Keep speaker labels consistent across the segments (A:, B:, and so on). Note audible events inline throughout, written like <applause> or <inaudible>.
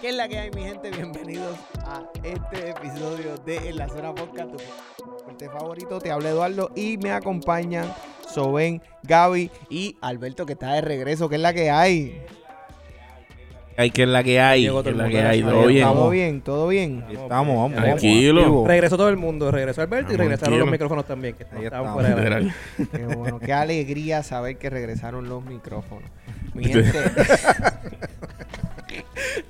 A: ¿Qué es la que hay, mi gente? Bienvenidos a este episodio de En la Zona Podcast, tu deporte favorito. Te habla Eduardo y me acompañan Soben, Gaby y Alberto, que está de regreso. ¿Qué es la que hay?
B: Hay que es la que hay.
C: Llegó
B: que es
C: todo el
B: la
C: mundo,
B: que hay.
C: ya
B: Todo bien.
A: ¿Estamos bien? ¿Todo bien?
B: Estamos, vamos.
C: Tranquilo.
B: vamos, activo.
C: Regresó todo el mundo, regresó Alberto y
B: Vamos,
C: regresaron
B: tranquilo.
C: los micrófonos también, que no
B: Ahí
C: estaban
B: estamos,
C: fuera de la-
B: literal.
A: Qué bueno, qué alegría saber que regresaron los micrófonos. Mi
B: <laughs>
A: gente,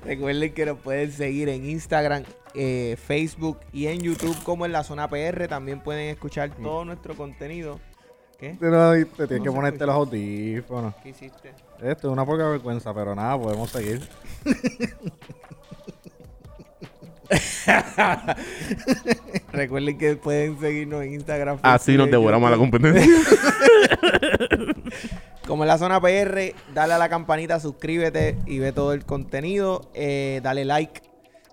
A: recuerden que nos pueden seguir en Instagram, eh, Facebook y en YouTube como en la zona PR. También pueden escuchar todo nuestro contenido. ¿Qué?
D: Te, lo- te tienes
A: No
D: que
A: se
D: ponerte los audífonos.
A: ¿Qué hiciste?
D: Esto es una poca vergüenza, pero nada, podemos seguir.
A: <laughs> Recuerden que pueden seguirnos en Instagram. Facebook
B: Así Ah, nos
A: y
B: devoramos a la
A: YouTube.
C: <laughs>
B: competencia.
A: Como en la zona PR, dale a la campanita, suscríbete y ve todo el contenido. eh, dale like.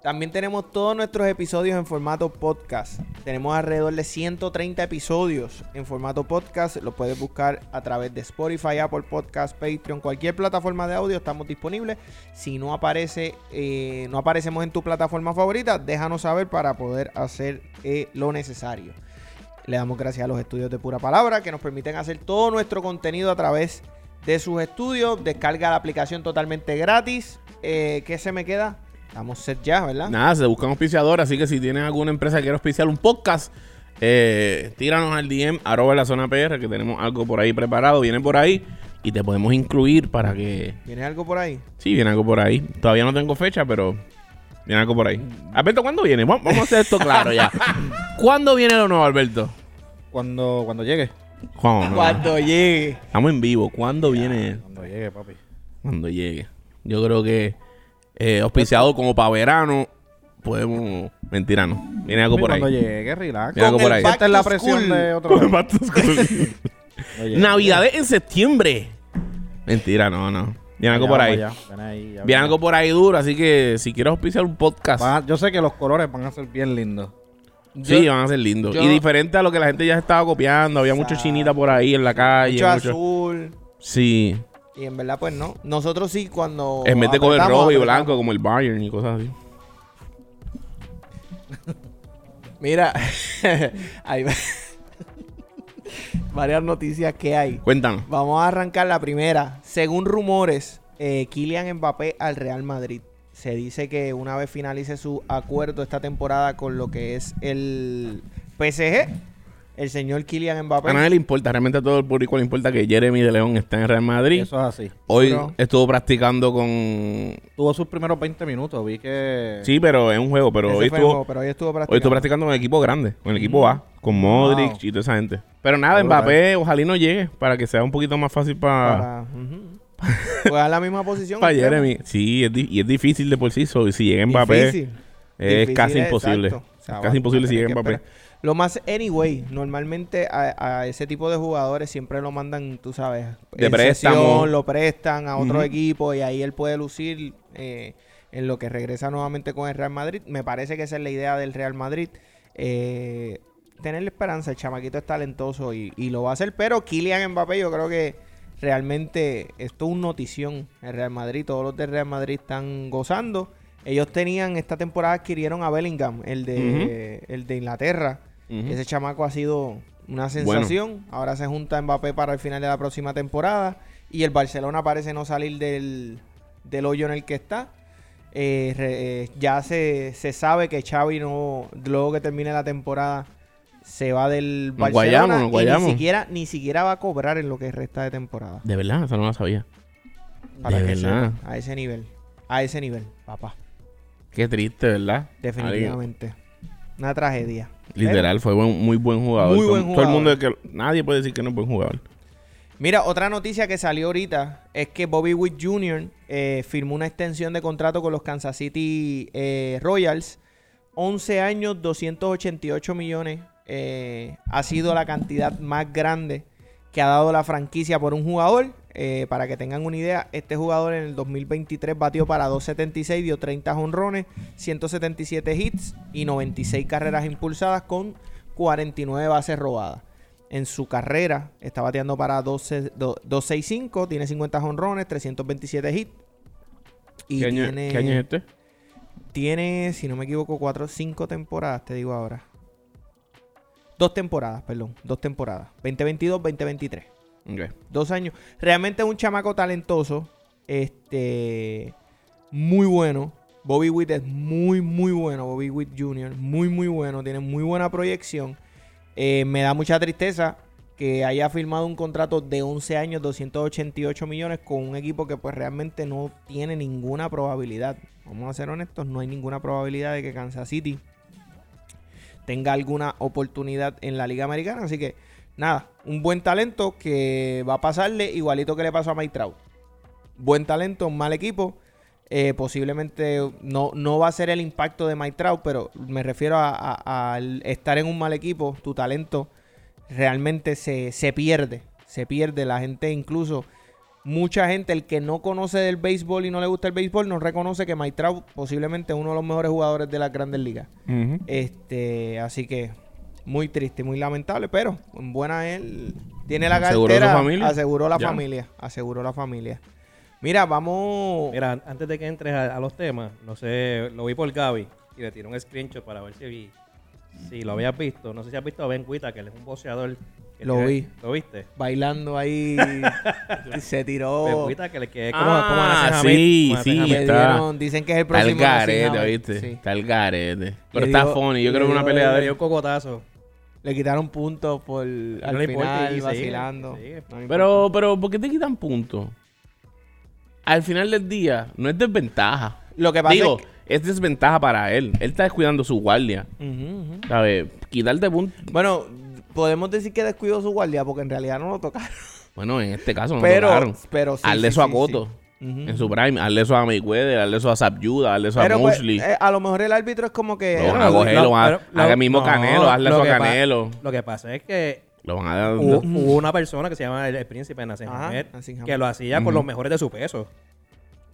A: También tenemos todos nuestros episodios en formato podcast. Tenemos alrededor de 130 episodios en formato podcast. Los puedes buscar a través de Spotify, Apple Podcast, Patreon, cualquier plataforma de audio. Estamos disponibles. Si no aparece, eh, no aparecemos en tu plataforma favorita, déjanos saber para poder hacer eh, lo necesario. Le damos gracias a los estudios de Pura Palabra que nos permiten hacer todo nuestro contenido a través de sus estudios. Descarga la aplicación totalmente gratis. Eh, ¿Qué se me queda? Estamos set ya, ¿verdad?
B: Nada, se busca un auspiciador. Así que si tienen alguna empresa que quiera auspiciar un podcast, eh, tíranos al DM, arroba en la zona PR, que tenemos algo por ahí preparado. Viene por ahí y te podemos incluir para que.
A: ¿Viene algo por ahí?
B: Sí, viene algo por ahí. Todavía no tengo fecha, pero. Viene algo por ahí. Alberto, ¿cuándo viene? Vamos vamos a hacer esto claro
C: <laughs>
B: ya. ¿Cuándo viene lo nuevo, Alberto?
D: Cuando, cuando llegue.
B: Juan, no.
A: Cuando llegue.
B: Estamos en vivo. ¿Cuándo viene?
D: Cuando llegue, papi.
B: cuando llegue. Yo creo que eh, auspiciado como para verano, podemos. Mentira, no. Viene algo por <laughs>
D: cuando
B: ahí.
D: llegue, relax.
B: Viene algo
A: Con
B: por
A: el
B: ahí.
A: back
D: Esta es la
A: to
D: presión
A: school.
D: de otro
B: <laughs>
D: lado.
A: <laughs>
D: Cuando llegue.
B: Navidades en septiembre. Mentira, no, no. Viene algo
D: Ya,
B: por
D: vamos
B: ahí.
D: ya, ven ahí, ya, ven
B: Viene algo por ahí duro, así que si quieres auspiciar un podcast,
D: Van a- yo sé que los colores van a ser bien lindos.
B: sí, van a ser lindos.
A: yo-
B: Y diferente a lo que la gente ya estaba copiando. Había mucho
A: Exacto.
B: chinita por ahí en la calle.
A: Mucho
B: mucho-
A: azul.
B: Sí.
A: Y en verdad, pues no. Nosotros sí, cuando.
B: En vez de coger
A: apretamos,
B: rojo y
A: apretamos.
B: blanco como el Bayern y cosas así.
A: Mira, <laughs> hay <laughs> varias noticias que hay.
B: Cuéntanos.
A: Vamos a arrancar la primera. Según rumores, eh, Kylian Mbappé al Real Madrid. Se dice que una vez finalice su acuerdo esta temporada con lo que es el PSG, el señor Kylian
B: A nadie
A: Mbappé.
B: le importa, realmente a todo el público le importa que Jeremy de León está en Real Madrid.
D: Eso es así.
B: Hoy
A: Pero- Eh,
B: estuvo practicando con.
D: Tuvo sus primeros 20 minutos, vi que...
B: Sí, pero es un juego. Pero
A: Ese
B: hoy
A: fue
B: estuvo,
A: el juego, pero hoy estuvo
B: hoy estuvo
A: practicando. Mm.
B: practicando con equipos grandes, con el equipo A, con Modric
D: Wow.
B: y toda esa gente. Pero nada,
D: Está
B: Mbappé, ojalá y no llegue para que sea un poquito más fácil
A: Para,
B: para
A: ujú. Juega la misma posición.
B: para Jeremy. Sí, es di- y es difícil de por sí. so, si llega Mbappé,
A: Difícil.
B: es
A: Difícil, eh,
B: casi
A: exacto.
B: imposible.
A: O sea,
B: casi
A: va- va
B: imposible
A: a
B: si
A: tener
B: llega
A: que
B: Mbappé.
A: esperar. Lo más, anyway, normalmente a, a ese tipo de jugadores siempre lo mandan, tú sabes,
B: De
A: en
B: préstamo.
A: sesión, lo prestan a otro
B: Ujú.
A: equipo y ahí él puede lucir eh, en lo que regresa nuevamente con el Real Madrid. Me parece que esa es la idea del Real Madrid. Eh, tenerle esperanza, el chamaquito es talentoso y, y lo va a hacer, pero Kylian Mbappé yo creo que realmente esto es un notición el Real Madrid, todos los del Real Madrid están gozando. Ellos tenían, esta temporada adquirieron a Bellingham, el de, el de Inglaterra.
B: Ujú.
A: Ese chamaco ha sido una sensación. Ahora se junta Mbappé para el final de la próxima temporada. Y el Barcelona parece no salir del, del hoyo en el que está. Eh, re- eh, ya se, se sabe que Xavi no, luego que termine la temporada, se va del
B: Nos
A: Barcelona.
B: guayamos, nos
A: y
B: guayamos.
A: ni siquiera, ni siquiera va a cobrar en lo que resta de temporada.
B: De verdad, eso no lo sabía.
A: Para
B: de
A: que
B: verdad.
A: sepa, a ese nivel. A ese nivel, papá.
B: Qué triste, ¿verdad? Alguien-
A: Definitivamente. Una tragedia.
B: Literal, fue buen- muy buen jugador.
A: Muy buen
B: Todo- Todo el
A: jugador.
B: mundo que nadie puede decir que no es buen jugador.
A: Mira, otra noticia que salió ahorita es que Bobby Witt Jr. eh, firmó una extensión de contrato con los Kansas City eh, Royals. 11 años, 288 millones. eh, ha sido la cantidad más grande que ha dado la franquicia por un jugador. Eh, para que tengan una idea, este jugador en el 2023 batió para 276, dio 30 honrones, 177 hits y 96 carreras impulsadas con 49 bases robadas. En su carrera está bateando para 12 do- 265, tiene 50 honrones, 327 hits. Y
B: ¿Qué año,
A: tiene
B: qué año es este?
A: tiene, si no me equivoco, cuatro, cinco temporadas, te digo ahora. Dos temporadas, perdón. Dos temporadas. 2022, 2023.
B: Ok.
A: Dos años. Realmente es un chamaco talentoso. Este. Muy bueno. Bobby Witt es muy, muy bueno. Bobby Witt Jr. Muy, muy bueno. Tiene muy buena proyección. Eh, me da mucha tristeza que haya firmado un contrato de 11 años, 288 millones con un equipo que pues realmente no tiene ninguna probabilidad. Vamos a ser honestos, no hay ninguna probabilidad de que Kansas City tenga alguna oportunidad en la Liga Americana. Así que, nada, un buen talento que va a pasarle igualito que le pasó a Mike Trout. Buen talento, un mal equipo. Eh, posiblemente no, no va a ser el impacto de Mike Trout, pero me refiero a, a- al estar en un mal equipo, tu talento realmente se, se pierde. Se pierde. La gente incluso, mucha gente, el que no conoce del béisbol y no le gusta el béisbol, no reconoce que Mike Trout posiblemente es uno de los mejores jugadores de las grandes ligas. Este, así que muy triste, muy lamentable, pero en buena él tiene la
B: Aseguró
A: cartera,
B: su familia.
A: aseguró la
B: Ya.
A: familia, aseguró la familia. Mira, vamos
C: Mira, an- antes de que entres a, a los temas, no sé, lo vi por Gaby y le tiré un screenshot para ver si, vi- si lo habías visto. No sé si has visto a Ben Cuita, que él es un boxeador. que
A: Lo
C: tiene-
A: vi.
C: ¿Lo viste?
A: bailando
B: <laughs>
A: ahí y se
C: Ben
A: tiró.
C: Cuita, que, le- que es como, como
B: Ah,
C: Ana Sejamil,
B: sí,
C: como Ana
B: sí,
C: Sejamil.
A: Le
B: está.
A: dieron- dicen que es el
B: Está el
A: próximo
B: garete,
A: Nacional.
B: ¿viste?
A: Sí.
B: Está el garete.
A: Le
B: Pero está
A: dio-
B: funny. Yo
A: le
B: creo que una
A: dio-
B: pelea
C: Le
B: de
C: dio un cocotazo.
A: Le quitaron puntos por al
C: no le importa,
A: final
C: y sigue,
A: vacilando.
C: y sigue.
A: No me
B: Pero, pero, ¿por qué te quitan puntos? Al final del día, no es desventaja.
A: Lo que pasa
B: Digo,
A: es que-
B: es desventaja para él. Él está descuidando su guardia.
A: Ujú, ujú.
B: ¿Sabes? Quitarte puntos.
A: Bueno, podemos decir que descuidó su guardia porque en realidad no lo tocaron.
B: Bueno, en este caso no
A: Pero-
B: tocaron.
A: pero sí,
B: Hazle
A: sí,
B: eso a
A: sí,
B: Coto.
A: sí. Ujú.
B: En su prime. Hazle eso a Mayweather. Hazle eso a Sabyuda. Hazle eso a
A: Pero pues,
B: Mosley.
A: eh, a lo mejor el árbitro es como que
B: No,
A: Ah,
B: hago
C: Lo-
B: gelo,
C: lo-
B: haz-
C: pero-
B: haga
C: lo-
B: mismo Canelo, hazle eso a
C: que pa-
B: Canelo.
C: Lo que pasa es que
B: Lo van a
A: oh,
B: dar.
C: hubo, hubo una persona que se llama el, el príncipe Nassim
A: Mm. Ajá,
C: Hamed,
A: Nassim Hamed.
C: que lo hacía con los mejores de su peso.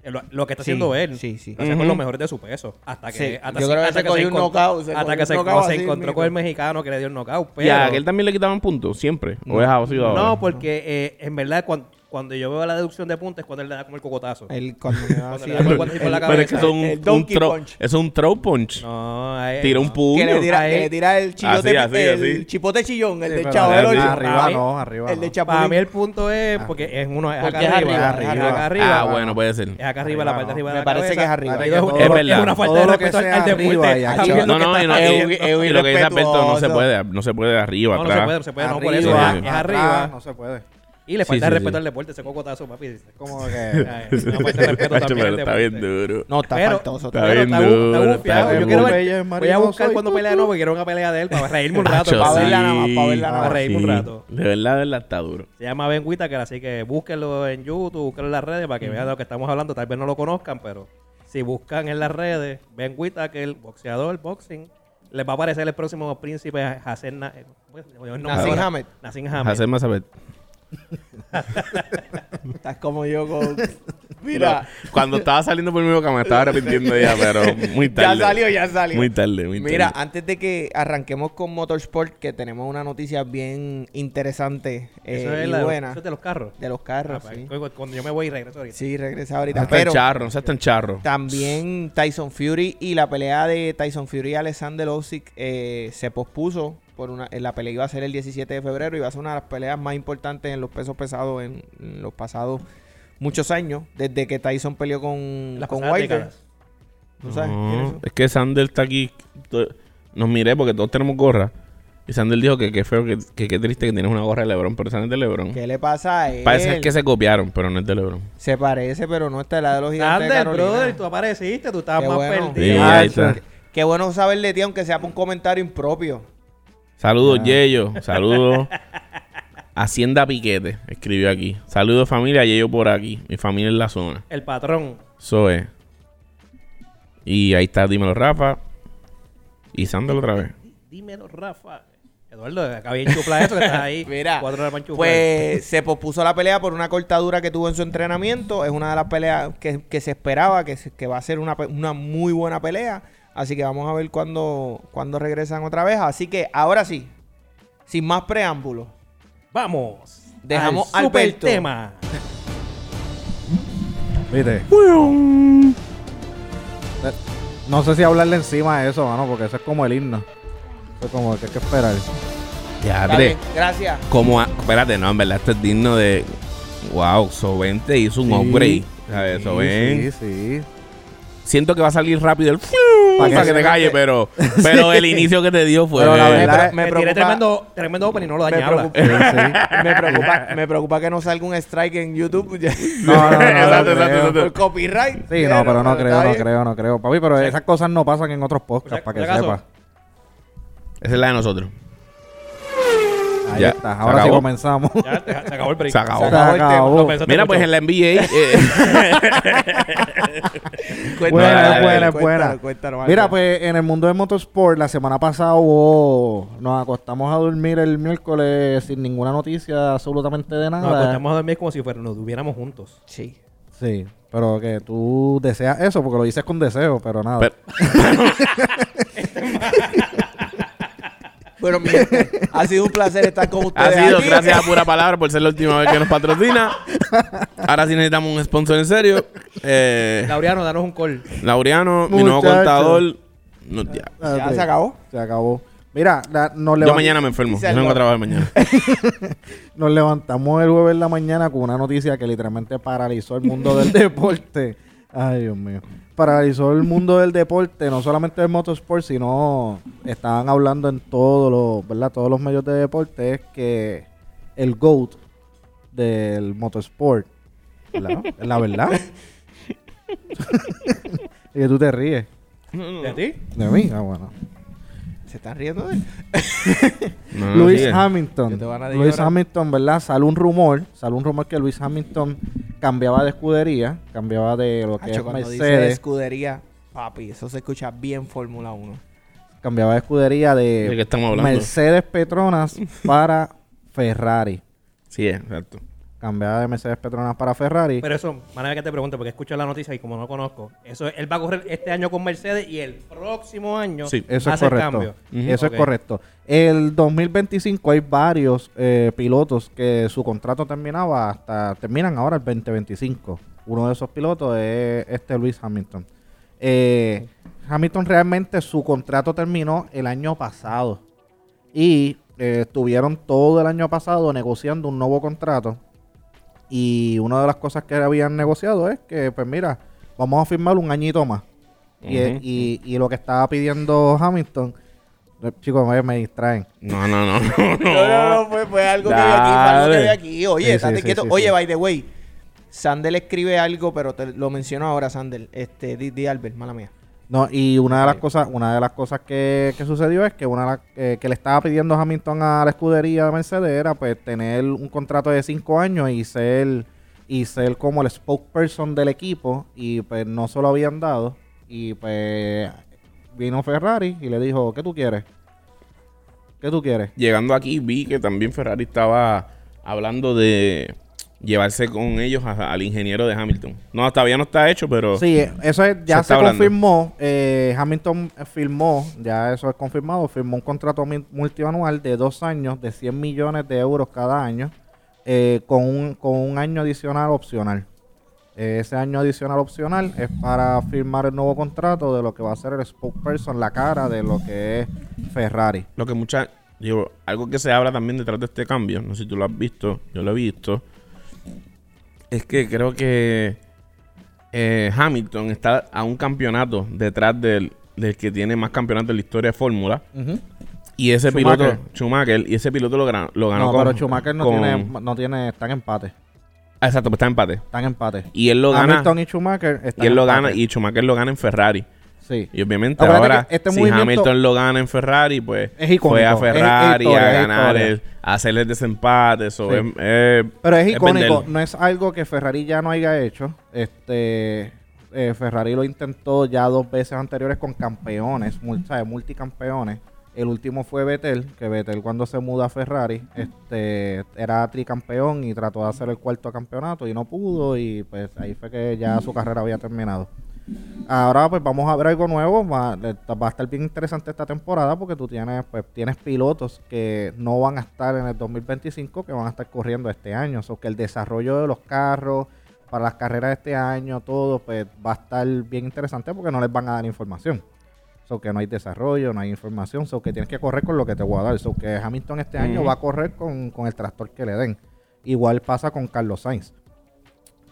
C: Eh, Lo, lo que está
A: Sí,
C: haciendo él.
A: sí, sí.
C: Lo hacía con
B: Ujú.
C: los mejores de su peso. Hasta que,
A: Sí,
C: hasta
A: yo creo que
C: hasta
A: se cogió un
C: encon-
A: knockout, se cogió
C: hasta
A: un
C: que se,
A: knockout
C: se
A: así
C: encontró con
A: mismo.
C: el mexicano que le dio el knockout. Pero,
B: y a aquel también le quitaban puntos, siempre. O es así ahora.
C: no, porque eh, en verdad, cuan- cuando, yo veo la deducción de puntos es cuando él le da como el cocotazo.
A: el cuando me va así,
B: <laughs>
C: Cuando le da
A: el-
C: por cuatro y por
A: el-
C: la
B: Pero es que
C: cabeza,
B: son un,
A: el
B: un
A: pues, eh, donkey
B: throw-
A: punch.
B: Es un throw punch.
C: No, ahí-
B: Tira un
C: no.
B: puño.
A: que le tira,
C: Ahí.
A: que le tira el chipote,
B: Así, así,
A: el
B: así.
A: chipote chillón, el
D: Sí,
A: de
D: pero
A: Chavo del
D: arriba,
A: Ocho.
D: Arriba,
C: Ah,
D: no, arriba.
A: el
D: no.
A: de Chapulín.
C: Para mí el punto es porque es uno es acá
A: Porque es
C: arriba,
A: arriba,
C: es
D: arriba.
C: acá arriba.
B: ah, bueno, puede ser.
C: Es acá arriba, la parte de arriba
A: Me
C: de la
A: parece que
C: cabeza.
A: es arriba.
C: Y Es,
D: Todo
B: lo que-
C: es una falta
D: todo
C: de
D: lo que
C: respeto
D: sea
C: al deporte.
D: arriba y
C: Al
D: acá.
C: deporte
B: No, no,
C: que
B: y no,
C: está
B: y-
C: haciendo.
A: es un
B: y lo que dice Alberto no se
A: irrespetuoso.
B: puede, no se puede de arriba,
C: No, no
B: atrás.
C: se puede, no se puede, no por eso.
A: ah,
B: Arriba,
C: es- Es arriba.
D: No se puede.
C: Y le
B: sí,
C: falta el respeto
B: sí.
C: al deporte, ese cocotazo,
B: <laughs>
C: papi. Es
D: Como que.
C: una falta de respeto
B: Cacho,
C: también al
B: pero está bien
C: deporte.
B: duro.
A: No, está
C: Pero-
A: faltoso.
B: Está
C: Pero
B: bien
C: bu-
B: duro,
C: está
B: está
C: bufiado.
B: bien
C: Yo quiero
B: duro.
D: Reyes,
C: ver- voy a
D: marido,
C: buscar
D: soy
C: cuando
D: tú,
C: pelea de nuevo, quiero una pelea de él para reírme
B: <laughs>
C: un rato.
B: Cacho,
A: pa'
B: sí.
C: papi.
A: verla nada más, pa' verla nada
C: más. Para reírme un
B: Sí.
C: rato.
B: De verdad, de verdad, está duro.
C: Se llama Ben Whittaker, así que búsquenlo en YouTube, búsquenlo en las redes para que vean de lo que estamos hablando. Tal vez no lo conozcan, pero si buscan en las redes Ben Whittaker, boxeador, boxing, les va a aparecer el próximo príncipe Hassan Na- eh, bueno, no,
A: Nassim
C: ahora,
A: Hamed.
C: Nassim Hamed.
B: Hacer más saber.
A: Estás como yo
C: <laughs>
A: con... <laughs> Mira,
B: Cuando estaba saliendo por mi boca me estaba arrepintiendo ya, pero
A: <laughs>
B: muy
A: ya
B: tarde.
A: salió, ya salió.
B: Muy tarde, muy tarde.
A: Mira, antes de que arranquemos con Motorsport, que tenemos una noticia bien interesante eh,
C: Eso es
A: y
C: la-
A: buena
C: eso es de los carros.
A: de los carros.
C: Ah,
A: sí.
C: pues, Cuando yo me voy y regreso ahorita.
A: sí, regresa
B: no
A: ahorita.
B: seas tan
A: Pero
B: charro, no seas tan charro.
A: también Tyson Fury y la pelea de Tyson Fury y Alexander Usyk eh, se pospuso. por una, eh, La pelea iba a ser el 17 de febrero y va a ser una de las peleas más importantes en los pesos pesados en, en los pasados muchos años, desde que Tyson peleó con,
C: Las
A: con
C: pasadas
A: Wilder.
C: décadas.
A: ¿Tú sabes
B: No,
A: quién es eso?
B: es que Sander está aquí. to- Nos miré porque todos tenemos gorra. Y Sander dijo que qué feo, que que qué triste que tienes una gorra de Lebron, pero esa no es de Lebron.
A: ¿Qué le pasa a él?
B: Parece que se copiaron, pero no es de Lebron.
A: Se parece, pero no está la de los gigantes de
C: Ander,
A: Carolina.
C: brother, tú apareciste, tú estabas
A: Qué
C: más
A: bueno.
C: perdido. Ah,
B: Sí, ahí está.
A: qué- Qué bueno saberle de ti, aunque sea por un comentario impropio.
B: Saludos,
A: Ah. <laughs>
B: Yeyo. Saludos. Hacienda Piquete escribió aquí. Saludos, familia. Yeyo por aquí. Mi familia en la zona.
C: El patrón.
B: Eso es. Y ahí está, dímelo, Rafa. Y Sander otra vez.
C: Dímelo, Rafa. Eduardo, acá bien chupla eso que estás ahí.
A: <laughs> Mira,
C: cuatro horas para enchuflar.
A: pues se pospuso la pelea por una cortadura que tuvo en su entrenamiento. Es una de las peleas que, que se esperaba, que, se- que va a ser una, pe- una muy buena pelea. Así que vamos a ver cuándo, cuándo regresan otra vez. Así que ahora sí, sin más preámbulos,
C: Vamos.
A: Dejamos
C: al Eh, super
A: Alberto.
C: tema.
D: Viste. Eh, No sé si hablarle encima de eso, mano, porque eso es como el himno. Eso es como que hay que esperar.
A: Está
B: Teatre.
A: bien, gracias.
B: Como, a- espérate, no, en verdad esto es digno de. Wow, Sovente hizo un
D: Sí.
B: upgrade. ¿sabes? Soben.
D: Sí, sí.
B: Siento que va a salir rápido el.
D: Pa'
B: Para
D: que
B: que,
D: se
B: te
D: vea
B: calle,
D: que-
B: pero,
D: <laughs>
B: pero el inicio que te dio fue.
D: Pero la eh,
A: Me,
D: verdad-
A: pre- me
C: Me tiré
A: preocupa,
C: tremendo, tremendo open y no lo
A: me,
C: dañaba.
A: preocupa, <laughs> me, preocupa, me preocupa que no salga un strike en YouTube. <laughs>
D: No, no, no,
B: Exacto,
D: no
B: exacto,
D: creo.
B: exacto.
A: Por copyright.
D: Sí, no, pero no creo,
A: está
D: no
A: bien. Pues
D: creo, no creo. Papi, pero esas cosas no pasan en otros podcasts,
C: Por
D: para
C: si
D: que
C: acaso.
D: sepas.
B: Esa es la de nosotros.
D: Ahí
B: Ya,
D: está.
B: se
D: Ahora sí
B: acabó.
D: comenzamos.
C: Ya, te- se acabó el break.
B: Se acabó.
D: <laughs> Se
A: acabó el tema.
D: acabó.
C: Lo pensaste
B: Mira,
C: mucho.
B: pues en la
D: <laughs>
B: NBA. eh,
A: Cuéntalo,
D: Buena,
A: dale, dale,
D: buena,
A: dale,
D: buena.
A: cuéntalo, cuéntalo,
D: Mira,
A: Marco.
D: pues en el mundo del motorsport, la semana pasada hubo- nos acostamos a dormir el miércoles sin ninguna noticia absolutamente de
C: Nos
D: nada.
C: acostamos pues, a dormir como si fuera, nos tuviéramos juntos.
A: Sí.
D: sí, pero que tú deseas eso, porque lo dices con deseo, pero nada.
B: Pero-
A: Bueno, mi gente, ha sido un placer estar con
B: Ha
A: ustedes.
B: sido
A: aquí.
B: gracias a Pura Palabra por ser la última vez que nos
D: <laughs>
B: patrocina. Ahora sí necesitamos un sponsor en serio. Eh,
C: Laureano, danos
A: <laughs>
C: un call.
B: Laureano, mi nuevo
D: Muchacho.
B: contador. No, ya.
A: Ya se acabó.
D: Ah, Se acabó. Mira, la- nos,
B: Yo
D: levan-
B: mañana me enfermo. Yo
A: Dice
B: tengo que
A: Laura.
B: trabajar
D: <laughs>
B: mañana.
D: nos levantamos el jueves en la mañana con una noticia que literalmente paralizó el
A: <laughs>
D: mundo del deporte. Ay, Dios mío. Paralizó el mundo del deporte, no solamente del motorsport, sino estaban hablando en todos los, ¿verdad? Todos los medios de deporte es que el GOAT del motorsport, ¿verdad? Es
A: <laughs>
D: la verdad. <laughs> y que tú te ríes
C: ¿De ti?
D: de mí. Ah, bueno.
A: ¿Se están riendo de él?
B: No, no,
D: Luis
A: Que
B: sigue.
A: te van a
D: Hamilton. Luis
A: llorar.
D: Hamilton, ¿verdad? Sale un rumor, sale un rumor que Luis Hamilton cambiaba de escudería, cambiaba de lo que
A: Hacho,
D: es
A: cuando dice
D: Mercedes,
A: escudería, papi, eso se escucha bien Fórmula 1.
D: cambiaba de escudería de,
B: ¿De qué estamos hablando?
D: Mercedes Petronas para Ferrari.
B: Sí, exacto.
D: Cambiaba de Mercedes Petronas para Ferrari.
C: Pero eso, manera que te pregunto, porque escucho la noticia y como no conozco, eso él va a correr este año con Mercedes y el próximo año
B: Sí.
D: Eso es
C: hace el
D: correcto.
C: cambio.
B: Ujú.
D: Eso
C: Ok.
D: es correcto. El 2025 hay varios eh, pilotos que su contrato terminaba hasta terminan ahora el 2025. Uno de esos pilotos es este Luis Hamilton. Eh, Hamilton realmente su contrato terminó el año pasado y eh, estuvieron todo el año pasado negociando un nuevo contrato y una de las cosas que habían negociado es que pues mira vamos a firmar un añito más y,
B: Ujú.
D: y- y lo que estaba pidiendo Hamilton eh, chicos me, me distraen
B: No, no, <laughs> no. no, no.
A: No, no, no, fue, fue algo que vi aquí, fue algo que vi
B: Dale.
A: aquí. Oye,
D: Sí,
A: estate
D: sí, sí,
A: quieto.
D: sí,
A: Oye,
D: sí.
A: by the way, Sandel escribe algo, pero te lo menciono ahora, Sandel. Este, di, di Albert, mala mía.
D: no y una de las cosas una de las cosas que, que sucedió es que una de las- eh, que le estaba pidiendo Hamilton a la escudería de Mercedes era pues tener un contrato de cinco años y ser y ser como el spokesperson del equipo y pues no se lo habían dado y pues vino Ferrari y le dijo ¿qué tú quieres? ¿qué tú quieres?
B: Llegando aquí vi que también Ferrari estaba hablando de llevarse con ellos a- al ingeniero de Hamilton. No, todavía no está hecho, pero...
D: Sí, eh, eso es- ya
B: Se
D: se,
B: está hablando.
D: confirmó. eh, Hamilton firmó, ya eso es confirmado, firmó un contrato mi- multianual de dos años de 100 millones de euros cada año eh, con, un, con un año adicional opcional. Eh, ese año adicional opcional es para firmar el nuevo contrato de lo que va a ser el spokesperson, la cara de lo que es Ferrari.
B: Lo que mucha. Digo, algo que se habla también detrás de este cambio, no sé si tú lo has visto, yo lo he visto, es que creo que eh, Hamilton está a un campeonato detrás del, del que tiene más campeonatos en la historia de Fórmula. Y ese
D: Schumacher.
B: piloto, Schumacher, y ese piloto lo, gra- lo ganó
D: No,
B: con-
D: pero Schumacher no,
B: con-
D: tiene, no tiene, están empate,
B: Ah, exacto, pues está en empate.
D: están empate.
B: Y él lo gana.
D: Hamilton y Schumacher están
B: y él lo
D: empate.
B: gana, y Schumacher lo gana en Ferrari.
D: sí.
B: Y obviamente
D: Acuérdate
B: ahora,
D: que este
B: si
D: movimiento-
B: Hamilton lo gana en Ferrari, pues
D: Es icónico,
B: fue a
D: es- es
B: Ferrari
D: historia,
B: a
D: es
B: ganar,
D: historia.
B: el, a hacer el desempate. Eso
D: Sí.
B: es- es-
D: Pero es
B: es
D: icónico,
B: venderlo.
D: no es algo que Ferrari ya no haya hecho. Este eh, Ferrari lo intentó ya dos veces anteriores con campeones, mul- ¿sabes? multicampeones. El último fue Vettel, que Vettel cuando se muda a Ferrari, este era tricampeón y trató de hacer el cuarto campeonato y no pudo y pues ahí fue que ya su carrera había terminado. Ahora pues vamos a ver algo nuevo, va, eh, va a estar bien interesante esta temporada porque tú tienes pues tienes pilotos que no van a estar en el 2025 que van a estar corriendo este año, o que el desarrollo de los carros, para las carreras de este año, todo, pues va a estar bien interesante porque no les van a dar información. So que no hay desarrollo, no hay información, so que tienes que correr con lo que te voy a dar. So que Hamilton este año va a correr con, con el tractor que le den. Igual pasa con Carlos Sainz.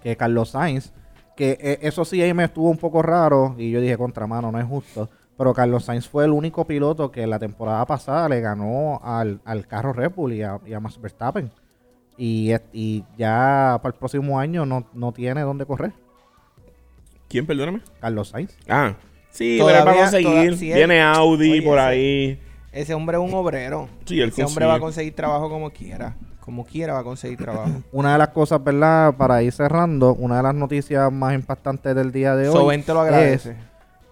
D: Que Carlos Sainz, que eh, eso sí ahí me estuvo un poco raro y yo dije, contra mano, no es justo. Pero Carlos Sainz fue el único piloto que la temporada pasada le ganó al, al carro Red Bull y a, y a Max Verstappen. Y, es- y ya para el próximo año no, no tiene dónde correr.
B: ¿Quién, perdóname?
D: Carlos Sainz.
B: Ah, sí,
A: Todavía-
B: pero él va a
A: toda-
B: seguir.
A: sí, él-
B: Viene Audi
A: Oye,
B: por
A: ese-
B: ahí.
A: Ese hombre es un obrero.
B: Sí, él
A: Ese hombre va a
B: consigue.
A: conseguir trabajo como quiera. Como quiera va a conseguir trabajo.
D: Una de las cosas, ¿verdad? Para ir cerrando, una de las noticias más impactantes del día de hoy.
A: Soben te lo agradece.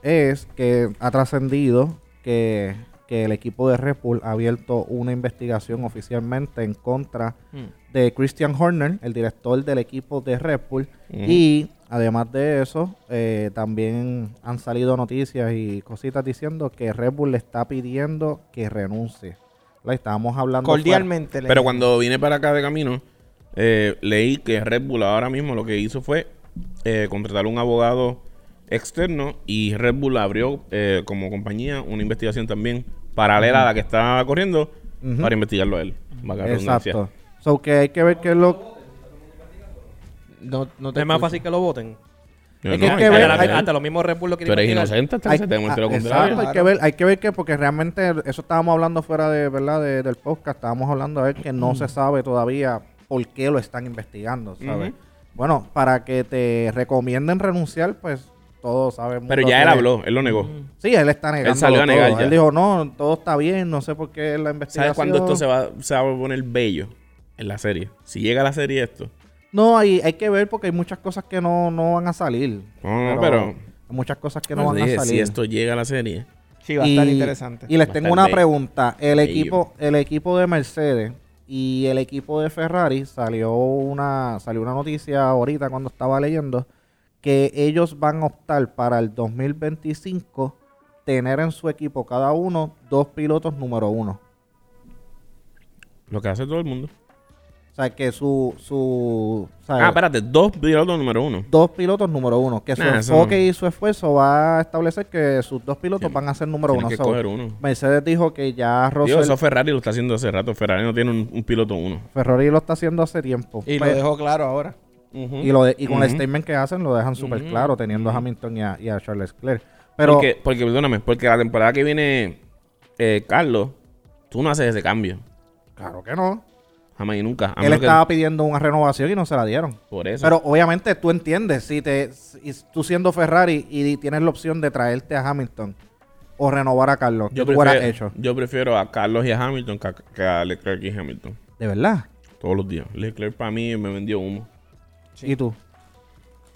D: es que ha trascendido que, que el equipo de Red Bull ha abierto una investigación oficialmente en contra de Christian Horner, el director del equipo de Red Bull. Y además de eso, eh, también han salido noticias y cositas diciendo que Red Bull le está pidiendo que renuncie. La estábamos hablando fuera-
A: Cordialmente. le-
B: Pero cuando vine para acá de camino, eh, leí que Red Bull ahora mismo lo que hizo fue eh, contratar un abogado externo y Red Bull abrió eh, como compañía una investigación también paralela a la que estaba corriendo
D: Ujú.
B: para investigarlo a él. Valga la redundancia.
D: Exacto. So que hay que ver qué es lo
A: No, no te
C: Es más
A: escucho.
C: fácil que lo voten.
B: Yo,
D: Es que
B: no,
D: hay que
B: hay
D: ver,
B: que
D: hay-
B: ver.
C: Hasta los mismos Red Bull lo
B: Tú
C: quieren
B: eres
C: investigar.
B: inocente hasta
D: Hay-
B: que se te demuestre
D: ah,
B: lo
D: exacto,
B: contrario.
D: hay que ver, hay que ver que porque realmente eso estábamos hablando fuera de, ¿verdad? De- del podcast, estábamos hablando de que no
B: Mm.
D: se sabe todavía por qué lo están investigando, ¿sabes?
B: Ujú.
D: Bueno, para que te recomienden renunciar, pues todos sabemos.
B: Pero ya él habló, él lo negó.
D: Sí, él está negando.
B: salió a negar ya.
D: Él dijo, no, todo está bien, no sé por qué la investigación.
B: ¿Sabes cuándo esto se va, se va a poner bello? En la serie. Si llega a la serie esto.
D: No, hay, hay que ver porque hay muchas cosas que no, no van a salir.
B: No, no, pero-
D: hay muchas cosas que no
B: Pues
D: van
B: dije,
D: a salir.
B: si esto llega a la serie.
A: Sí, va a estar interesante.
D: Y les
B: Va a
D: tengo
B: estar
D: una
B: bello.
D: pregunta. El
B: Bello.
D: equipo, el equipo de Mercedes y el equipo de Ferrari salió una, salió una noticia ahorita cuando estaba leyendo que ellos van a optar para el 2025 tener en su equipo cada uno dos pilotos número uno.
B: Lo que hace todo el mundo.
D: O sea que su, su o sea,
B: Ah, espérate, dos pilotos número uno.
D: dos pilotos número uno. Que su
B: Nah, eso
D: enfoque
B: no.
D: y su esfuerzo va a establecer que sus dos pilotos
B: Tien-
D: van a ser número
B: Tienes
D: uno.
B: que
D: So,
B: coger uno.
D: Mercedes dijo que ya
B: Digo,
D: Russell
B: eso Ferrari lo está haciendo hace rato. Ferrari no tiene un, un piloto uno.
D: Ferrari lo está haciendo hace tiempo.
A: Y lo
D: Pe-
A: dejó claro ahora.
D: y, lo de- y con el
B: Ujú.
D: statement que hacen lo dejan súper claro, teniendo a Hamilton y a, y a Charles Leclerc. Pero
B: porque, porque, perdóname, porque la temporada que viene, eh, Carlos, tú no haces ese cambio.
D: claro que no.
B: Jamás y nunca. A
D: Él
B: menos que-
D: estaba pidiendo una renovación y no se la dieron.
B: Por eso.
D: Pero obviamente tú entiendes, si te si tú siendo Ferrari y tienes la opción de traerte a Hamilton o renovar a Carlos, ¿qué
B: yo,
D: tú hubieras
B: prefiero,
D: hecho?
B: yo prefiero a Carlos y a Hamilton que a, que a Leclerc y Hamilton.
D: De verdad.
B: Todos los días. Leclerc para mí me vendió humo.
A: Sí.
D: ¿Y tú?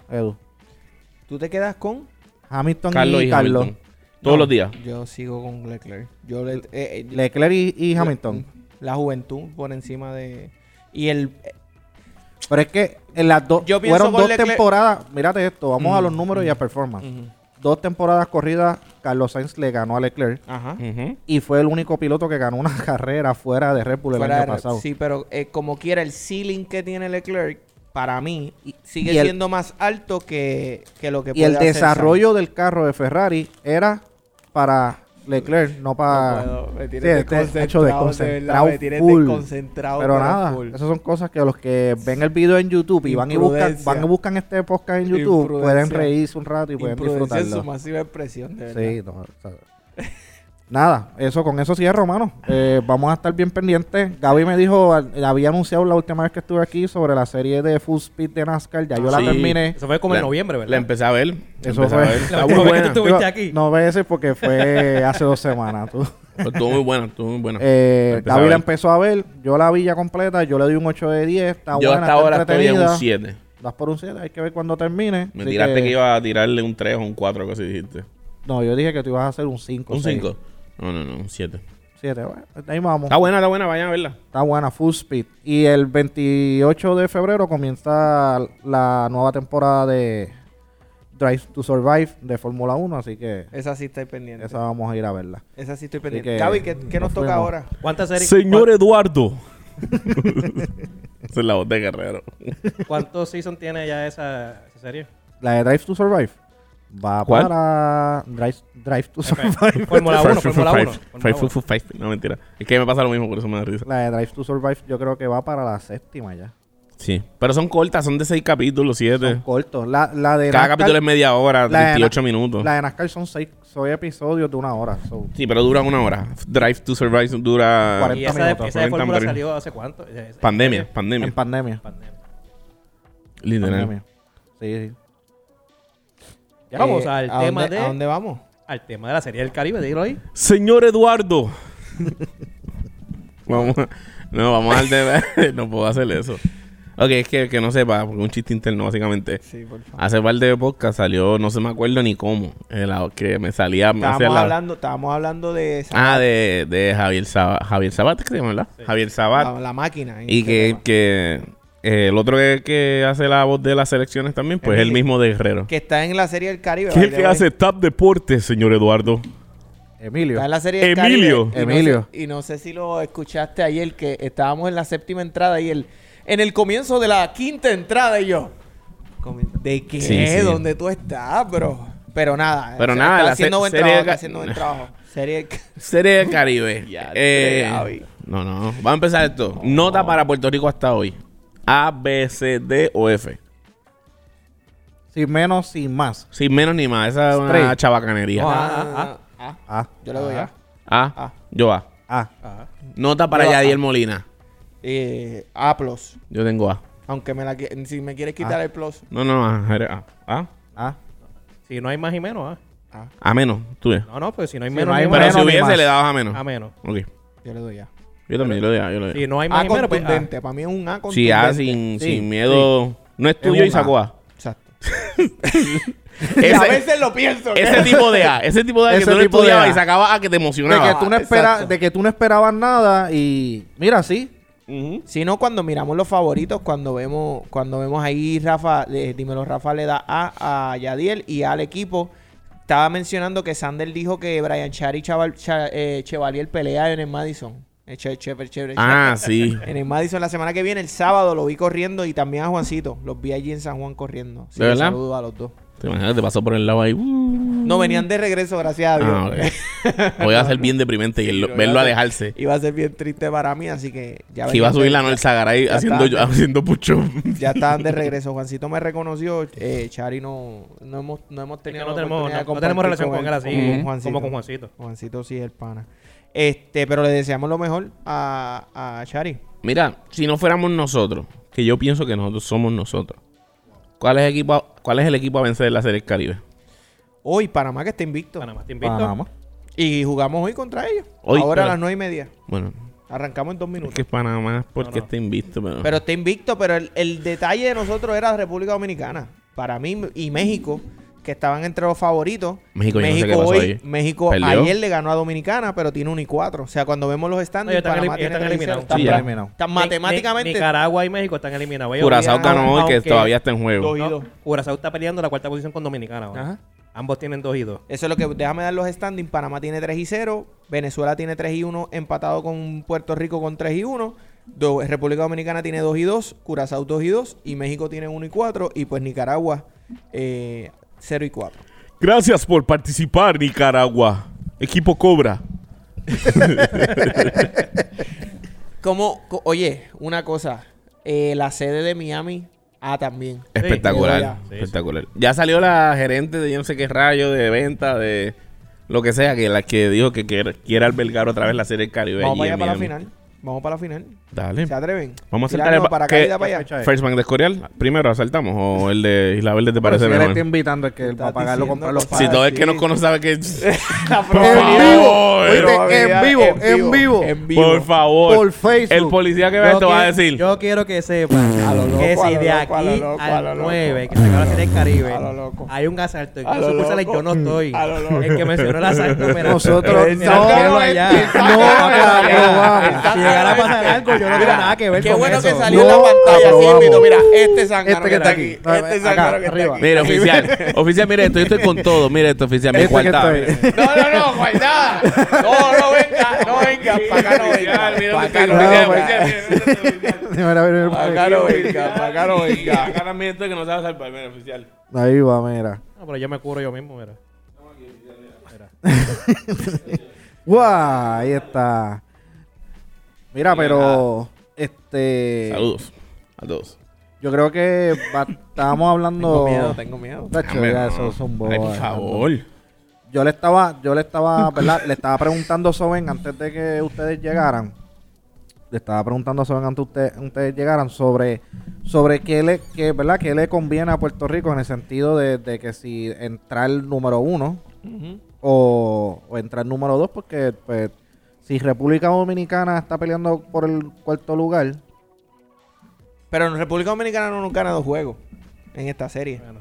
D: Edu.
A: ¿Tú te quedas con?
D: Hamilton
B: Carlos
D: y,
B: y
D: Carlos.
B: Hamilton. Todos los días.
A: Yo sigo con Leclerc. Yo le- eh, eh,
D: Leclerc y, y Hamilton.
A: La juventud por encima de... Y el... eh,
D: Pero es que en las dos
A: Yo pienso
D: fueron
A: con
D: dos
A: Leclerc-
D: temporadas. Mírate esto, vamos a los números y a performance.
A: ujú.
D: Dos temporadas corridas, Carlos Sainz le ganó a Leclerc
A: Ajá.
B: Ujú.
D: y fue el único piloto que ganó una <laughs> carrera fuera de Red Bull el
A: Fuera
D: año
A: de-
D: pasado.
A: Sí, pero eh, como quiera, el ceiling que tiene Leclerc, para mí, y- sigue
D: y el-
A: siendo más alto que, que lo que
D: y el
A: puede hacer
D: desarrollo del carro de Ferrari era para Leclerc, no
A: Sainz.
D: para...
A: No puedo, me tienes
D: Sí, este
A: desconcentrado,
D: hecho
A: de
D: desconcentrado
A: verdad, me tienes
D: full.
A: desconcentrado,
D: Pero
A: pero
D: nada,
A: full.
D: esas son cosas que los que ven el video en YouTube y van y buscan,
A: Imprudencia.
D: van y buscan este podcast en YouTube, pueden
A: Imprudencia.
D: reírse un rato y pueden
A: Imprudencia en su
D: disfrutarlo.
A: masiva expresión, de verdad.
D: Sí, no, o sea, nada, eso con eso cierro, mano. Eh, vamos a estar bien pendientes. Gaby me dijo, al- había anunciado la última vez que estuve aquí sobre la serie de Full Speed de NASCAR, ya yo la
B: Ah, Sí.
D: terminé.
C: Eso fue como en
B: La-
C: noviembre, ¿verdad?
B: La empecé a ver. la
D: Eso
B: empecé
D: fue.
B: a ver.
C: <laughs> La
B: Está muy
C: última vez que
B: buena.
C: tú estuviste aquí.
D: No veces porque
B: <laughs>
D: fue hace dos semanas. tú.
B: Estuvo muy buena, estuvo muy buena.
D: Eh,
B: Empecé a
D: Gaby la
B: ver.
D: empezó a ver, yo la vi ya completa, yo le doy un 8 de 10, está
B: Yo
D: buena,
B: hasta
D: está
B: ahora estoy en
D: entretenida.
B: un 7.
D: Das por un 7, hay que ver cuando termine.
B: Me
D: Así
B: tiraste que... iba a tirarle un 3 o un 4, casi dijiste.
D: No, yo dije que tú ibas a hacer un 5.
B: Un 5. No, no, no, un 7.
D: 7, bueno, ahí vamos.
B: Está buena, está buena, vayan a verla.
D: Está buena, full speed. Y el 28 de febrero comienza la nueva temporada de Drive to Survive de Fórmula 1, así que
A: Esa sí estoy pendiente.
D: esa
A: Esa,
D: vamos a ir a verla.
A: sí estoy pendiente.
D: que
A: Gaby, ¿qué, qué
D: nos
A: nos toca
D: fuimos.
A: ahora?
C: ¿Cuántas series?
B: Señor Eduardo. <laughs> Esa es la voz de Guerrero.
C: ¿Cuántos seasons tiene ya esa, esa serie? <laughs>
D: La de Drive to Survive. Va
B: ¿Cuál?
D: para Drive, Drive to Survive. <laughs>
C: Fórmula 1,
B: Five, five,
C: Fórmula
B: five,
C: 1.
B: five, five, five, five. No, mentira. Es que me pasa lo mismo, por eso me da risa.
D: La de Drive to Survive yo creo que va para la séptima ya.
B: Sí. Pero son cortas, son de seis capítulos, siete.
D: Son cortos. La, la de
B: Cada
D: NASCAR-
B: capítulo es media hora,
D: la de Na-
B: 38 minutos.
D: La de NASCAR son seis, seis episodios de una hora. so.
B: Sí, pero dura una hora. Drive to Survive dura...
D: 40
C: Y esa de,
D: minutos,
C: esa
B: 40
C: de Fórmula
B: minutos.
C: salió hace cuánto? Eh, eh,
B: Pandemia,
D: En
B: pandemia.
D: pandemia.
C: pandemia.
B: Literal.
D: Pandemia. Sí, sí.
C: Ya
D: Eh,
C: vamos al
A: ¿a
C: tema
A: dónde-
C: de
A: ¿A dónde vamos?
C: al tema de la serie del Caribe, dilo ahí.
B: Señor Eduardo. <laughs> vamos, a- no, vamos al de... <laughs> no puedo hacer eso. Ok, es que, que no sepa, porque un chiste interno básicamente.
A: Sí, por favor.
B: Hace par de podcast salió, no se me acuerdo ni cómo, eh, la- que me salía... me hacía
A: Estábamos
B: la-
A: hablando, estábamos hablando de esa-
B: Ah, de, de Javier Sabat. Javier Sabat, ¿qué se llama, ¿verdad? Javier Sabat.
A: la, la máquina. en
B: Y
A: este
B: que,
A: tema.
B: que eh, el otro que, que hace la voz de las selecciones también, pues es el
A: Emilio.
B: mismo de Guerrero.
A: Que está en la serie del Caribe.
B: ¿Qué es el
A: by
B: que
A: the way.
B: hace Tap Deportes, señor Eduardo?
D: Emilio.
A: Está en la serie del
B: Emilio.
A: Caribe. Y no
D: Emilio.
A: sé- y no sé si lo escuchaste ayer, que estábamos en la séptima entrada y el, en el comienzo de la quinta entrada y yo. "Comi- ¿De qué?
B: Sí, sí.
A: ¿Dónde tú estás, bro? Pero nada.
B: Pero
A: o sea,
B: nada,
A: Está
B: la
A: haciendo
B: se-
A: buen
B: serie
A: trabajo.
B: del
A: Está
B: Ca-
A: haciendo buen
B: <laughs>
A: trabajo. Serie del Ca-
B: Serie del Caribe.
A: Ya,
B: Eh,
A: tres, Javi.
B: no, no. Vamos a empezar esto. Nota para Puerto Rico hasta hoy. A, B, C, D o F.
D: Sin menos, sin más.
B: Sin menos ni más. Esa es una
D: Straight.
B: chabacanería.
C: No, ah,
A: Ah, ah,
D: Ah,
A: Yo le doy A.
B: A,
A: Ah.
B: yo A.
D: ah.
C: Ajá.
B: Nota para
A: Yo A.
B: Yadier Molina.
A: Eh, A plus.
B: Yo tengo A.
A: Aunque me la, qui- si me quieres
B: Ah.
A: quitar el plus.
B: No, no, A. eres A. A,
D: Ah,
C: Si no hay más y menos, ah.
B: A menos. Tú ves.
C: No, no, pues si no hay
D: Si
C: menos,
D: no
C: no
D: hay
C: hay
B: Pero
D: menos
B: si
D: ni
B: hubiese,
D: más.
B: le dabas a menos.
C: a menos.
B: Ok.
A: Yo le doy A.
B: Yo también, yo le doy A. Yo le doy A.
C: Si no hay más
A: A
C: y menos, pues ah.
A: contundente. Para mí es un A contundente.
B: Sí, A sin,
D: Sí,
B: sin miedo. No es tuyo y
D: Es un A.
B: sacó
D: <laughs>
B: A. <laughs>
A: Exacto. Y a
B: Ese,
A: veces lo pienso. ¿eh? ¿qué?
B: ese tipo de A. Ese tipo de A que
D: Ese
B: tú no
D: tipo de
B: estudiabas
D: A.
B: y sacaba A que te
D: de, que
B: emocionaba.
D: tú no
A: exacto.
D: espera- de que tú no esperabas nada y mira, sí.
B: Ujú.
A: sino cuando miramos los favoritos, cuando vemos, cuando vemos ahí Rafa, eh, dímelo, Rafa le da A a Yadiel y al equipo. Estaba mencionando que Sander dijo que Brian Char y Chaval- Cha- eh, Chevalier pelea en el Madison. Eh, che- che- che- che-
B: Ah, sí.
A: En el Madison la semana que viene, el sábado, lo vi corriendo y también a Juancito. Los vi allí en San Juan corriendo. Así
B: ¿De
A: que
B: verdad?
A: Saludo a los dos.
B: Te imaginas, te pasó por el lado ahí. uh.
A: No, venían de regreso, gracias a Dios.
B: Ah, ok. Voy a ser bien deprimente y el-
A: Sí, lo
B: verlo
A: iba a-
B: alejarse.
A: <laughs> Iba a ser bien triste para mí, así que ya
B: Que iba a
A: venían
B: subir
A: de-
B: la Norza Garay
A: Ya
B: haciendo,
A: está.
B: <laughs> haciendo pucho.
A: Ya
B: <laughs>
A: estaban de regreso. Juancito me reconoció. Eh, Chari no, no hemos, no hemos
C: Es que
A: tenido.
C: no
A: la
C: tenemos,
A: oportunidad de
C: no- no
A: compartir
C: tenemos relación con él así
A: como
B: Ujú.
A: con Juancito.
C: como con Juancito.
A: Juancito sí es el pana. Este, pero le deseamos lo mejor a, a Chari.
B: Mira, si no fuéramos nosotros, que yo pienso que nosotros somos nosotros. ¿Cuál es, equipo, a- ¿Cuál es el equipo a vencer en la Serie del Caribe?
A: Hoy Panamá que está invicto.
C: Panamá está invicto.
D: Panamá.
A: Y jugamos hoy contra ellos.
B: Hoy,
A: Ahora a
B: pero-
A: las nueve y media.
B: Bueno,
A: Arrancamos en dos minutos.
B: es que es Panamá es porque
C: No, no.
B: está invisto, pero...
A: Pero está invicto, pero el, el detalle de nosotros era República Dominicana. Para mí y México, que estaban entre los favoritos.
B: México, yo no sé qué pasó
A: hoy,
B: ahí.
A: México
B: ¿Perdió?
A: ayer le ganó a Dominicana, pero tiene 1 y 4. O sea, cuando vemos los
C: No, ellos
A: standings,
C: están
A: Panamá
C: elim-
A: tiene
C: están
A: tres y cero.
C: eliminados.
A: Están
B: Sí,
A: pra-
B: ya.
D: eliminados.
A: están
C: Ni-
A: matemáticamente
C: ni- Nicaragua y México están eliminados. Ellos
B: Curazao
A: Obligado,
B: ganó hoy, que
C: aunque-
B: todavía está en
A: dos
B: juego.
A: y dos.
C: no, Curazao está peleando la cuarta posición con Dominicana. ahora.
A: Ajá.
C: Ambos tienen dos y dos.
A: Eso es lo que. Déjame dar los standings. Panamá tiene 3 y 0. Venezuela tiene 3 y 1, empatado con Puerto Rico con 3 y 1. Do- República Dominicana tiene 2 y 2. Curazao 2 y 2. Y México tiene 1 y 4. Y pues Nicaragua eh, 0 y 4.
B: Gracias por participar, Nicaragua. Equipo Cobra.
A: Como, co- oye, una cosa. eh, la sede de Miami, ah, también.
B: Espectacular,
A: Sí,
C: sí.
B: espectacular. Ya salió la gerente de yo no sé qué rayo, de venta, de lo que sea, que la que dijo que quiere, quiere albergar otra vez la serie del Caribe.
A: Vamos
B: allí
A: para allá
B: en
A: para la
B: Miami.
A: final. Vamos para la final.
B: Dale.
A: ¿Se atreven?
B: Vamos a
A: Tirarnos
B: saltar el ba-
A: para
B: que-
A: acá, para allá. <laughs>
D: fecha es?
B: First Bank de Escorial, primero asaltamos o el de Isla Verde te
D: Pero si
B: parece
D: él
B: mejor.
D: está invitando es que él va a
A: Estás
D: pagarlo
A: diciendo
D: comprar los
A: cosas.
B: Si
A: Ah,
B: todo el
A: sí.
B: que nos conoce
A: <laughs>
B: sabe que
A: La
D: En
A: probabilidad-
D: vivo,
B: favor.
D: oíste,
A: probabilidad-
D: en vivo, en vivo.
A: en
B: por favor,
D: Por Facebook.
B: el policía que ve esto va a
C: quiero-
B: decir,
C: Yo quiero que sepa
A: A lo loco,
C: que
A: a
C: si
A: lo
C: de
A: loco, a lo
C: aquí
A: loco, a lo
C: al
A: loco.
C: 9, que se acaba de hacer el Caribe,
A: A lo loco.
C: hay un asalto. En
A: A lo
C: sucursales
A: loco.
C: yo no estoy.
A: A lo loco.
C: El que mencionó el asalto, mira,
D: Nosotros
C: mira,
D: no-
C: quiero allá.
D: no
C: Mira,
D: aprobamos.
C: mira,
E: llegara a pasar algo, yo no tengo nada que ver
A: Qué
E: con
A: bueno
E: eso.
A: que salió en
D: No,
A: la pantalla así,
D: aprobamos.
A: invito. Mira, este zángano
D: Este
A: que está aquí.
D: No,
A: Este
D: acá,
A: zángano que está
D: arriba.
A: aquí.
B: Mira, oficial, oficial, mire esto, yo estoy con todo. Mire esto, oficial, mi
D: Este que
B: cuarta.
D: estoy-
A: No, no, no, guardada. No, no venga, no venga. Para acá no venga. Para acá no
D: oficial,
A: venga.
D: <laughs> Mira, mira,
A: Para
D: mira.
A: acá no venga, para acá no venga.
B: Acá también estoy que no sabe salvar, mira, oficial.
D: Ahí va, mira.
C: No, pero yo me curo yo mismo, mira.
D: ¡Guau! Ahí está. Mira, pero. Este.
B: Saludos a todos.
D: Yo creo que va- estábamos
A: <laughs>
D: hablando.
A: Tengo miedo, tengo miedo.
D: Tacho,
B: Hombre,
D: ya,
B: no.
D: eso es un bobo,
B: Ay, por
D: eh.
B: favor.
D: Yo le estaba, yo le estaba, ¿verdad? le estaba preguntando a Soben antes de que ustedes llegaran. Le estaba preguntando a Soben antes de usted- ustedes llegaran sobre, sobre qué le, qué, ¿verdad? qué le conviene a Puerto Rico en el sentido de, de que si entrar número uno o, o entrar número dos, porque pues, si República Dominicana está peleando por el cuarto lugar,
A: Pero en República Dominicana no nos gana dos juegos en esta serie.
C: Bueno,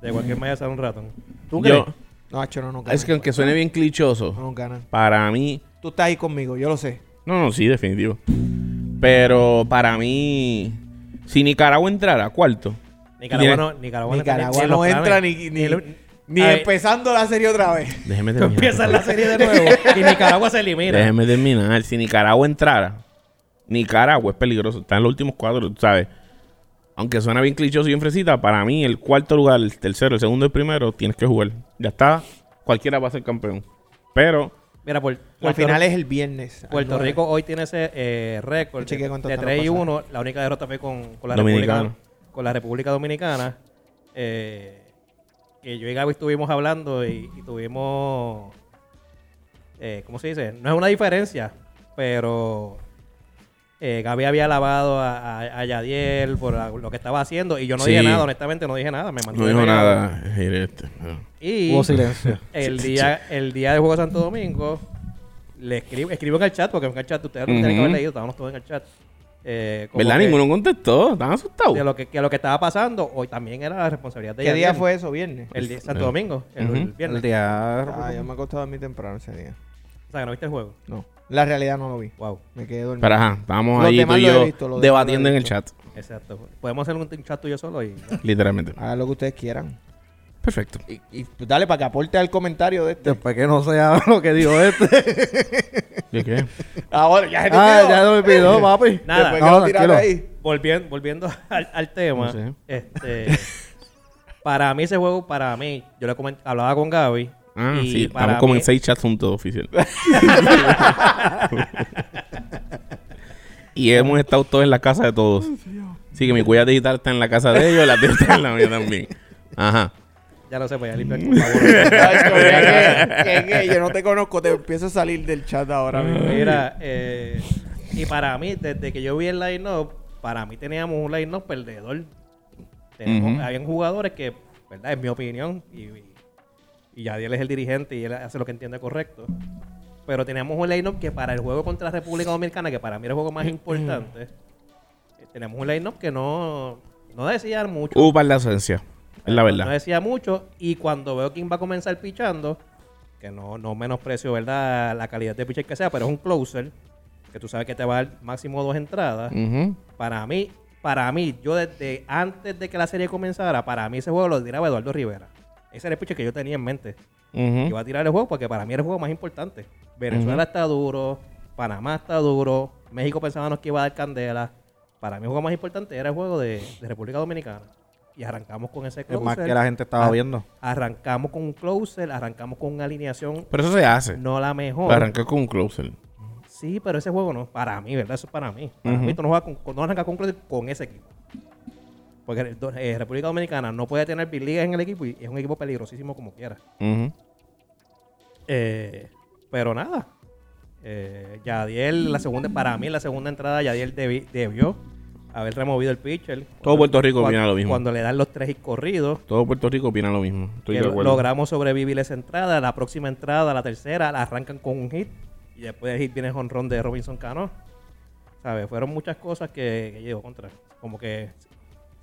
C: de cualquier manera sale un ratón.
D: ¿tú Ah.
B: Yo,
D: crees?
A: No, Hacho, no nos gana.
B: es que aunque suene bien
A: No
B: clichoso,
A: nos ganan.
B: para mí.
A: Tú estás ahí conmigo, yo lo sé.
B: No, no, sí, definitivo. Pero para mí. Si Nicaragua entrara cuarto.
C: Nicaragua no, Nicaragua, no está
A: Nicaragua
C: en los
A: no entra
C: planes.
A: ni, ni,
C: el-
A: ni
C: Ay,
A: empezando la serie otra vez.
B: Déjeme terminar.
C: Empieza
B: por
C: la
B: favor.
C: serie de nuevo <laughs> y Nicaragua se elimina.
B: Déjeme terminar. Si Nicaragua entrara, Nicaragua es peligroso. Está en los últimos cuatro, tú ¿sabes? Aunque suena bien clichoso y bien fresita, para mí el cuarto lugar, el tercero, el segundo y el primero, tienes que jugar. Ya está. Cualquiera va a ser campeón. Pero
C: Mira, por,
A: Al
C: Puerto
A: final
C: Ri-
A: es el viernes.
C: Puerto Rico hoy tiene ese eh, récord
A: Chequea
C: de,
A: cuánto
C: de
A: están
C: 3 y
A: los
C: 1. La única derrota fue con, con la,
B: Dominicano.
C: República, con la República Dominicana. eh, que yo y Gaby estuvimos hablando y, y tuvimos. eh, ¿Cómo se dice? No es una diferencia, pero. eh, Gaby había alabado a, a- a Yadiel por la- lo que estaba haciendo y yo no
B: Sí.
C: dije nada, honestamente no dije nada. Me
B: no
C: mantuve
B: dijo
C: callado.
B: nada. Jair, este, pero-
C: Y
D: Hubo silencio.
C: el día, el día del juego de Santo Domingo, le escribo, escribo en el chat, porque en el chat ustedes no tienen que haber
B: Ujú.
C: leído, estábamos todos en el chat. Eh, como
B: ¿Verdad?
C: que-
B: Ninguno contestó. Están asustados.
C: De lo que, que lo que estaba pasando, hoy también era la responsabilidad de
A: ¿Qué día
C: Yadier.
A: fue eso? ¿Viernes?
C: El día, Santo
B: Eh.
C: Domingo, el,
B: Ujú.
C: el viernes.
D: El día.
A: Ah, yo me acosté a dormir temprano ese día.
C: O sea, que no viste el juego.
A: No. La realidad no lo vi.
C: Wow,
A: Me quedé dormido.
B: Pero ajá, estábamos
A: Los
B: ahí tú
A: demás
B: y
A: lo he
B: yo
A: visto, los demás
B: debatiendo
A: lo he
B: en el
A: visto.
B: chat.
C: exacto. Podemos hacer un, un chat tuyo solo y <laughs>
B: Literalmente.
A: Hagan lo que ustedes quieran.
B: Ah, Perfecto.
A: Y, y pues, dale para que aporte al comentario de este.
D: Después que no sea <laughs> lo que dijo este.
A: <laughs>
B: ¿De qué?
A: Ahora, ya se te
D: ah,
A: olvidó.
D: ya lo olvidó, papi.
C: Nada.
A: Después que
D: No,
A: lo tiraron
D: tranquilo.
A: ahí.
C: volviendo, volviendo al, al tema,
B: No sé.
C: este, para mí ese juego, para mí, yo le coment- hablaba con Gaby.
B: Ah,
C: y
B: sí.
C: para
B: Estamos como
C: mí-
B: en seis chats juntos,
C: <laughs>
B: oficial. y hemos estado todos en la casa de todos. Sí, que mi cuella digital está en la casa de ellos, la tuya está en la mía también. Ajá.
C: Ya lo sé, pues ya limpiar
B: <laughs>
C: con favor.
A: Ay, como <laughs> ya que- que- que yo no te conozco, te empiezo a salir del chat ahora mismo.
C: Mira, eh, y para mí, desde que yo vi el line-up, para mí teníamos un line-up perdedor. Tenemos-
B: Ujú.
C: Habían jugadores que, ¿verdad? Es mi opinión, y, y, y Yadiel es el dirigente y él hace lo que entiende correcto. Pero teníamos un line-up que para el juego contra República Dominicana, que para mí era el juego más importante, eh, tenemos un line-up que no, no decía mucho.
B: Hubo par de ausencia. Es la
C: No
B: verdad.
C: decía mucho. Y cuando veo quién va a comenzar pichando, que no, no menosprecio, ¿verdad? La calidad de pitcher que sea, pero es un closer, que tú sabes que te va a dar máximo dos entradas.
B: Ujú.
C: Para mí, para mí, yo desde antes de que la serie comenzara, para mí ese juego lo tiraba Eduardo Rivera. Ese era el pitcher que yo tenía en mente.
B: Ujú.
C: Que iba a tirar el juego porque para mí era el juego más importante. Venezuela está duro, Panamá está duro, México pensábamos que iba a dar candela. Para mí el juego más importante era el juego de, de República Dominicana. Y arrancamos con ese
D: Es
C: closer.
D: más que la gente estaba
C: Ah,
D: viendo.
C: Arrancamos con un closer, arrancamos con una alineación
B: Pero eso se hace.
C: no la mejor.
B: Arranca con un closer.
C: Sí, pero ese juego no, para mí, ¿verdad? Eso es para mí. Para
B: Ujú.
C: mí tú no, juegas con, no arrancas con un closer con ese equipo. Porque el do- eh, República Dominicana no puede tener big leagues en el equipo y es un equipo peligrosísimo como quiera.
B: Ujú.
C: Eh, pero nada. Eh, Yadiel, la segunda, para mí, la segunda entrada, Yadiel debi- debió haber removido el pitcher.
B: Todo Puerto Rico
C: Cuando-
B: opina lo mismo.
C: Cuando le dan los tres y corridos.
B: Todo Puerto Rico opina lo mismo. Estoy
C: que
B: de
C: lo-
B: acuerdo.
C: logramos sobrevivir esa entrada, la próxima entrada, la tercera, la arrancan con un hit y después del hit viene el jonrón de Robinson Cano. ¿Sabes? Fueron muchas cosas que, que llegó contra. Como que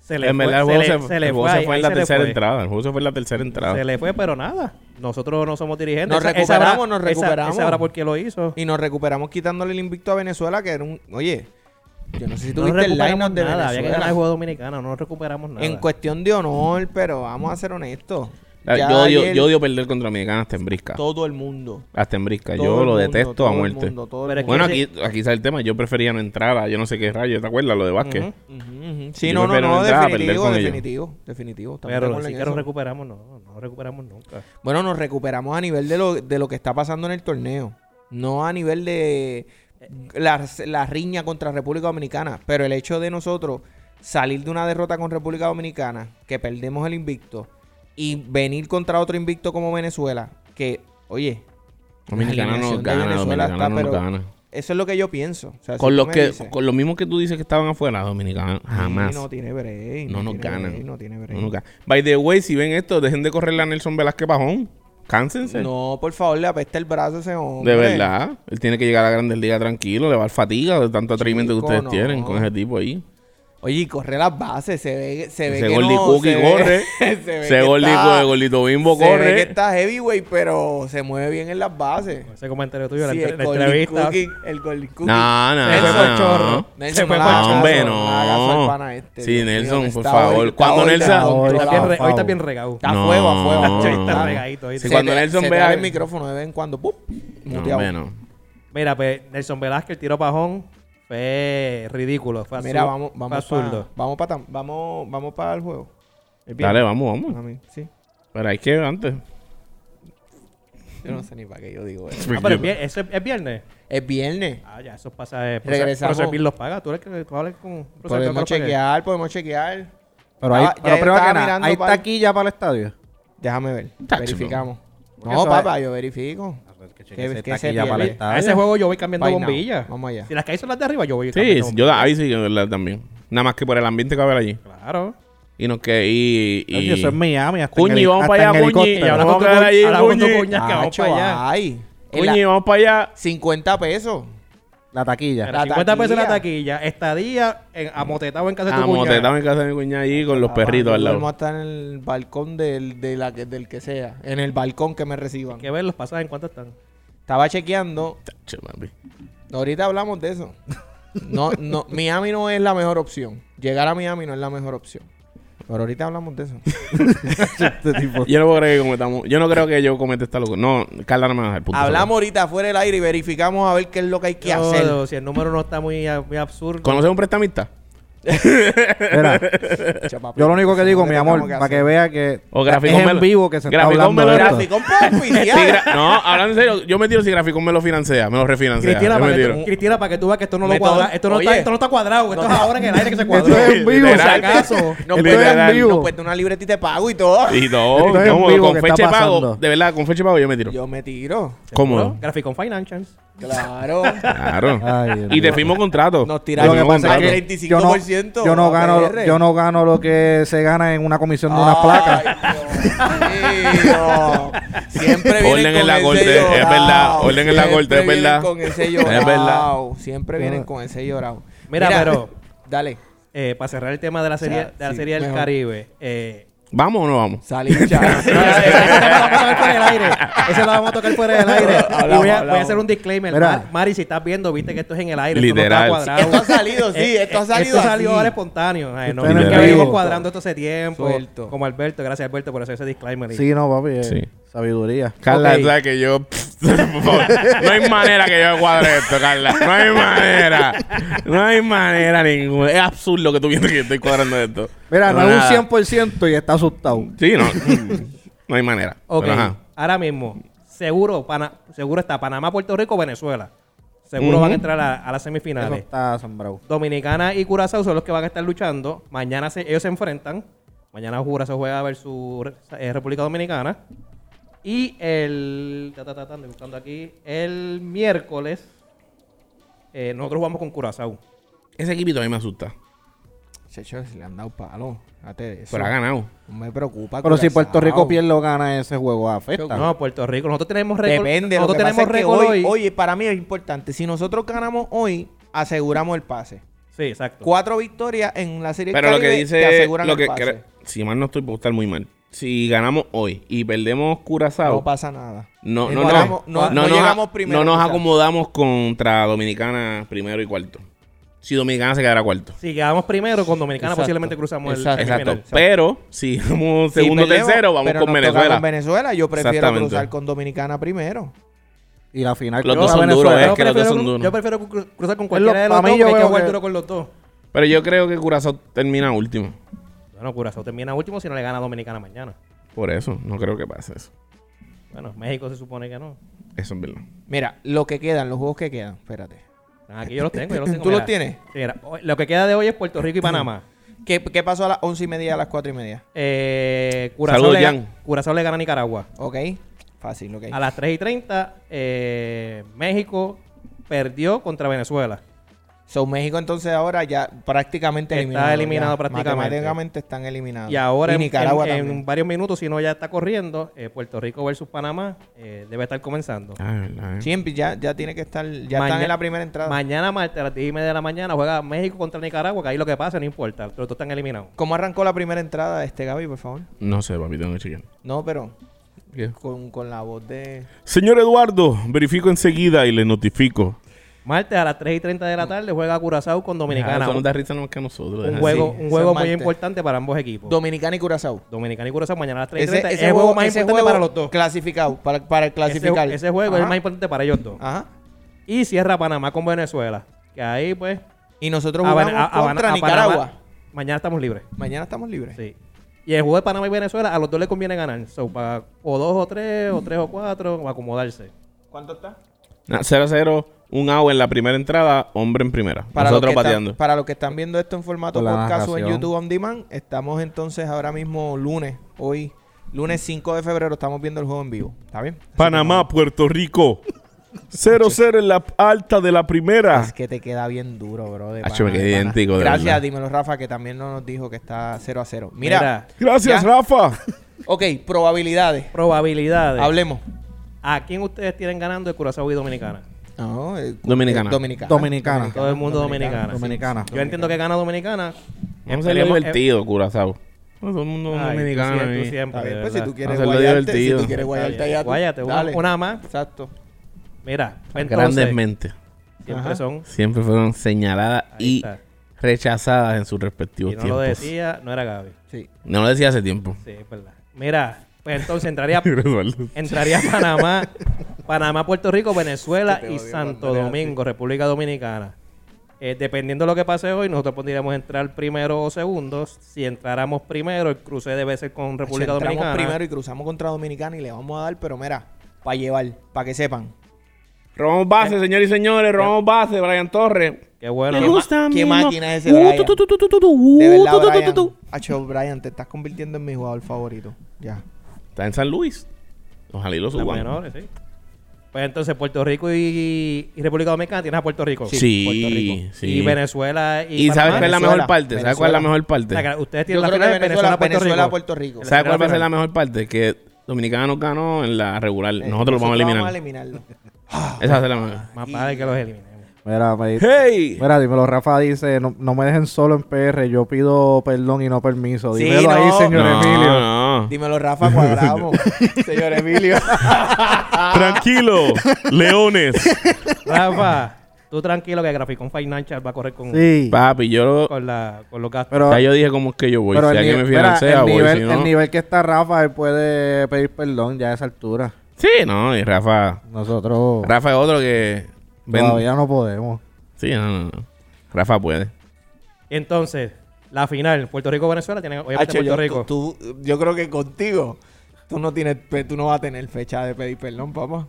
C: Se le
B: En
C: fue,
B: verdad, el
C: se
B: juego
C: le-
B: se,
C: se le
B: el juego
C: fue,
B: se
C: ahí-
B: fue en
C: ahí
B: la
C: se le
B: tercera
C: fue.
B: entrada. El juego se fue en la tercera entrada.
C: Se le fue, pero nada. Nosotros no somos dirigentes.
A: Nos
C: Esa- esa
A: recuperamos,
C: habrá-
A: nos
C: esa-
A: recuperamos.
C: Esa habrá por qué lo hizo.
A: Y nos recuperamos quitándole el invicto a Venezuela, que era un. Oye, yo no sé si
C: No
A: tuviste el line
C: recuperamos
A: de
C: nada. Había que ganar el
A: Venezuela.
C: juego dominicano. No recuperamos nada.
A: En cuestión de honor, pero vamos a ser honestos.
B: La-
A: Ya
B: yo, odio,
A: ayer,
B: yo odio perder contra Dominicana hasta en brisca.
A: Todo el mundo.
B: Hasta en brisca.
A: todo
B: Yo
A: el
B: lo
A: mundo,
B: detesto
A: todo
B: a
A: el
B: muerte.
A: mundo, todo el
C: Pero es
A: mundo.
B: Bueno,
C: Ese-
B: aquí, aquí está el tema. Yo prefería no entrar a yo no sé qué rayo. ¿Te acuerdas? Lo de Vázquez.
A: Ujú,
C: Ujú.
A: ujú. Sí,
B: yo
A: no, no,
B: prefiero
A: no,
B: no entrar a perder
A: definitivo,
B: con ellos.
A: definitivo, definitivo. estamos de
C: Pero
A: acuerdo
C: sí
A: en
C: que nos
A: eso.
C: recuperamos, no. No recuperamos nunca.
A: Bueno, nos recuperamos a nivel de lo, de lo que está pasando en el torneo. No a nivel de la, la riña contra República Dominicana. Pero el hecho de nosotros salir de una derrota con República Dominicana, que perdemos el invicto, y venir contra otro invicto como Venezuela, que, oye,
B: Dominicana
A: La
B: no
A: alineación de
B: gana.
A: Venezuela
B: Dominicana
A: está,
B: no
A: pero-
B: gana.
A: eso es lo que yo pienso. O sea, si
B: Con
A: tú
B: los
A: me
B: que,
A: dices,
B: con lo mismo que tú dices que estaban afuera, Dominicana
A: "Sí,
B: jamás.
A: No tiene break.
B: No nos
A: tiene
B: ganan.
A: break, no tiene break.
B: No, nunca. By the way, si ven esto, dejen de correrle a Nelson Velázquez Pajón. Cánsense.
A: No, por favor, le apesta el brazo a ese hombre.
B: De verdad. Él tiene que llegar a la Grandes Ligas tranquilo. Le va a dar fatiga de tanto atrevimiento que
A: Chico,
B: ustedes
A: no.
B: tienen con ese tipo ahí.
A: Oye, y corre las bases, se ve, se ve
B: Ese
A: que
B: Goldie
A: no,
B: Cookie
A: se ve-
B: corre.
A: <laughs> se ve
B: Ese
A: que
B: gordito,
A: está-
B: el gordito bimbo
A: se ve que
B: corre.
A: está heavyweight, pero se mueve bien en las bases.
C: Ese comentario tuyo, la,
A: Sí,
C: entre- la
A: Goldie
C: entrevista.
A: Cookie, el Goldie Cookie.
B: No, no,
C: Se fue por
B: no.
C: chorro.
A: Nelson,
C: se fue
A: no le
C: por
A: hagas
B: chorro. Hombre,
A: caso,
B: no.
A: le hagas caso al pana este,
B: Sí,
A: Dios
B: Nelson,
A: que
B: por
A: está
B: favor.
A: hoy- está
B: Cuando
A: hoy
B: Nelson-
A: descontrolado.
C: Está bien re- hoy está bien
A: Está
C: regado.
A: a
B: No.
A: fuego, a fuego.
B: Sí,
A: está
B: está
A: regadito.
C: regadito ahí.
A: Se
B: cuando
A: te-
B: Nelson
A: se
B: vea-
A: te abre el micrófono de vez en cuando, ¡pum!
B: No,
A: muteado.
B: bueno.
C: Mira, pues Nelson Velázquez, el tiro pajón. Fue ridículo. Fue
A: Mira,
C: absurdo,
A: vamos,
C: fue
A: vamos para,
C: absurdo. Ah,
A: vamos para, vamos, vamos para el juego. ¿Es bien?
B: Dale, vamos, vamos.
A: A mí, sí.
B: Pero hay que antes.
A: Yo no sé ni para qué yo digo eso.
C: Ah, pero es, vier- eso es- es viernes.
A: Es viernes.
C: Ah, ya, eso pasa. Eh,
A: Regresamos.
C: Proserpir los paga. Tú eres que tú hablas con Proserpir
A: Podemos
C: los paga.
A: chequear, podemos chequear.
D: Pero, hay,
A: Ah, ya
D: pero primero
A: estaba
D: que nada,
A: mirando
D: ¿hay
A: para-
D: taquilla para el estadio?
A: Déjame ver.
B: Tacho,
A: Verificamos.
D: Porque
A: No,
D: eso es-
A: papá, yo verifico. chequee si taquilla para el
C: A ese juego yo voy cambiando
A: Buy now.
C: bombillas.
A: Vamos allá.
C: Si las que hay son las de arriba, yo
B: Sí,
C: voy cambiando
B: yo ahí sí que es verdad también. Nada más que por el ambiente que va a haber allí.
C: bombillas. Claro.
B: Y no que y, y-
D: Oye, Eso es Miami. Hasta
B: Cuñi,
D: en heli-
B: vamos
D: hasta
B: para
D: en
B: allá, Cuñi.
D: helicóptero.
B: Y ahora-
C: Habla con
B: vamos a
C: tu
B: quedar ahí,
C: cu- habla con tu
B: Muñe.
C: cuña, que vamos
A: Tacho,
C: para allá.
A: ay. En
B: Coño,
A: la-
B: vamos para allá.
A: 50 pesos.
D: La taquilla.
C: Mira,
A: La
C: 50 pesos la
A: taquilla.
C: taquilla, estadía en, amotetado en casa de tu
B: Ah,
C: cuñada.
B: motetado en casa de mi cuñada allí con los perritos al
A: Ah, Vamos a
B: lado.
A: estar en el balcón del, de la que- del que sea. En el balcón que me reciban.
C: Hay que ver los pasajes en cuánto están.
A: Estaba chequeando.
B: Tacho, papi.
A: Ahorita hablamos de eso. No, no, <laughs> Miami no es la mejor opción. Llegar a Miami no es la mejor opción. Pero ahorita hablamos de eso.
D: Este tipo.
B: Yo no puedo creer que cometamos. Yo no creo que yo cometa esta locura. No, Carla no me va a dejar. punto.
A: hablamos ahorita fuera del aire y verificamos a ver qué es lo que hay que
C: Yo,
A: hacer. <laughs>
C: Si el número no está muy, muy absurdo.
B: ¿Conoces un prestamista?
D: Mira,
A: Chapapi.
D: yo lo único que digo, mi
A: tenemos
D: amor,
A: que
D: para que
A: hacer.
D: vea que
B: O
D: es
B: Graficón me
D: en
B: lo-
D: vivo que se está
B: Graficón
D: hablando
B: me lo-
D: de esto.
A: Graficón para
B: Sí, gra- no, hablando en serio, yo me tiro si Graficón me lo financia, me lo refinancia. yo
C: Cristina,
B: me
C: para que,
B: tiro.
C: tú- Cristina, para que tú veas que esto no lo
A: Método-
C: cuadra, esto no, está,
A: Oye.
C: esto no está cuadrado, esto es ahora en el
A: <laughs>
C: aire que se cuadró.
D: Esto
B: <laughs>
D: es en vivo, si
B: Literal.
D: <laughs> acaso.
A: No,
D: Esto
A: pues,
D: es en
B: literal,
A: No,
D: vivo.
A: pues una libreta y te pago y todo.
B: Y todo,
D: Esto es en
B: no,
D: vivo
B: con
D: que
B: fecha
D: está
B: de pago,
D: pasando.
B: de verdad, con fecha de pago yo me tiro.
A: Yo me tiro.
B: ¿Cómo?
C: Graficon Financials.
D: <laughs>
A: Claro.
B: Claro.
A: <laughs>
D: Ay, Dios
B: y te
D: mío.
B: firmo contrato.
A: Ah, Nos
B: Te
A: tiraron
B: firmo
A: Lo que pasa
B: contrato.
A: es que-
D: yo no,
A: 35%
D: yo no
A: APR.
D: gano, yo no gano lo que se gana en una comisión de una
A: Ay,
D: placa.
A: Dios mío. Siempre vienen
B: Orden en
A: con
B: la
A: ese
B: corte, es
A: llorao.
B: verdad. Orden en la
A: Siempre
B: corte, es
A: vienen
B: verdad.
A: con ese
B: <laughs> Es verdad.
A: llorao. Siempre vienen con ese llorado.
C: Mira, pero-
A: Dale.
C: Eh, para cerrar el tema de la serie, de la
A: sí,
C: serie del
A: mejor.
C: Caribe.
A: <laughs>
C: Eh,
B: ¿Vamos o no vamos?
A: Salí <laughs>
C: Ya,
A: ya.
C: Ese lo vamos a tocar
A: <laughs>
C: fuera del aire. Ese lo vamos a tocar fuera del aire. y voy a,
A: hablamos.
C: voy a hacer un disclaimer.
D: Mira.
C: Mar- Mari, si estás viendo, viste que esto es en el aire. esto no
B: Literal.
C: está cuadrado.
A: Esto ha salido, sí,
C: Eh,
A: esto ha
C: eh,
A: salido
C: Esto salió
A: así.
C: ahora espontáneo. Ay, no,
D: Esto
B: es en
C: que
B: el
C: venimos
D: vivo.
C: cuadrando esto hace tiempo.
A: Suelto.
C: Como Alberto. Gracias, Alberto, por hacer ese disclaimer.
D: Sí, no, papi. eh,
B: Sí.
D: Sabiduría.
B: Carla,
C: Ok.
B: tú sabes que yo. por favor, <laughs> no hay manera que yo cuadre esto, Carla. No hay manera. No hay manera ninguna. Es absurdo que tú pienses que yo estoy cuadrando esto.
D: Mira, no
B: nada.
D: es un 100% y está asustado.
B: Sí, no. <laughs> No hay manera.
C: Ok,
B: Pero, ajá.
C: ahora mismo, seguro, Pana- seguro está Panamá, Puerto Rico, Venezuela. Seguro
B: Ujú.
C: van a entrar a, a las
D: Eso
C: semifinales.
D: está asombrado.
C: Dominicana y Curazao son los que van a estar luchando. Mañana se- ellos se enfrentan. Mañana Curazao juega versus eh, República Dominicana. Y el. ta, ta, ta, ta, estoy buscando aquí. El miércoles. eh, nosotros jugamos con Curazao.
B: Ese equipito a mí me asusta.
A: Checho, se le han dado palo. Fíjate de eso.
B: Pero ha ganado.
A: No me preocupa.
D: Pero si Puerto Rico
A: Curazao.
D: pierde o gana ese juego, afecta.
C: No, Puerto Rico. Nosotros tenemos récord.
A: Depende. Lo
C: Nosotros
A: que
C: tenemos
A: pasa es que
C: récord
A: hoy,
C: hoy.
A: oye, para mí es importante. Si nosotros ganamos hoy, aseguramos el pase.
C: Sí, exacto.
A: Cuatro victorias en la serie
B: Pero lo que
A: Caribe te
B: dice.
A: aseguran
B: Lo
A: el
B: que
A: pase.
B: cre- si mal no estoy, puedo estar muy mal. Si ganamos hoy y perdemos Curazao,
A: no pasa nada.
B: no,
A: Y no
B: no, no,
A: llegamos- no- no
B: nos-
A: llegamos primero,
B: no nos
A: quizás.
B: acomodamos contra Dominicana primero y cuarto. Si Dominicana se quedara cuarto.
C: Si quedamos primero con Dominicana,
A: Exacto.
C: posiblemente cruzamos el
A: Exacto.
B: Exacto.
C: semifinal.
B: Pero si vamos segundo
A: Sí, perdemos,
B: tercero, vamos
A: pero
B: con
A: nos toca
B: Venezuela.
A: con Venezuela. Yo prefiero
B: Exactamente.
A: cruzar con Dominicana primero.
D: Y la final
B: Los
D: contra
B: dos son
D: Venezuela.
B: duros, eh.
C: Yo
B: que los dos son
C: prefiero cru-
B: duros.
C: Yo prefiero cru- cruzar con cualquiera de los
D: para
C: dos,
D: mí
C: porque
D: yo
C: hay que
D: veo
C: jugar
D: que-
C: duro con los dos.
B: Pero yo creo que Curazao termina último.
C: Bueno, Curazao termina último si no le gana a Dominicana mañana.
B: Por eso, no creo que pase eso.
C: Bueno, México se supone que no.
B: Eso es verdad.
A: Mira, lo que quedan, los juegos que quedan. Espérate.
C: Ah, Aquí yo los tengo, yo los <laughs> tengo.
A: ¿Tú
C: mira.
A: los tienes?
C: Sí, mira, hoy- lo que queda de hoy es Puerto Rico y Panamá.
A: ¿Qué, qué pasó a las once y media a las cuatro y media?
C: Eh, Curazao,
B: Saludos,
C: le, ga-
B: Jan.
C: Curazao le gana a Nicaragua.
A: ¿Ok? Fácil, ok.
C: A las 3 y 30, eh, México perdió contra Venezuela.
A: So, México entonces ahora ya prácticamente
C: Está
A: eliminado.
C: eliminado
A: ya.
C: prácticamente.
A: Matemáticamente están eliminados.
C: Ah. Y ahora, en-
A: Nicaragua
C: en, en
A: también.
C: varios minutos, si no ya está corriendo, eh, Puerto Rico versus Panamá eh, debe estar comenzando.
B: Ah, es verdad. eh.
A: Siempre ya, ya tiene que estar, ya están
C: Maña-
A: en la primera entrada.
C: Mañana martes a las 10 y media de la mañana juega México contra Nicaragua, que ahí lo que pasa no importa, los dos están eliminados.
A: ¿Cómo arrancó la primera entrada este Gaby, por favor?
B: No sé, papi, tengo que chequear.
A: No, pero con, con la voz de...
B: Señor Eduardo, verifico enseguida y le notifico.
C: Martes a las 3 y 30
A: Mm.
C: de la tarde juega Curazao con Dominicana.
B: Ah, Eso nos da risa nomás que a nosotros.
C: un
B: deja
A: sí,
C: juego, un
A: eso
C: juego
A: es
C: muy
A: martes.
C: importante para ambos equipos.
A: Dominicana y Curazao.
C: Dominicana y Curazao mañana a las 3 Oh. y 30. es el juego más
A: ese
C: importante
A: juego
C: para los dos.
A: Clasificado, para, para el
C: Ese,
A: clasificar.
C: ese juego es el
A: Ajá, Ah.
C: más importante para ellos dos.
A: Ajá.
C: Y cierra Panamá con Venezuela. Que ahí, pues.
A: Y nosotros
C: a Ban-
A: jugamos
C: a- a Ban-
A: contra
C: a ah, Panamá-
A: Nicaragua.
C: Mañana estamos libres.
A: Mañana estamos libres.
C: Sí. Y el juego de Panamá y Venezuela, a los dos les conviene ganar. So, pa- o dos o tres, o tres o cuatro, o acomodarse.
A: ¿Cuánto está?
B: Na- 0-0, un out en la primera entrada, hombre en primera.
A: Para los, que
B: Nosotros
A: están-
B: pateando.
A: para los que están viendo esto en formato
D: Con la
A: podcast o en
D: narración.
A: YouTube On Demand, estamos entonces ahora mismo lunes, hoy, lunes 5 de febrero, estamos viendo el juego en vivo. ¿Está bien?
B: Panamá, Puerto <laughs> Rico. 0-0 en la alta de la primera.
A: Es que te queda bien duro, bro. de pana,
B: Hacho, me quedé
A: de pana.
B: Ah. idéntico, de
A: Gracias,
B: verdad.
A: dímelo, Rafa, que también no nos dijo que está 0 a 0. Mira,
B: Gracias,
A: Ya.
B: <laughs> Rafa.
A: ok, probabilidades.
C: probabilidades.
A: Hablemos.
C: ¿A quién ustedes tienen ganando de Curazao y Dominicana?
A: No, eh,
B: Dominicana.
A: eh, Dominicana.
D: Dominicana.
C: Todo el mundo Dominicana.
D: Dominicana.
C: Yo entiendo que gana Dominicana.
B: Vamos a hacerlo
C: Esperemos-
B: divertido, Curazao. No, todo el mundo
C: Ay,
B: dominicano.
C: tú sí- tú
B: ahí.
C: siempre,
A: Está bien, pues si
C: de
A: tú
C: verdad.
A: quieres
B: Hacerlo
A: guayarte, si
B: divertido.
A: tú quieres guayarte allá. tú-
C: Guáyate, una,
A: dale.
C: una más.
A: Exacto.
C: Mira,
B: Grandes
C: entonces,
B: mentes.
C: siempre
A: Ajá.
C: son.
B: Siempre fueron señaladas
C: Ahí
B: y
C: está.
B: rechazadas en sus
C: Y no
B: respectivos
C: lo
B: tiempos.
C: decía, no era Gaby.
A: Sí.
B: No lo decía hace <laughs> tiempo.
C: Sí, es verdad. Mira, pues
A: <laughs>
C: entonces entraría,
B: Eduardo.
C: entraría Panamá, Panamá, Puerto Rico, Venezuela
A: Que Este te
C: y
A: odio
C: Santo
A: cuando eres
C: Domingo, República Dominicana. Eh, dependiendo de lo que pase hoy, nosotros podríamos entrar primero o segundos. Si entráramos primero, el cruce debe ser con República
A: Entramos
C: Dominicana.
A: primero y cruzamos contra Dominicana y le vamos a dar, pero mira, para llevar, para que sepan.
B: Robamos base, señores y señores. Robamos base, Brian Torres.
C: Qué bueno.
A: Me
C: ¿no?
A: gusta. qué máquina es ese Brian.
D: Uh,
A: De verdad, Brian. Acho, Brian, te estás convirtiendo en mi jugador favorito. Ya.
B: Está en San Luis. Ojalá y lo
C: Las
B: suban.
C: menores, sí. Pues entonces Puerto Rico y, y República Dominicana tienes a Puerto Rico.
B: Sí,
A: Puerto Rico.
B: sí.
C: Y Venezuela y,
B: ¿Y sabes cuál es la
A: Venezuela,
B: mejor parte? ¿Sabes cuál es la mejor
C: O sea,
B: parte?
C: que ustedes
A: Yo
C: tienen la
A: creo
C: final
A: que
C: de Venezuela, Puerto
A: Venezuela,
C: Rico.
A: Puerto Rico.
B: ¿Sabes cuál va a ser
C: final.
B: la mejor parte? Que Dominicana nos ganó en la regular.
A: Eh,
B: Nosotros lo vamos a
A: Vamos a
B: eliminar.
A: eliminarlo.
B: Esa va a ser la mejor.
C: Más padre que los eliminemos.
D: Mira, me-
B: ¡Hey!
D: Mira, dímelo, Rafa dice, no, no me dejen solo en PR, yo pido perdón y no permiso.
A: Sí,
D: Dímelo ahí,
A: no.
D: señor
B: No,
D: Emilio.
B: no.
A: Dímelo, Rafa
B: <laughs>
A: Cuadrado. Señor Emilio.
B: Tranquilo, leones.
C: Rafa, tú tranquilo que Graficón Financial va a correr con,
D: Sí.
B: Papi, yo lo-
C: con, la, con los gastos.
D: Pero,
B: ya yo dije cómo es que yo voy.
D: pero
B: si
D: el,
B: alguien
D: ni-
B: me
D: mira,
B: financia,
D: el
B: voy.
D: nivel,
B: si
D: el
B: no...
D: nivel que está Rafa, él puede pedir perdón ya a esa altura.
B: Sí, no, y Rafa.
D: Nosotros
B: Rafa es otro que. ven-
D: todavía no podemos.
B: Sí, no, no, no. Rafa puede.
C: Entonces, la final, Puerto Rico-Venezuela, tiene obviamente
A: Hacho,
C: Puerto
A: yo,
C: Rico.
A: tú- tú- yo creo que contigo tú no tienes, pe- tú no vas a tener fecha de pedir perdón, papá.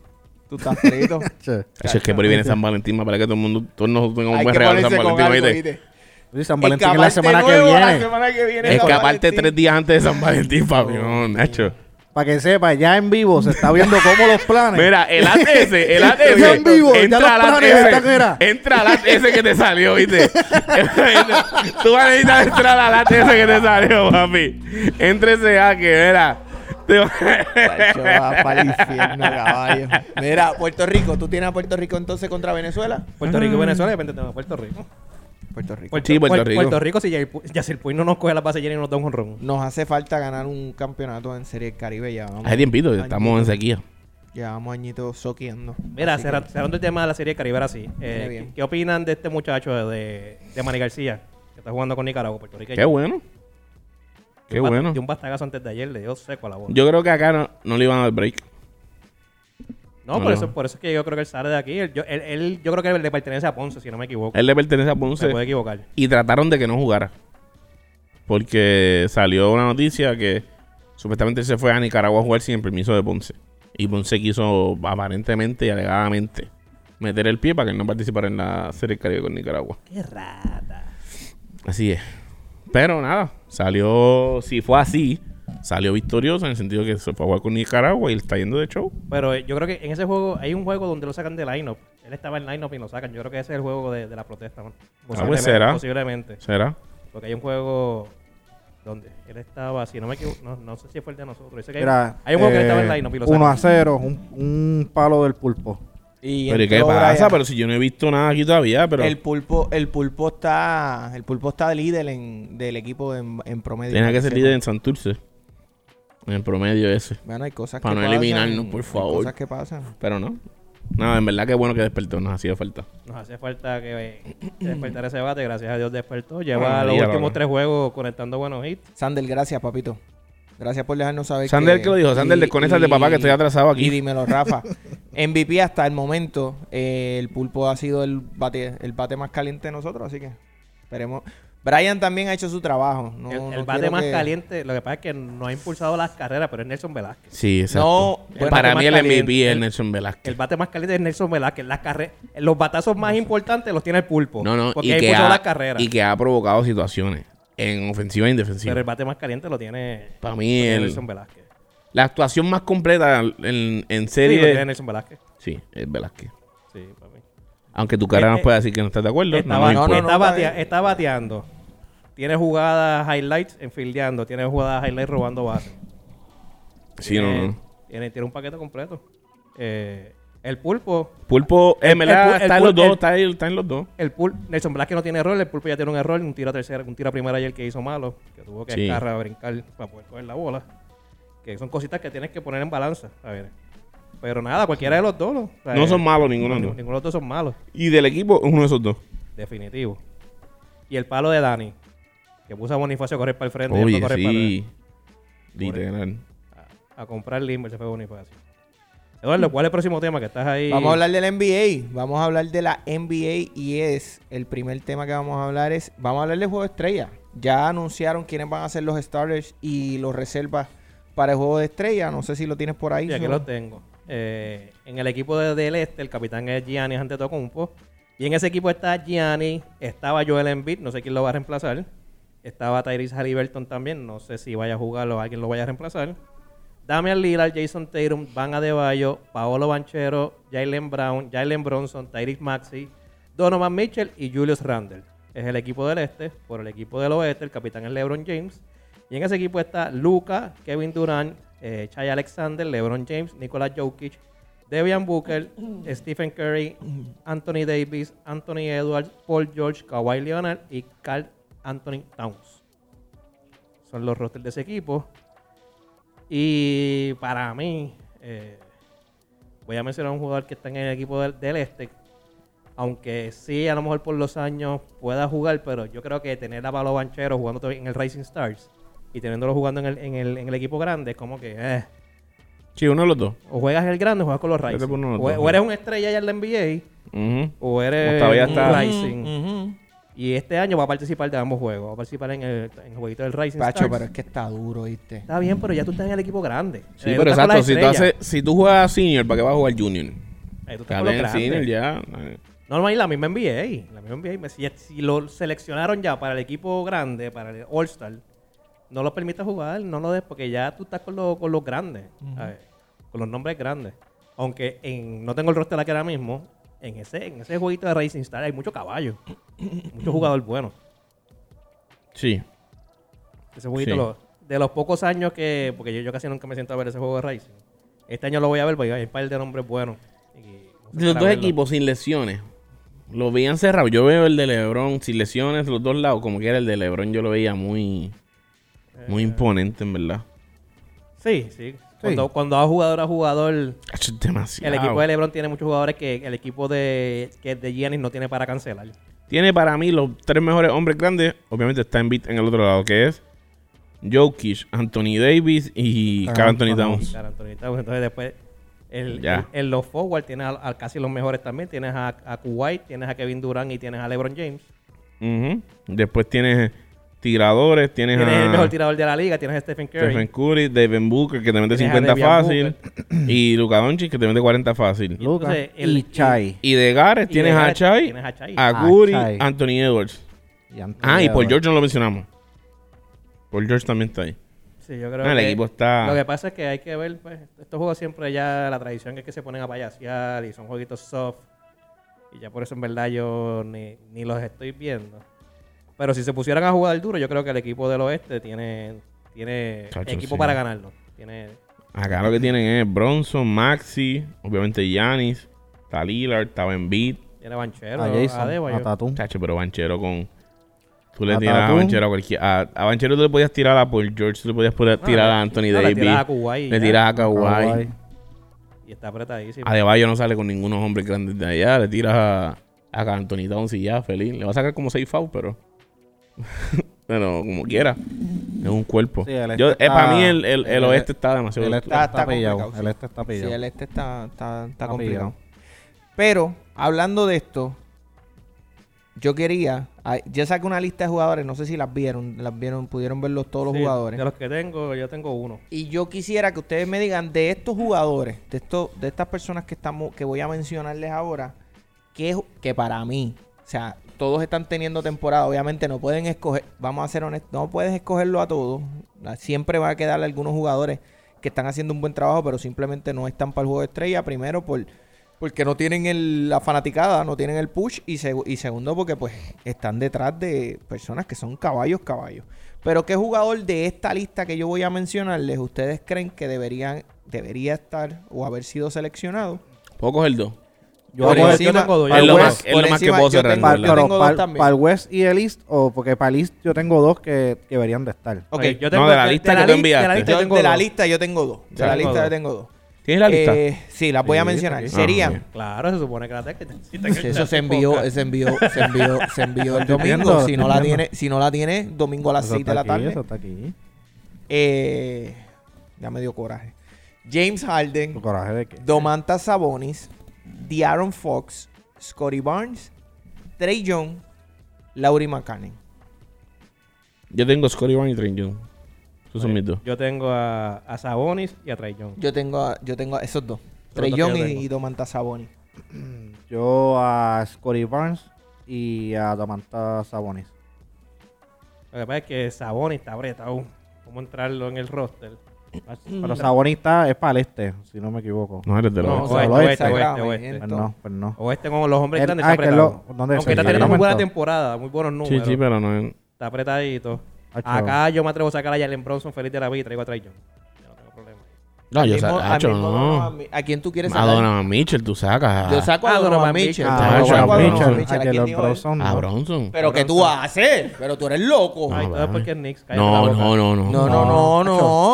A: Tú estás
B: <laughs>
A: frito.
D: Che.
B: Eso es que por ahí viene San Valentín, más para que todo el mundo, todos nosotros tengamos un
A: Hay
B: buen
A: que
B: regalo de
A: ponerse
B: San
A: con
B: Valentín.
A: algo,
B: ¿oíste?
A: ¿viste?
D: Oye, San Valentín es la
A: Escaparte
D: semana que
A: nuevo la
D: viene.
A: semana que viene es San
B: Escaparte
A: Valentín.
B: tres días antes de San Valentín, papi. No, Nacho.
D: Para que sepa, ya en vivo se está viendo cómo los planes.
B: <laughs> Mira, el ATS, <laughs> el
D: Ya en vivo,
B: ATS.
D: ya los
B: Entra al
D: planes están,
B: ATS.
D: mira.
B: Entra al ATS que te salió, ¿viste? <laughs> Tú vas a necesitar entrar al ATS que te salió, papi. Entrese a que, mira. te-
A: Tacho, va para el infierno, caballo. Mira, Puerto Rico, tú tienes a Puerto Rico entonces contra Venezuela.
C: Puerto Rico y Venezuela, de repente tenemos a Puerto Rico.
A: Puerto Rico.
C: Puerto,
B: Sí, Puerto
C: Puer-
B: Rico.
C: Puerto Rico, si Yair Pu- Yacir Puig no nos coge la base llena y nos da un honrón.
A: Nos hace falta ganar un campeonato en Serie del Caribe. Ya vamos,
B: <laughs> Hace tiempito, estamos en sequía.
A: Llevamos añitos soqueando.
C: Mira,
A: Así que-
C: cerra- cerrando el tema de la serie de Caribe, ahora sí. Eh,
A: Viene bien.
C: ¿qué, qué opinan de este muchacho de, de Manny García, que está jugando con Nicaragua, puertorriqueño?
B: Qué bueno. Qué
C: Bat-
B: bueno.
C: Dio un bastagazo antes de ayer, le dio seco a la bola.
B: Yo creo que acá no, no le iban a dar break. no,
C: no, por,
B: no.
C: Eso, por eso es que yo creo que él sale de aquí. Él, yo, él- él- yo creo que él le pertenece a Ponce, si no me equivoco.
B: Él le pertenece a
C: Se
B: Ponce
C: puede equivocar.
B: y trataron de que no jugara. Porque salió una noticia que supuestamente él se fue a Nicaragua a jugar sin el permiso de Ponce. Y Ponce quiso aparentemente y alegadamente meter el pie para que él no participara en la Serie del Caribe con Nicaragua.
C: Qué rata.
B: Así es. Pero nada, salió, si fue así, salió victorioso en el sentido que se fue a jugar con Nicaragua y él está yendo de show.
C: Pero eh, yo creo que en ese juego hay un juego donde lo sacan de line-up. Él estaba en line-up y lo sacan. Yo creo que ese es el juego de, de la protesta, man.
B: Ah, pues será.
C: Posiblemente.
B: ¿Será?
C: Porque hay un juego donde él estaba, si no me equivoco, no, no sé si fue el de nosotros. Yo sé que hay-
D: Mira,
C: hay un juego que él estaba en
D: eh,
C: line-up y lo sacan.
D: 1 a 0, un, un palo del pulpo.
A: Y
B: Pero ¿y qué
A: entró
B: pasa?
A: Brian.
B: Pero si yo no he visto nada aquí todavía, pero
A: El pulpo, el pulpo está, el pulpo está de líder en, del equipo en, en promedio.
B: tenía que ser líder en Santurce. En el promedio ese.
A: Bueno, hay cosas
B: Para
A: que
B: no
A: pasan.
B: eliminarnos, por
A: hay
B: favor.
A: cosas que pasan.
B: Pero no. Nada, en verdad que bueno que despertó, nos hacía falta.
C: Nos hace falta que <coughs> despertar ese debate. Gracias a Dios despertó. Lleva
B: Ah,
C: los
B: dígalo,
C: últimos
B: ¿no?
C: tres juegos conectando buenos hits.
A: Sander, gracias, papito. Gracias por dejarnos saber.
B: Sander, que lo dijo? Sander, desconéctate, papá, que estoy atrasado aquí.
A: Y dímelo, Rafa. MVP hasta el momento. eh, el pulpo ha sido el bate, el bate más caliente de nosotros, así que esperemos. Brian también ha hecho su trabajo. No,
C: el el
A: no
C: bate
A: quiero
C: más
A: que-
C: caliente, lo que pasa es que no ha impulsado las carreras, pero es Nelson Velázquez.
B: Sí,
A: No, bueno,
B: Eh, Para
C: que
B: mí
C: más
B: el MVP
C: caliente.
B: es Nelson Velázquez.
C: El bate más caliente es Nelson Velázquez. Las carre- los batazos más importantes los tiene el pulpo.
B: No, no,
C: porque
B: y
C: él
B: que,
C: impulsó las
B: ha,
C: carreras.
B: y que ha provocado situaciones en ofensiva e indefensiva.
C: Pero el bate más caliente lo tiene,
B: Para
C: lo
B: mí,
C: tiene
B: el-
C: Nelson Velázquez.
B: la actuación más completa en, en
C: Sí, lo
B: serie.
C: tiene Nelson Velázquez.
B: Sí, es Velázquez.
C: Sí, para mí.
B: Aunque tu cara
C: Eh,
B: nos
C: eh,
B: pueda decir que no estás de acuerdo.
C: Está,
B: no
C: ba-
B: nos
A: no,
B: importa.
C: está
A: está
C: batea-
A: bien.
C: está bateando. Tiene jugadas highlights en fildeando. Tiene jugadas highlights robando bases.
B: Sí, no,
C: Tiene-
B: no.
C: Eh, Tiene, tiene un paquete completo. Eh, el pulpo,
B: Pulpo, en verdad,
C: el pul-
B: está en
C: el
B: los
C: pul-
B: dos,
C: el-
B: está, en- está en los dos.
C: el pul Nelson Velázquez no tiene error, el pulpo ya tiene un error, un tiro a tercera, un tiro a primera ayer que hizo malo, que tuvo que
B: Sí.
C: escarra a brincar para poder coger la bola. Que son cositas que tienes que poner en balanza, a ver. Pero nada, cualquiera de los dos. o sea,
B: No son malos ninguno.
C: ninguno,
B: de los
C: ninguno
B: dos.
C: de los dos son malos,
B: Y del equipo, uno de esos dos.
C: definitivo. Y el palo de Dani, que puso a Bonifacio a correr para el frente y él fue a
B: Oye,
C: correr para atrás.
B: sí. Literal.
C: a, a comprar Limber, se fue Bonifacio. Eduardo, ¿cuál es el próximo tema que estás ahí?
A: Vamos a hablar del NBA. Vamos a hablar de la NBA y es el primer tema que vamos a hablar es vamos a hablar del juego de estrella. Ya anunciaron quiénes van a ser los starters y los reservas para el juego de estrella. No sé si lo tienes por ahí.
C: Sí, aquí
A: ¿no?
C: lo tengo. Eh, en el equipo de- del este, el capitán es Gianni Antetokounmpo. Y en ese equipo está Gianni, estaba Joel Embiid, no sé quién lo va a reemplazar. Estaba Tyrese Halliburton también, no sé si vaya a jugarlo o alguien lo vaya a reemplazar. Damian Lillard, Jason Tatum, Van Adebayo, Paolo Banchero, Jalen Brown, Jalen Bronson, Tyrese Maxey, Donovan Mitchell y Julius Randle. Es el equipo del este. Por el equipo del oeste, el capitán es LeBron James. Y en ese equipo está Luca, Kevin Durant, eh, Chai Alexander, LeBron James, Nicolas Jokic, Devian Booker, Stephen Curry, Anthony Davis, Anthony Edwards, Paul George, Kawhi Leonard y Carl Anthony Towns. Son los rosters de ese equipo. Y para mí, eh, voy a mencionar a un jugador que está en el equipo del, del este. Aunque sí, a lo mejor por los años pueda jugar, pero yo creo que tener a Pablo Banchero jugando todavía en el Racing Stars y teniéndolo jugando en el, en el, en el equipo grande es como que. eh,
B: Sí, uno de los dos.
C: o juegas en el grande o juegas con los
B: Vete
C: Rising.
B: por uno de los
C: O,
B: dos,
C: o
B: sí.
C: eres una estrella ya en la NBA
B: Ujú.
C: o eres
B: Octavia
C: un
B: está-
C: Rising.
A: Mm,
C: Y este año va a participar de ambos juegos. Va a participar en el, en el jueguito del Rising
A: Pacho,
C: Stars.
A: pero es que está duro, ¿viste?
C: Está bien, pero ya tú estás en el equipo grande.
B: Sí,
C: Eh, tú
B: pero
C: estás
B: exacto.
C: con las
B: Si tú,
C: estrellas.
B: haces, si tú juegas senior, ¿para qué vas a jugar junior?
C: Eh, tú estás con
B: Dale
C: los
B: en
C: grandes.
B: senior ya. eh.
C: No, no, y la misma NBA. La misma NBA. Si, si lo seleccionaron ya para el equipo grande, para el All-Star, no lo permite jugar, no lo des, porque ya tú estás con, los- con los grandes, ¿sabes? con los nombres grandes. Aunque en- no tengo el roster aquí ahora mismo, en ese, en ese jueguito de Racing Star hay mucho caballo, mucho jugador bueno.
B: Sí.
C: Ese jueguito,
B: Sí.
C: lo- de los pocos años que, porque yo, yo casi nunca me siento a ver ese juego de Racing. Este año lo voy a ver porque hay un par de nombres buenos. Y no sé
B: De los
C: para
B: dos
C: verlo.
B: equipos sin lesiones, Lo veía encerrado. Yo veo el de Lebron, sin lesiones, los dos lados, como que era el de Lebron, yo lo veía muy,
C: Eh.
B: muy imponente, en verdad.
C: Sí, sí. Cuando, cuando va jugador a jugador,
B: Hacho, es demasiado.
C: el equipo de LeBron tiene muchos jugadores que el equipo de, que de Giannis no tiene para cancelar.
B: Tiene para mí los tres mejores hombres grandes. Obviamente está en beat en el otro lado, que es Jokic, Anthony Davis y
D: Ah,
B: Carl Anthony
D: Anthony
B: Towns.
C: Claro, Anthony Towns. Entonces después el,
B: Ya.
C: el- en los forward tienes a, a casi los mejores también. Tienes a, a Kuwait, tienes a Kevin Durant y tienes a LeBron James.
B: Ujú. Después tienes tiradores, tienes,
C: Tienes
B: a
C: el mejor tirador de la liga, tienes a Stephen Curry.
B: Stephen Curry, Devin Booker, que te mete
C: Tienes a
B: 50
C: Devian
B: fácil. Y Luka Doncic, que te mete 40 fácil.
D: Lucas
C: entonces, el-
D: y Chai.
B: Y de Gareth
C: Y
B: tienes,
C: de
B: a
C: Gareth
B: Chai,
C: tienes a Chai.
B: a
D: Ah,
B: Curry,
D: Chai.
B: Anthony Edwards.
D: Y Anthony
B: Ah, y Paul
D: Edwards.
B: George no lo mencionamos. Paul George también está ahí.
C: Sí, yo creo
B: Ah, el
C: que-
B: equipo está-
C: Lo que pasa es que hay que ver, pues, estos juegos siempre ya la tradición es que se ponen a payasear y son jueguitos soft. Y ya por eso en verdad yo ni, ni los estoy viendo. Pero si se pusieran a jugar duro, yo creo que el equipo del oeste tiene, tiene
B: Chacho,
C: equipo
B: sí.
C: para ganarlo. Tiene,
B: Acá lo que tienen es Bronson, Maxi, obviamente Giannis, está Lillard, está Ben Beat.
C: tiene banchero, pues,
D: A Ah, Jason,
A: Ah,
C: Adebayo.
D: a Tatum.
B: Chacho, pero Banchero con... Tú le
D: A
B: tiras a
D: Tatum.
B: Banchero a cualquier... A, a Banchero tú le podías tirar a Paul George, tú le podías poder tirar a Anthony
C: No, Le
B: Davis,
C: tiras a Kuwait y
B: le
C: ya.
B: tiras a Kawhi.
D: Kawhi.
C: Y está apretadísimo.
B: Adebayo no sale con ningunos hombres grandes de allá, le tiras a, a Anthony Towns y ya, feliz. Le va a sacar como 6 fouls, pero... <laughs> pero como quiera, es un cuerpo.
D: Sí, el este
B: Yo, eh,
D: está-
B: para mí el, el- el
D: el-
B: oeste está demasiado...
D: El este
B: estudiado.
D: está,
A: Ah, está
D: pillado.
A: complicado,
D: El este está
A: Sí,
D: pillado.
A: el este está, está, está
D: Está
A: complicado.
D: pillado.
A: Pero, hablando de esto, yo quería. ay, Yo saqué una lista de jugadores, no sé si las vieron, las vieron, pudieron verlos todos los
C: Sí,
A: jugadores.
C: De los que tengo, yo tengo uno.
A: Y yo quisiera que ustedes me digan de estos jugadores, de estos, de estas personas que estamos, que voy a mencionarles ahora, que, que para mí, o sea, todos están teniendo temporada, obviamente no pueden escoger, vamos a ser honestos, no puedes escogerlo a todos. la- Siempre va a quedar algunos jugadores que están haciendo un buen trabajo, pero simplemente no están para el juego de estrella. Primero por porque no tienen el- la fanaticada, no tienen el push. Y, seg- y segundo, porque pues están detrás de personas que son caballos, caballos. Pero ¿qué jugador de esta lista que yo voy a mencionarles ustedes creen que deberían, debería estar o haber sido seleccionado?
B: Puedo coger dos.
D: Yo
A: Por
D: voy a coger-
A: encima-
C: tengo dos,
A: por
C: es lo
A: encima-
B: más- es lo
A: por
B: más que
A: encima-
B: puedo
A: yo tengo-
B: cerrar, en
D: Para,
A: yo
B: verdad.
D: pero
A: tengo dos
D: para,
A: también.
D: para el West y el East, o porque para el East yo tengo dos que, que deberían de estar.
A: Ok,
C: Oye,
A: yo,
B: no, de la lista que tú
C: li- este, de la
B: enviaste.
C: lista
A: yo-
C: tengo
A: de la
C: dos.
A: lista yo tengo dos. De la
C: Tengo
A: lista
C: dos.
A: yo tengo dos.
B: ¿Tienes la lista?
A: Eh, sí, las voy a
D: Sí,
A: mencionar.
D: aquí.
B: Ah,
A: Serían.
C: Claro, se supone que la tengo. Si te-
A: Eso se envió, se envió, se envió, se envió el
D: Estoy viendo,
A: domingo. Si no la
D: estoy viendo.
A: tiene, si no la tiene, domingo a las
D: Eso
A: 6
D: está
A: de la
D: aquí,
A: tarde.
D: Eso está aquí.
A: Eh, ya me dio coraje. James Harden,
D: ¿Coraje de qué?
A: Domantas Sabonis, De'Aaron Fox, Scotty Barnes, Trey Young, Laurie McCann.
B: Yo tengo Scottie Barnes y Trent Young. Esos son mis dos.
C: Yo tengo a, a Sabonis y a Trey Young.
A: Yo tengo, a- yo tengo a esos dos.
C: Son
A: Trey
C: los dos
A: Young
C: que yo
A: y,
C: tengo.
A: y Domantas Sabonis.
D: Yo a Scotty Barnes y a Damanta Sabonis.
C: Lo que pasa es que Sabonis está apretado. ¿Cómo entrarlo en el roster?
D: Pero Sabonis está, es para el este, si no me equivoco.
B: No eres de los
C: No,
B: dos.
D: o
C: oeste,
D: lo
C: oeste,
D: este,
C: oeste,
A: exactamente.
C: oeste.
D: Pues no, pues no.
C: Oeste este con los hombres
A: Er,
D: El-
C: grandes
D: ah,
C: está
D: que lo-
C: apretado.
D: ¿dónde es?
C: Aunque está
B: Sí.
C: teniendo muy buena
D: Sacramento.
C: temporada, muy buenos
B: Sí,
C: números.
B: sí, pero no es...
C: Está apretadito.
D: Ah, chaval.
C: Acá yo me atrevo a sacar a Jalen Bronson feliz de la vida y traigo a Trey Young. Yo no tengo problema.
B: No, yo
A: Al mismo-
B: saco...
A: al
B: Hacho,
A: mismo Donovan
B: no.
A: Mi- ¿A quién tú quieres
B: A
A: sacar?
B: Donovan Mitchell tú sacas.
A: Yo saco a
C: Ah,
A: Donovan,
C: Donovan
A: Mitchell.
B: Mitchell.
A: Yo
D: Ah,
B: Ah,
A: saco a
B: Donovan
A: Donovan
B: Mitchell.
A: Mitchell. ¿A
D: a
A: quién
D: Jalen
A: digo él?
D: Bronson.
B: A
D: no.
B: Bronson.
A: Pero ¿qué tú vas a hacer? Pero tú eres loco.
C: Ay, todo es
B: Ah, vale.
C: porque es Knicks. cállate la
B: No,
C: boca.
B: no, no, no.
A: No, no, no,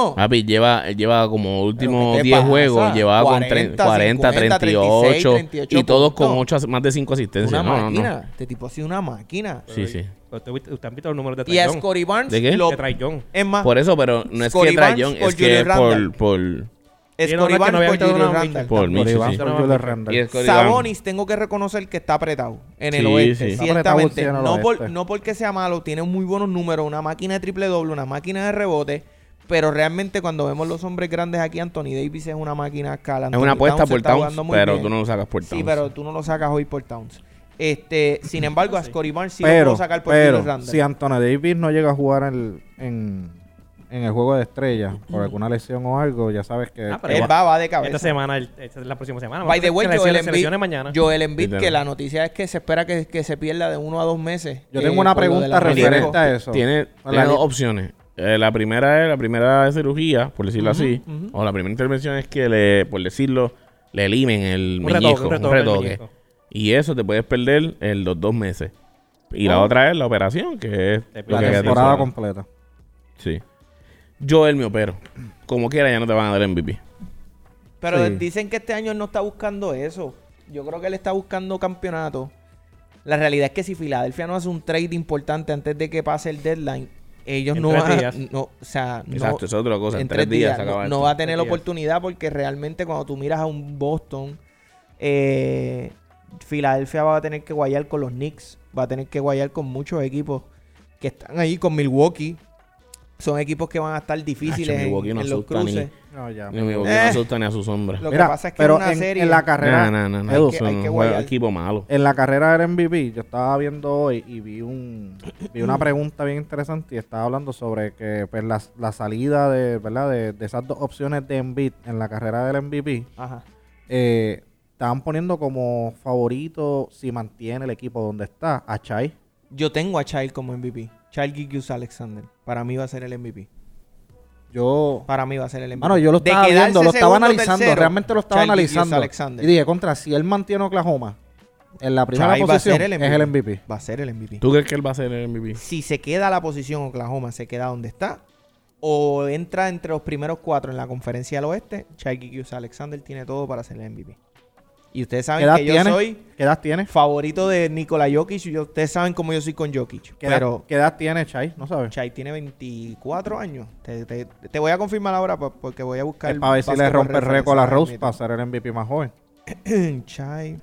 A: no.
B: Papi, lleva, él lleva como
A: ¿Pero qué
B: últimos
A: te
B: 10
A: pasa?
B: juegos, llevaba con
A: 40,
B: 30, 40
A: 50,
B: 38,
A: 38
B: y todos con
A: puntos.
B: 8, más de 5
A: Una
B: asistencias. No, no,
A: máquina.
B: no.
A: Este tipo ha sido una máquina.
B: Sí, sí.
C: Pero Usted, usted han visto los números de
A: Y
C: Trey
A: a
C: Young.
A: Scotty Barnes
B: ¿De qué?
A: lo-
C: De Trey Young.
A: Es más,
B: Por eso, pero no es
A: Scottie
B: que Trae
A: Barnes
B: Young,
A: Ah. por
B: es que
A: Julius Randle.
B: por,
A: Scotty
B: por,
C: Sí, no, no, es que
A: Barnes
C: no había
A: por
C: visto a
A: Julius
C: Donovan
A: Randall.
B: por
D: Scotty
B: Mitchell, sí.
D: Barnes
C: sí.
D: por Julius Randle.
B: Y Scottie Barnes.
A: Sabonis, tengo que reconocer que está apretado en el
B: Sí,
A: oeste.
B: sí.
D: Está apretado,
A: Ciertamente,
D: sí, en el
A: no, por-
D: oeste.
A: no porque sea malo, tiene muy buenos números, una máquina de triple doble, una máquina de rebote. Pero realmente cuando vemos los hombres grandes aquí, Anthony Davis es una máquina a escala.
B: Es una
A: Anthony
B: apuesta
A: Towns
B: por
A: está
B: Towns,
A: jugando muy
B: pero
A: bien.
B: tú no lo sacas por Towns.
A: Sí, pero tú no lo sacas hoy por Towns. Este,
D: <laughs>
A: sin embargo, a Scotty Barnes sí lo
D: pero,
A: puedo sacar por Julius
D: pero
A: Randle.
D: si Anthony Davis no llega a jugar en, en, en el juego de estrella por alguna lesión o algo, ya sabes que...
C: Ah, pero
A: Él va, va de cabeza.
C: Esta semana, el- esta es la próxima semana.
A: By the way,
C: Selecciones-
A: Joel Embiid,
C: selecciones mañana.
A: Joel Embiid,
B: Literal.
A: que la noticia es que se espera que, que se pierda de uno a dos meses.
D: Yo
A: eh,
D: tengo una
A: por lo de la
D: pregunta
A: rodilla.
D: referente a eso.
B: Tiene,
D: Con
B: tiene
D: la
B: dos
D: li-
B: opciones. Eh, la primera es la primera de cirugía, por decirlo así, o la primera intervención es que le, por decirlo, le limen el
C: Un
B: meñico,
C: retoque, un
B: un
C: retoque del
B: retoque.
C: meñico.
B: Y eso te puedes perder en los dos meses. Y la otra es la operación, que es
C: Te
B: lo
D: La
B: que te
D: temporada
B: sobra.
D: completa.
B: Sí. Yo él me opero. Como quiera, ya no te van a dar MVP.
A: Pero
D: Sí.
A: dicen que este año él no está buscando eso. Yo creo que él está buscando campeonato. La realidad es que si Filadelfia no hace un trade importante antes de que pase el deadline, ellos
C: En
A: no
C: tres
A: van a-
C: días.
A: no, o sea, no-
B: Exacto, esa es otra cosa. En,
A: en
B: tres, días, se acaba
A: no,
B: esto.
A: no va a tener
C: Tres
A: la
C: días.
A: oportunidad porque realmente cuando tú miras a un Boston, eh, Filadelfia va a tener que guayar con los Knicks, va a tener que guayar con muchos equipos que están ahí con Milwaukee. Son equipos que van a estar difíciles en-
B: Milwaukee
A: en,
B: no
A: los
B: asusta ni- <laughs>
A: cruces.
D: No, ya.
B: Ni me no
A: Eh.
B: asusta ni a su sombra.
A: Lo
D: Mira,
A: que pasa es que
D: pero
A: en una
D: en,
A: serie...
D: en la carrera,
B: No, no, no. no,
D: Edu,
B: eso
A: hay que- hay
B: no
A: que
B: juega-
A: guayar.
B: equipo malo.
D: en la carrera del MVP, yo estaba viendo hoy y vi un vi una pregunta bien interesante y estaba hablando sobre que pues, la, la salida de, ¿verdad? De, de esas dos opciones de Embiid en la carrera del MVP,
A: Ajá.
D: eh, estaban poniendo como favorito si mantiene el equipo donde está a Chai.
A: Yo tengo a Child como MVP. Child Gigius Alexander. Para mí va a ser el MVP.
D: Yo
A: Para mí va a ser el MVP.
D: Mano, Ah, yo lo
A: De
D: estaba
A: quedarse
D: viendo, lo estaba
A: segundo,
D: analizando,
A: tercero,
D: realmente lo estaba
A: Child Gilgeous
D: analizando.
A: Alexander.
D: Y dije, contra, si él mantiene Oklahoma en la primera
A: Chai va a
D: posición,
A: ser el
D: es
A: MVP.
D: el MVP.
A: Va a ser el MVP.
B: ¿Tú crees que él va a ser el MVP?
A: Si se queda la posición Oklahoma, se queda donde está. O entra entre los primeros cuatro en la conferencia del oeste. Child Gigius Alexander tiene todo para ser el MVP. Y ustedes
D: ¿Qué
A: saben
D: edad
A: que yo
D: tiene?
A: soy
D: ¿Qué edad tiene?
A: favorito de Nikola Jokic. y yo- ustedes saben cómo yo soy con Jokic.
D: ¿Qué edad,
A: Pero
D: qué edad tiene Chai? No sabes.
A: Chai tiene 24 años. Te, te- te voy a confirmar ahora pa- porque voy a buscar.
D: Es para ver si le
A: basketball
D: rompe el récord a
A: reference
D: Rose
A: ahora
D: para ser el MVP
A: <laughs>
D: más joven.
A: mismo. Chai.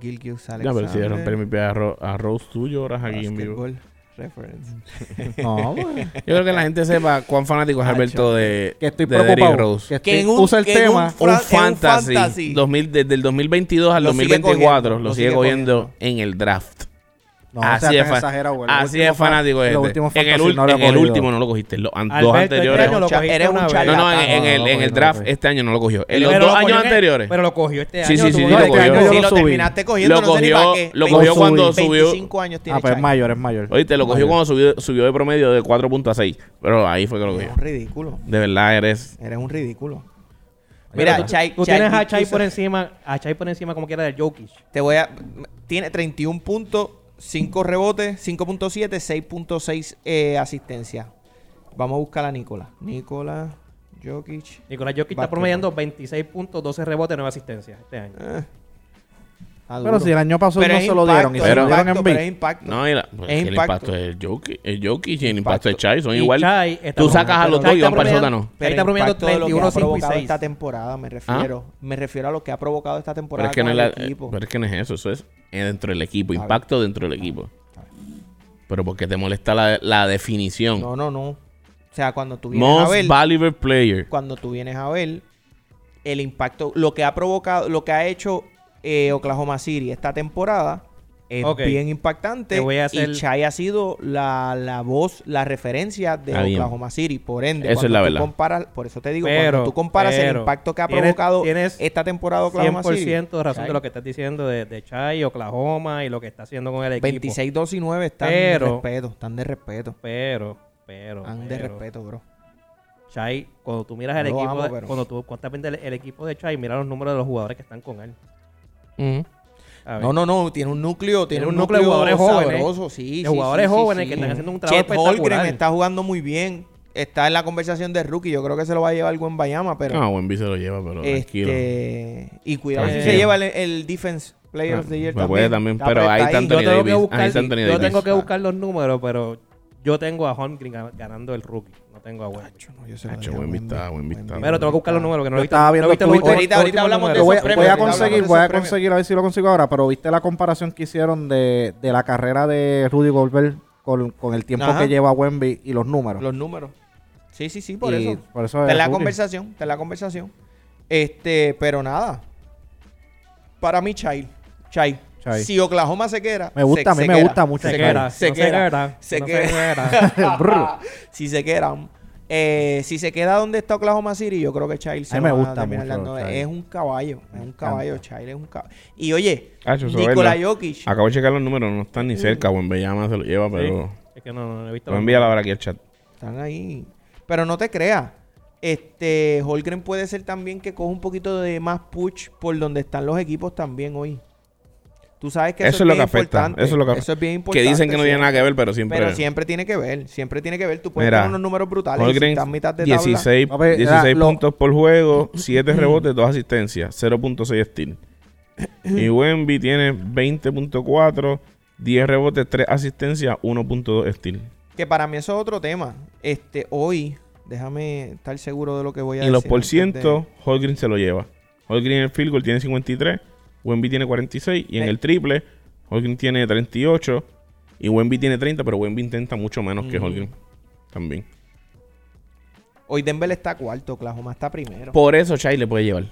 A: Gilgius
B: Ya,
A: Alexander.
B: pero si le romper mi pie a, Ro- a Rose, tú lloras aquí en vivo.
A: Basketball reference.
D: No, pues, güey.
B: Yo creo que la gente sepa cuán fanático es Alberto de,
D: Que estoy
B: de Derrick
D: preocupado.
B: Rose.
D: Que,
A: Que en
D: estoy-
A: un-
D: usa el
A: que en
D: tema.
A: un-
B: un
A: Fra- es un
B: fantasy,
A: fantasy.
B: 2000 desde el 2022 al
A: Lo sigue
B: 2024
A: cogiendo,
B: lo sigue cogiendo en el draft. así es, fa-
D: güey. Los
B: así es
D: últimos fan-
B: fanático
D: los
B: este.
D: últimos
B: En el,
D: fantasy
B: ul-
D: no lo
B: en el
D: cogido.
B: último no lo cogiste, los an-
C: Alberto,
B: dos
C: este
B: anteriores.
C: año lo
A: Cha-
C: cogiste
A: eres
C: una
A: un
C: vez.
B: No, no, en,
A: charlatán.
B: en el, en el
D: No,
B: draft
D: no, no.
B: este año no lo cogió. En los
C: Pero
B: dos
C: lo cogió
B: años
C: en-
B: anteriores.
C: Pero lo cogió este
B: Sí,
C: año.
B: sí, sí,
C: tuvo
B: sí,
C: que-
B: lo cogió.
D: año yo
A: Sí, lo
D: subí.
A: terminaste cogiendo,
B: Lo
A: no sé ni
B: cogió-
A: para qué.
B: lo cogió
D: cuando
B: subió-
A: 25 años tiene
D: Ah, pues es
A: Chai.
D: mayor, es mayor.
B: Oíste, lo cogió
D: Mayor.
B: cuando subió, subió de promedio de 4.6. Pero ahí fue que lo
A: Eres
B: cogió.
A: un ridículo.
B: De verdad eres.
A: Eres un ridículo.
D: Ahí
A: Mira,
D: está.
A: Chai,
C: Tú
A: Chai
C: tienes a Chai
A: Gilgeous-
C: por encima, a Chai por encima como quiera del Jokic.
A: Te voy a. Tiene 31 puntos, 5 rebotes, 5.7, 6.6 eh, asistencia. Vamos a buscar a Nicola. Nicola, Jokic.
C: Nicolás Jokic
A: Básquetbol.
C: está promediando 26 puntos, 12 rebotes, 9 asistencias este año.
A: Eh, está
D: Pero
A: duro.
D: si el año pasado
A: Pero
D: no
A: es
D: se lo dieron y
A: impacto,
D: se
A: es
D: lo dieron en
A: impacto, pero es
D: B.
A: impacto.
B: No, y la- pues,
A: Es
B: el
A: impacto.
B: impacto del Jokic, el Jokic y el impacto de Chai son
C: Y
B: igual.
C: Chai
B: Tú
C: está promediando-
B: sacas a los
C: Chai
B: dos y
C: está
B: van para el
C: promediando-
B: sótano.
C: Chai está promediando
A: impacto de lo que ha
C: 31, 5 y
A: provocado
C: 6.
A: esta temporada, me refiero. Me refiero a lo que ha provocado esta temporada
B: ¿Ah? Pero es, que no es
A: con
B: la- eh,
A: el equipo.
B: pero es que no es eso, eso es dentro del equipo,
A: Está
B: impacto dentro del equipo. Pero porque te molesta la, la definición.
A: No, no, no. O sea, cuando tú vienes a
B: Most
A: ver,
B: valuable player.
A: cuando tú vienes a ver el impacto, lo que ha provocado, lo que ha hecho eh, Oklahoma City esta temporada es
C: Ok.
A: bien impactante.
C: Te voy a hacer-
A: Y Chai ha sido la, la voz, la referencia de
B: Está bien.
A: Oklahoma City. Por ende,
B: Eso es
A: cuando
B: la
A: tú
B: verdad.
A: comparas- por eso te digo,
C: Pero,
A: cuando tú comparas el
C: pero,
A: impacto que ha
C: tienes-
A: provocado
C: tienes
A: esta temporada Oklahoma City.
C: 100% de razón
A: Chai.
C: de lo que estás diciendo de, de Chai, Oklahoma y lo que está haciendo con el equipo.
A: 26, 2 y 9 están de
C: Pero-
A: respeto, están de respeto.
C: Pero, pero,
A: Están de
C: pero,
A: respeto, bro.
C: Chai, cuando tú miras el
A: Yo lo
C: equipo,
A: amo,
C: de-
A: pero-
C: cuando tú constantemente el, el equipo de Chai, mira los números de los jugadores que están con él. A ver,
A: No, no, no, tiene un núcleo, tiene, un núcleo,
C: de jugadores jóvenes.
A: sabroso, sí,
C: de
A: sí,
C: jugadores
A: sí, sí,
C: jóvenes
A: sí.
C: que están haciendo un trabajo
A: Chet Holgren
C: espectacular.
A: está jugando muy bien, está en la conversación de rookie, yo creo que se lo va a llevar el buen Bayama, pero
B: No, Ah, Wemby se lo lleva, pero tranquilo.
A: este y cuidado si
B: Tranquilo.
A: se lleva el, el defense player
B: Ah,
A: of the year
B: me puede
A: también.
B: también,
A: Está
B: pero hay
A: apretadito.
B: tanto-
C: Yo
B: Anthony
C: tengo que
B: Davis. Ahí
C: buscar,
B: está Anthony
C: yo tengo
B: Davis.
A: Ah.
C: que buscar los números, pero yo tengo a Holmgren ga- ganando el rookie. No tengo a Wemby.
A: No, yo se lo
B: Hacho,
A: dejo a
B: Wemby está,
A: Wemby.
B: Wemby
A: Wemby.
B: está.
C: Pero tengo que buscar los números que no
D: Yo
C: he visto. no
D: estaba
C: he
D: viendo
C: visto
D: tu-
C: los últimos-
A: Ahorita-
C: los
A: ahorita
C: últimos
A: hablamos de
C: números.
D: Lo voy, a-
A: esos premios,
D: voy a
A: ahorita hablamos
D: conseguir,
A: de
D: voy a
A: esos premios.
D: conseguir, a ver si lo consigo ahora, pero viste la comparación que hicieron de, de la carrera de Rudy Goldberg con, con el tiempo
A: Ajá.
D: que lleva Wemby y los números.
A: Los números. Sí, sí, sí, por
D: Y
A: eso.
D: Por eso
A: Está en la
D: Rudy.
A: conversación, está en la conversación. Este, pero nada. Para mí Chai, Chai.
D: Chai.
A: Si Oklahoma se queda,
D: Me gusta,
A: se-
D: a mí
A: se
D: me
A: queda.
D: gusta mucho.
C: Se
D: ese
C: queda,
D: cara.
A: Se
C: no se
A: queda,
C: queda,
A: se
C: no se
A: queda.
D: <laughs>
A: <laughs>
D: Brr.
A: si se quedan. Eh, si se queda donde está Oklahoma City, yo creo que Child se
D: A mí me
A: lo va
D: gusta
A: terminar
D: mucho,
A: dando.
D: Child.
A: Es un caballo, es un
D: encanta.
A: caballo, Child es un caballo. Y oye,
B: Hacho, eso es
A: Nikola
B: verdad.
A: Jokic,
B: Acabo de checar los números, no están ni cerca. Wemby ya más se lo lleva, pero.
C: Sí, Es que no, no, no he visto.
B: Lo envía la verdad aquí al chat.
A: están ahí. Pero no te creas, este Holgren puede ser también que coja un poquito de más push por donde están los equipos también hoy. Tú sabes que
B: Eso es
A: es
B: lo
A: bien
B: que afecta,
A: importante.
B: eso es lo que
A: Eso es bien
B: Que
A: importante.
B: dicen que no tiene
A: siempre.
B: nada que ver, pero siempre.
A: Pero siempre tiene que ver, siempre tiene que ver. Tú puedes
B: Mira,
A: tener unos números brutales.
B: Paul
A: y si
B: Green,
A: estás a mitad de tabla-
B: 16,
D: Papi, era
B: 16
D: lo-
B: puntos por juego, 7 rebotes, 2 asistencias, 0.6
D: <coughs>
B: steal. y Wemby tiene 20.4, 10 rebotes, 3 asistencias, 1.2 steal.
A: Que para mí eso es otro tema. Este, hoy, déjame estar seguro de lo que voy a
B: Y
A: decir.
B: los por
A: antes de-
B: ciento, Holgrin se lo lleva. Holgrin en el field goal tiene 53, Wemby tiene 46 y en
A: Eh.
B: el triple Holgrin tiene 38 y Wemby tiene 30, pero Wemby intenta mucho menos que
A: Ujú.
B: Holgrin también.
A: Hoy Denver está cuarto, Oklahoma está primero.
B: Por eso Chai le puede llevar. Eso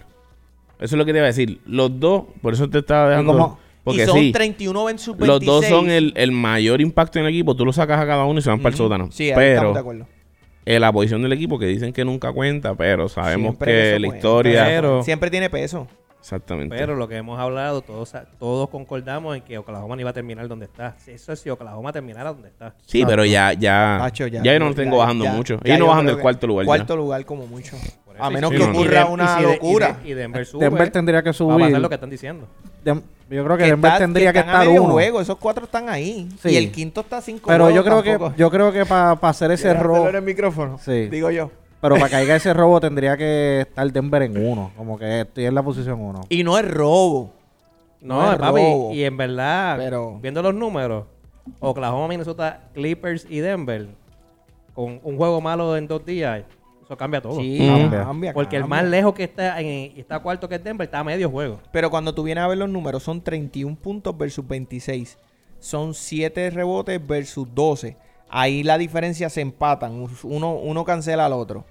B: es lo que te iba a decir. Los dos, por eso te estaba dejando.
D: como-
B: porque
A: y son
B: sí,
A: 31 en sub 26.
B: los dos son el, el mayor impacto en el equipo. Tú lo sacas a cada uno y se van para el sótano.
A: Sí, ahí estamos de
B: pero
A: acuerdo.
B: en la posición del equipo que dicen que nunca cuenta, pero sabemos
A: Siempre
B: que
A: eso
B: la
A: cuenta.
B: historia.
C: Pero-
A: Siempre tiene peso.
B: Exactamente.
C: Pero lo que hemos hablado, todos, todos concordamos en que Oklahoma no iba a terminar donde está. Eso es si Oklahoma terminara donde está.
B: sí, pero ya, ya.
A: Nacho,
B: ya, yo no lo tengo
A: ya,
B: bajando
A: ya,
B: mucho.
A: ya
B: Ellos no
A: yo
B: bajan
A: creo
B: del
A: que-
B: cuarto lugar. ya.
A: Cuarto lugar como mucho.
C: Por eso,
A: A
C: y
A: menos
B: sí,
A: que
B: no, no.
A: ocurra
C: Dem-
A: una
C: y si de- y de-
A: locura.
C: Y, Denver sube.
D: Denver tendría que
C: Va a pasar
D: subir.
C: lo que están diciendo.
D: Dem- yo creo que,
A: Que
D: Denver
A: está-
D: tendría que,
A: están a
D: estar
A: medio
D: uno.
A: juego. Esos cuatro están ahí.
D: Sí.
A: Y el quinto está a cinco
D: Pero yo
A: juegos
D: creo
A: tampoco.
D: que yo creo que para hacer ese robo,
A: el micrófono.
D: Sí.
A: Digo yo.
D: pero para que caiga
A: <laughs>
D: ese robo tendría que estar Denver en uno, como que estoy en la posición uno.
A: Y no es robo.
C: No,
A: No es
C: papi,
A: robo.
C: y en verdad,
A: Pero-
C: viendo los números, Oklahoma, Minnesota, Clippers y Denver, con un juego malo en dos días, eso cambia todo.
D: Cambia.
C: Porque el
A: cambia.
C: más lejos que está en- y está cuarto que es Denver está a medio juego.
A: Pero cuando tú vienes a ver los números, son 31 puntos versus 26. Son 7 rebotes versus 12. Ahí la diferencia se empatan. Uno, uno cancela al otro.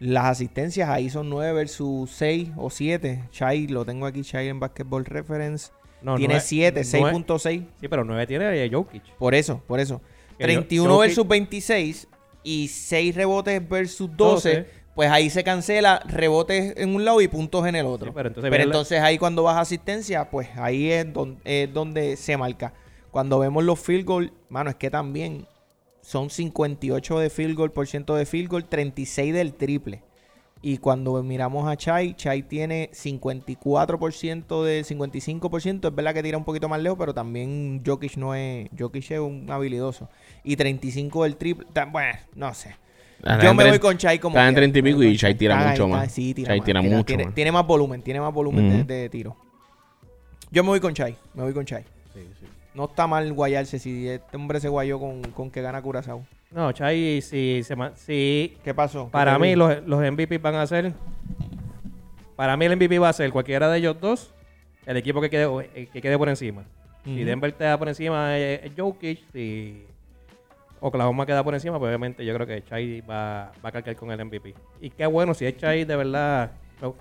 A: Las asistencias ahí son 9 versus 6 o 7. Chai, lo tengo aquí, Chai en Basketball Reference.
C: No,
A: tiene
C: nueve-
A: 7,
C: nueve-
A: 6.6.
C: Sí, pero 9 tiene eh, Jokic.
A: Por eso, por eso.
C: Que yo-
A: 31
C: yo-
A: versus 26 y 6 rebotes versus 12.
C: 12.
A: Pues ahí se cancela rebotes en un lado y puntos en el otro.
C: Sí,
A: pero
C: pero
A: entonces,
C: entonces viene la-
A: ahí cuando vas a asistencia, pues ahí es don- es donde, se marca. Cuando vemos los field goal, mano, es que también son 58 de field goal por ciento de field goal, 36 del triple. Y cuando miramos a Chai, Chai tiene 54% de 55%. Es verdad que tira un poquito más lejos, pero también Jokic no es. Jokic es un habilidoso. Y 35 del triple. ta- Bueno, no sé.
B: Ah, está
A: Yo
B: en
A: me
B: tre-
A: voy con Chai como.
B: está en
A: quiera.
B: 30 y
A: Me voy
B: pico y
A: con
B: Chai tira
A: Está
B: mucho
A: ahí, está-
B: más.
A: sí, tira
B: Chai
A: más,
B: tira mucho
A: tiene,
B: más.
A: tiene más volumen, tiene más volumen
B: Ujú.
A: de, de tiro. Yo me voy con Chai. Me voy con Chai. No está mal guayarse si este hombre se guayó con, con que gana Curazao.
C: No, Chai, si, se ma- si
A: ¿Qué pasó?
C: para
A: ¿Qué te
C: mí
A: digo?
C: los, los MVP van a ser... Para mí el MVP va a ser cualquiera de ellos dos, el equipo que quede, eh, que quede por encima. Si
A: Ujú.
C: Denver te da por encima eh, eh, Jokic, si Oklahoma queda por encima, pues obviamente yo creo que Chai va, va a cargar con el MVP. Y qué bueno, si es Chai, de verdad, no,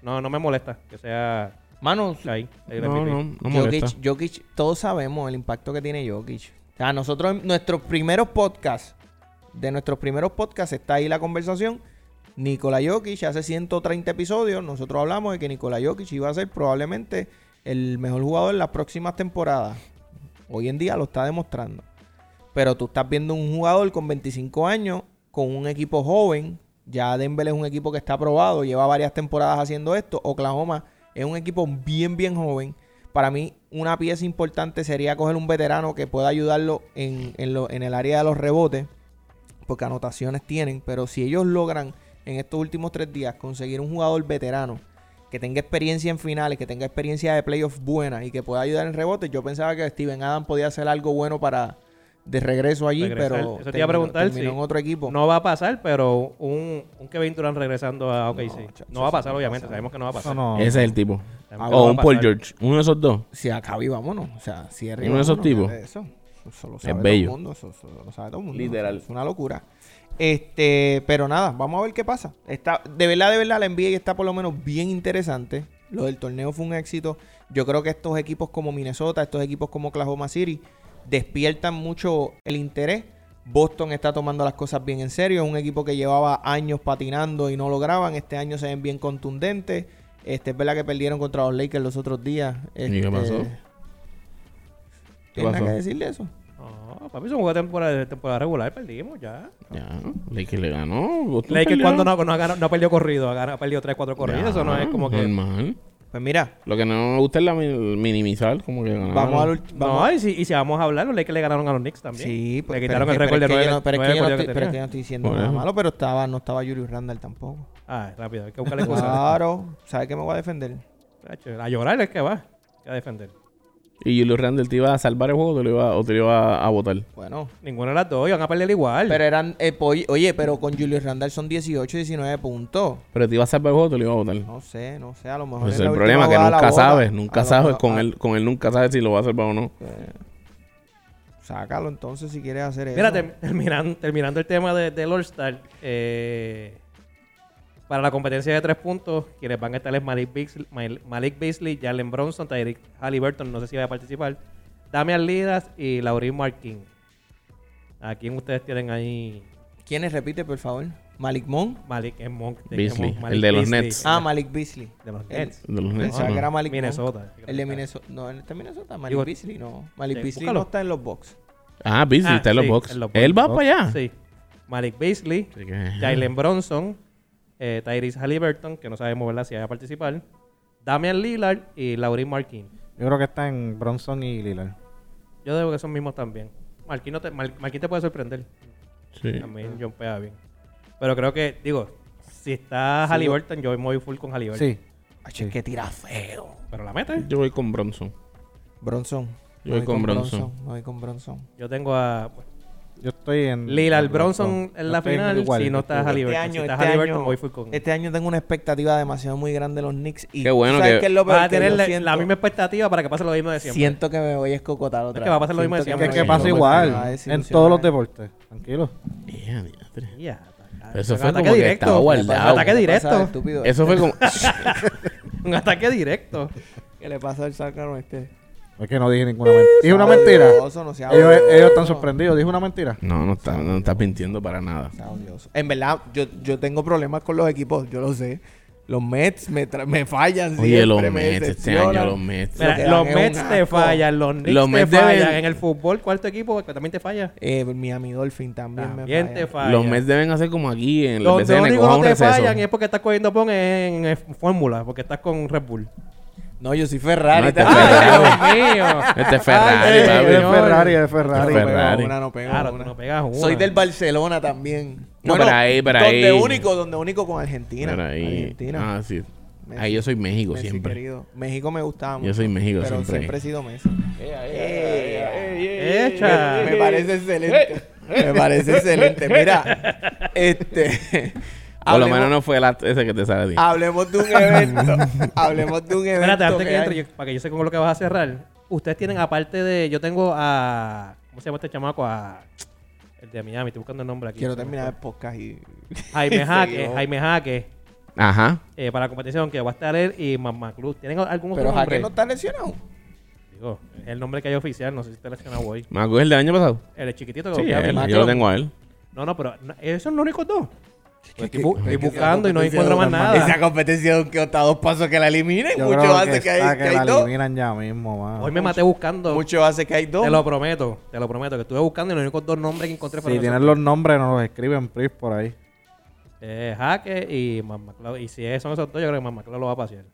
C: no, no me molesta que sea
A: Mano,
C: Chai el
B: No,
C: MVP.
B: no, no molesta.
A: Jokic, Jokic, todos sabemos el impacto que tiene Jokic. O sea, nosotros, en nuestros primeros podcasts, de nuestros primeros podcasts está ahí la conversación. Nikola Jokic, hace 130 episodios, nosotros hablamos de que Nikola Jokic iba a ser probablemente el mejor jugador en las próximas temporadas. Hoy en día lo está demostrando. Pero tú estás viendo un jugador con 25 años, con un equipo joven. Ya Denver es un equipo que está probado, lleva varias temporadas haciendo esto. Oklahoma es un equipo bien, bien joven. Para mí, una pieza importante sería coger un veterano que pueda ayudarlo en, en lo- en el área de los rebotes, porque anotaciones tienen. Pero si ellos logran en estos últimos tres días conseguir un jugador veterano que tenga experiencia en finales, que tenga experiencia de playoffs buena y que pueda ayudar en rebotes, yo pensaba que Steven Adams podía hacer algo bueno para de regreso allí,
C: Regresar.
A: pero
C: Eso te iba a preguntar,
A: terminó
C: sí.
A: en otro equipo.
C: No va a pasar, pero un, un Kevin Durant regresando a OKC.
A: No,
C: No,
A: chacho,
C: va a
A: eso
C: pasar,
A: no va a
C: obviamente.
A: pasar.
C: Sabemos que no va a
D: Eso
C: pasar.
D: no-
B: Ese es el tipo.
C: Sabemos que no
B: O
A: Ah,
C: va a
B: un Paul
C: pasar.
B: George. Uno de esos dos.
A: Si acaba y vámonos. O sea, si
B: Uno de esos tipos.
A: Eso, eso lo
B: Es
A: sabe
B: bello.
A: todo el mundo. Eso, eso lo sabe todo el mundo.
B: Literal.
A: Es una locura. Este, pero nada, vamos a ver qué pasa. Está, de verdad, de verdad, la NBA está por lo menos bien interesante. Lo del torneo fue un éxito. Yo creo que estos equipos como Minnesota, estos equipos como Oklahoma City, despiertan mucho el interés. Boston está tomando las cosas bien en serio. Es un equipo que llevaba años patinando y no lograban. Este año se ven bien contundentes. Este, es verdad que perdieron contra los Lakers los otros días.
B: ¿Y qué pasó?
A: Este, ¿Tienes nada
B: pasó?
A: que decirle eso?
C: No, papi, son juegos de temporada, de temporada regular, perdimos ya.
B: Ya. Lakers le ganó. Boston
C: Lakers
B: perdió.
C: cuando no, no, ha ganado- no ha perdido corrido, ha, ganado- ha perdido 3-4 corridos,
B: Ya,
C: eso no es como que...
B: Normal.
A: Pues mira,
B: Lo que no me gusta es la min- minimizar, como que ganaron.
A: vamos al último.
C: No, y si, y si vamos a hablar, los Lakers le ganaron a los Knicks también.
A: Sí, pues,
C: le quitaron el
A: pero es
C: récord
A: que- pero es
C: de
A: que
C: nueve-
A: yo no- Pero es que
C: nueve
A: yo no
C: récords
A: estoy- pero es que yo
C: que
A: no estoy diciendo
B: Por
A: nada
B: eso.
A: malo, pero estaba, no estaba Julius Randall tampoco.
C: Ah, rápido, hay que
A: <laughs>
C: buscarle cosas.
A: Claro, ¿sabes que me voy a defender?
C: Tacho, A llorar es que va. Que a defender.
B: ¿Y Julio Randle te iba a salvar el juego o te lo iba, o te lo iba a votar?
A: Bueno.
C: Ninguna de las dos, iban a perder igual.
A: Pero eran, eh, po- oye, pero con Julius Randall son 18, 19 puntos.
B: Pero te iba a salvar el juego o te lo iba a votar.
A: No sé, no sé, a lo mejor.
B: Ese es
A: en la
B: Pues el
A: última
B: problema, que
A: jugada la
B: nunca
A: bota.
B: sabes,
A: A
B: nunca
A: lo
B: sabes,
A: mejor-
B: con
A: ah,
B: él, con él nunca sabes si lo va a salvar o no.
A: Sácalo entonces si quieres hacer eso.
C: Mira, ter- <laughs> terminando, terminando el tema de, del All-Star, eh, para la competencia de tres puntos, quienes van a estar es Malik Beasley, Mal- Malik Beasley Jalen Bronson, Tyreek Halliburton, no sé si va a participar, Damian Lidas y Laurín Marquín. ¿A quién ustedes tienen ahí?
A: ¿Quiénes repite, por favor? Malik Monk.
C: Malik es Monk. de-
B: Beasley,
C: Monk, Malik
B: el de los
C: Beasley,
B: Nets.
A: Ah, Malik Beasley.
C: de los
A: El-
C: Nets.
B: De los Nets,
A: Pensaba que era
B: ¿no?
A: Malik Monk.
C: Minnesota.
A: El de Minnesota. No, ¿está en Minnesota? Malik
C: Digo-
A: Beasley no. Malik
C: Sí,
A: Beasley
C: búscalo.
A: no está en los box.
B: Ah, Beasley
C: Ah,
B: está en los
C: sí,
B: box.
C: en los box.
B: Él va para allá.
C: Sí. Malik Beasley,
B: Así que-
C: Jalen Bronson, eh, Tyrese Halliburton, que no sabemos ¿verdad? si va a participar, Damian Lillard y Laurín Marquín.
D: Yo creo que está en Bronson y Lillard.
C: Yo debo que son mismos también. Marquín, no te, Mar- Marquín te puede sorprender.
B: Sí.
C: También John pega bien. Pero creo que, digo, si está Halliburton, yo me voy full con Halliburton.
D: Sí.
A: Ay, es que tira feo.
C: Pero la mete.
B: Yo voy con Bronson.
A: Bronson.
B: Yo voy con Bronson.
A: No voy con Bronson.
C: Yo tengo a
D: Yo estoy en.
C: Lillard Bronson en la
D: Yo estoy
C: final.
D: igual,
C: si no
D: yo
C: está
D: estoy
C: Halliburton.
A: Este año,
C: si
A: este,
C: está Halliburton,
A: año,
C: voy full con.
A: este año tengo una expectativa demasiado muy grande de los Knicks. Y
B: Qué bueno
A: ¿tú sabes
B: que-
A: qué es lo peor
C: Vas a
A: que
C: tener
A: yo
C: la,
A: siento?
C: la misma expectativa para que pase lo mismo de siempre.
A: Siento que me voy a escocotar otra
C: Es que va a pasar lo mismo de
A: Siento
D: Que
C: siempre.
A: me
D: es que
A: voy a
D: pasa
A: escocotar, me va a
D: igual en
A: desilusionar.
D: todos los deportes. Tranquilo.
B: Ya, diantre.
C: Ya, ataque-
B: Eso
C: un
B: fue
C: ataque
B: como que
C: directo.
B: estaba
C: Un
B: guardado.
C: ataque
A: ¿Qué le pasa,
C: directo.
A: estúpido?
B: Eso fue
A: <laughs>
B: como.
C: Un ataque directo.
A: ¿Qué le pasa al zácaro este?
D: Es que no dije ninguna mentira. Dije una mentira.
A: Odioso, no sea
D: Ellos,
A: odioso.
D: ellos están sorprendidos. Dije una mentira.
B: No, no estás no estás mintiendo para nada.
A: Sea odioso. En verdad, yo, yo tengo problemas con los equipos, yo lo sé. Los Mets me, tra- me fallan
B: Oye,
A: siempre,
B: los
A: me
B: Mets, este
A: decepcionan.
B: año los Mets.
A: Lo
C: Mira,
A: que
C: los
A: dan es
C: Mets
A: un
C: te
A: asco.
C: fallan, los Knicks
B: Los Mets
C: te
B: deben-
C: fallan. En el fútbol, cuarto equipo, que también te falla.
A: Eh, Miami Dolphin también,
C: También
A: me
C: te
A: falla.
C: falla.
B: Los Mets deben hacer como aquí en la
C: Los los
B: BCN,
C: únicos que
B: cojan
C: no
B: un
C: te
B: receso.
C: fallan es porque estás cogiendo pon en, en fórmula, porque estás con Red
B: <laughs>
C: Bull.
A: No, yo soy Ferrari.
B: No, este
A: también.
B: Ferrari.
C: Dios
A: <laughs>
C: mío!
B: Este
C: <laughs>
B: es
D: Es
B: Ferrari, papi.
C: señor.
D: Ferrari, es
A: No
D: Ferrari.
A: pego
B: este Ferrari.
A: una, no pego
C: Claro,
A: una.
C: tú no pegas una.
A: Soy del Barcelona también.
B: No, pero ahí, pero
A: donde
B: ahí.
A: único, donde único con Argentina.
B: Mira ahí.
A: Argentina.
B: Ah, sí.
A: Messi.
B: Ahí yo soy México
A: Messi,
B: siempre.
A: querido. México me gustaba mucho.
B: Yo soy México
A: Pero
B: siempre.
A: siempre he sido Messi.
C: Echa.
A: Me parece
C: Eh,
A: excelente. Me parece excelente.
C: <laughs>
A: Mira, este.
B: Por lo
A: hablemos-
B: menos no fue la ese que te sale
C: Ah.
B: a ti.
A: Hablemos de un evento. hablemos de un evento.
C: Espérate, antes que
A: hay.
C: entre, yo- para que yo sé con lo que vas a cerrar. Ustedes tienen, aparte de. Yo tengo a. ¿Cómo se llama este chamaco? A. El de Miami, estoy buscando el nombre aquí.
A: Quiero terminar el podcast y. <laughs>
C: Jaime Jaque,
A: Seguimos.
C: Jaime Jaque,
B: Ajá.
C: eh, para la competición que va a estar él y Mamá Cruz. ¿Tienen algún otro
A: Pero
C: nombre?
A: Jaque no está lesionado.
C: Digo, es el nombre que hay oficial, no sé si está lesionado hoy.
B: ¿Me acuerdas el del año pasado?
C: El chiquitito que
B: Sí,
C: golpea a
B: él,
C: Mamá
B: yo lo
C: Cruz.
B: tengo a él.
C: No, no, pero no- esos son los únicos dos. Pues estoy, bu-
A: que-
C: estoy
A: que esa
C: buscando y no
A: competencia
C: encuentro más
A: de
C: nada.
A: Esa competencia de un que está a dos pasos que la eliminen.
D: Yo
A: Mucho
D: creo
A: hace que,
D: está,
A: hay, que
D: que la
A: hay dos.
D: eliminan ya mismo, mano.
C: Hoy me maté buscando.
A: Mucho hace que hay dos.
C: Te lo prometo, te lo prometo, que estuve buscando y los únicos dos nombres que encontré
D: Si
C: esos
D: tienen los nombres, nos los escriben please, por ahí.
C: Eh, Jaque y Mamá Claudio. Y si esos son esos dos, yo creo que Mamá Claudio lo va a pasear.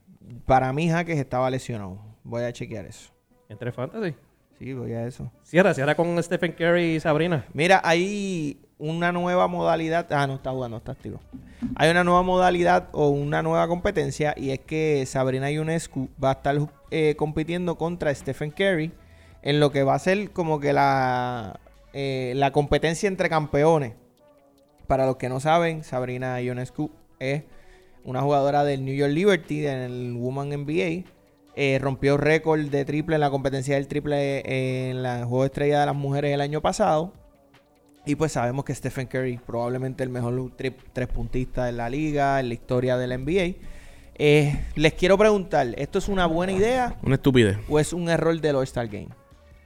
A: Para mí, Jaque estaba lesionado. Voy a chequear eso.
C: Entre fantasy.
A: Sí, voy a eso.
C: Cierra, cierra con Stephen Curry y Sabrina.
A: Mira, hay una nueva modalidad. Ah, no está jugando, está activo. Hay una nueva modalidad o una nueva competencia y es que Sabrina Ionescu va a estar eh, compitiendo contra Stephen Curry en lo que va a ser como que la, eh, la competencia entre campeones. Para los que no saben, Sabrina Ionescu es una jugadora del New York Liberty en el Woman NBA. Eh, rompió récord de triple en la competencia del triple eh, en la Juego de Estrella de las Mujeres el año pasado. Y pues sabemos que Stephen Curry, probablemente el mejor tri- tres puntista de la liga, en la historia de la NBA. Eh, les quiero preguntar, ¿esto es una buena idea
B: Una estupidez.
C: Eh.
A: o es un error del All-Star Game?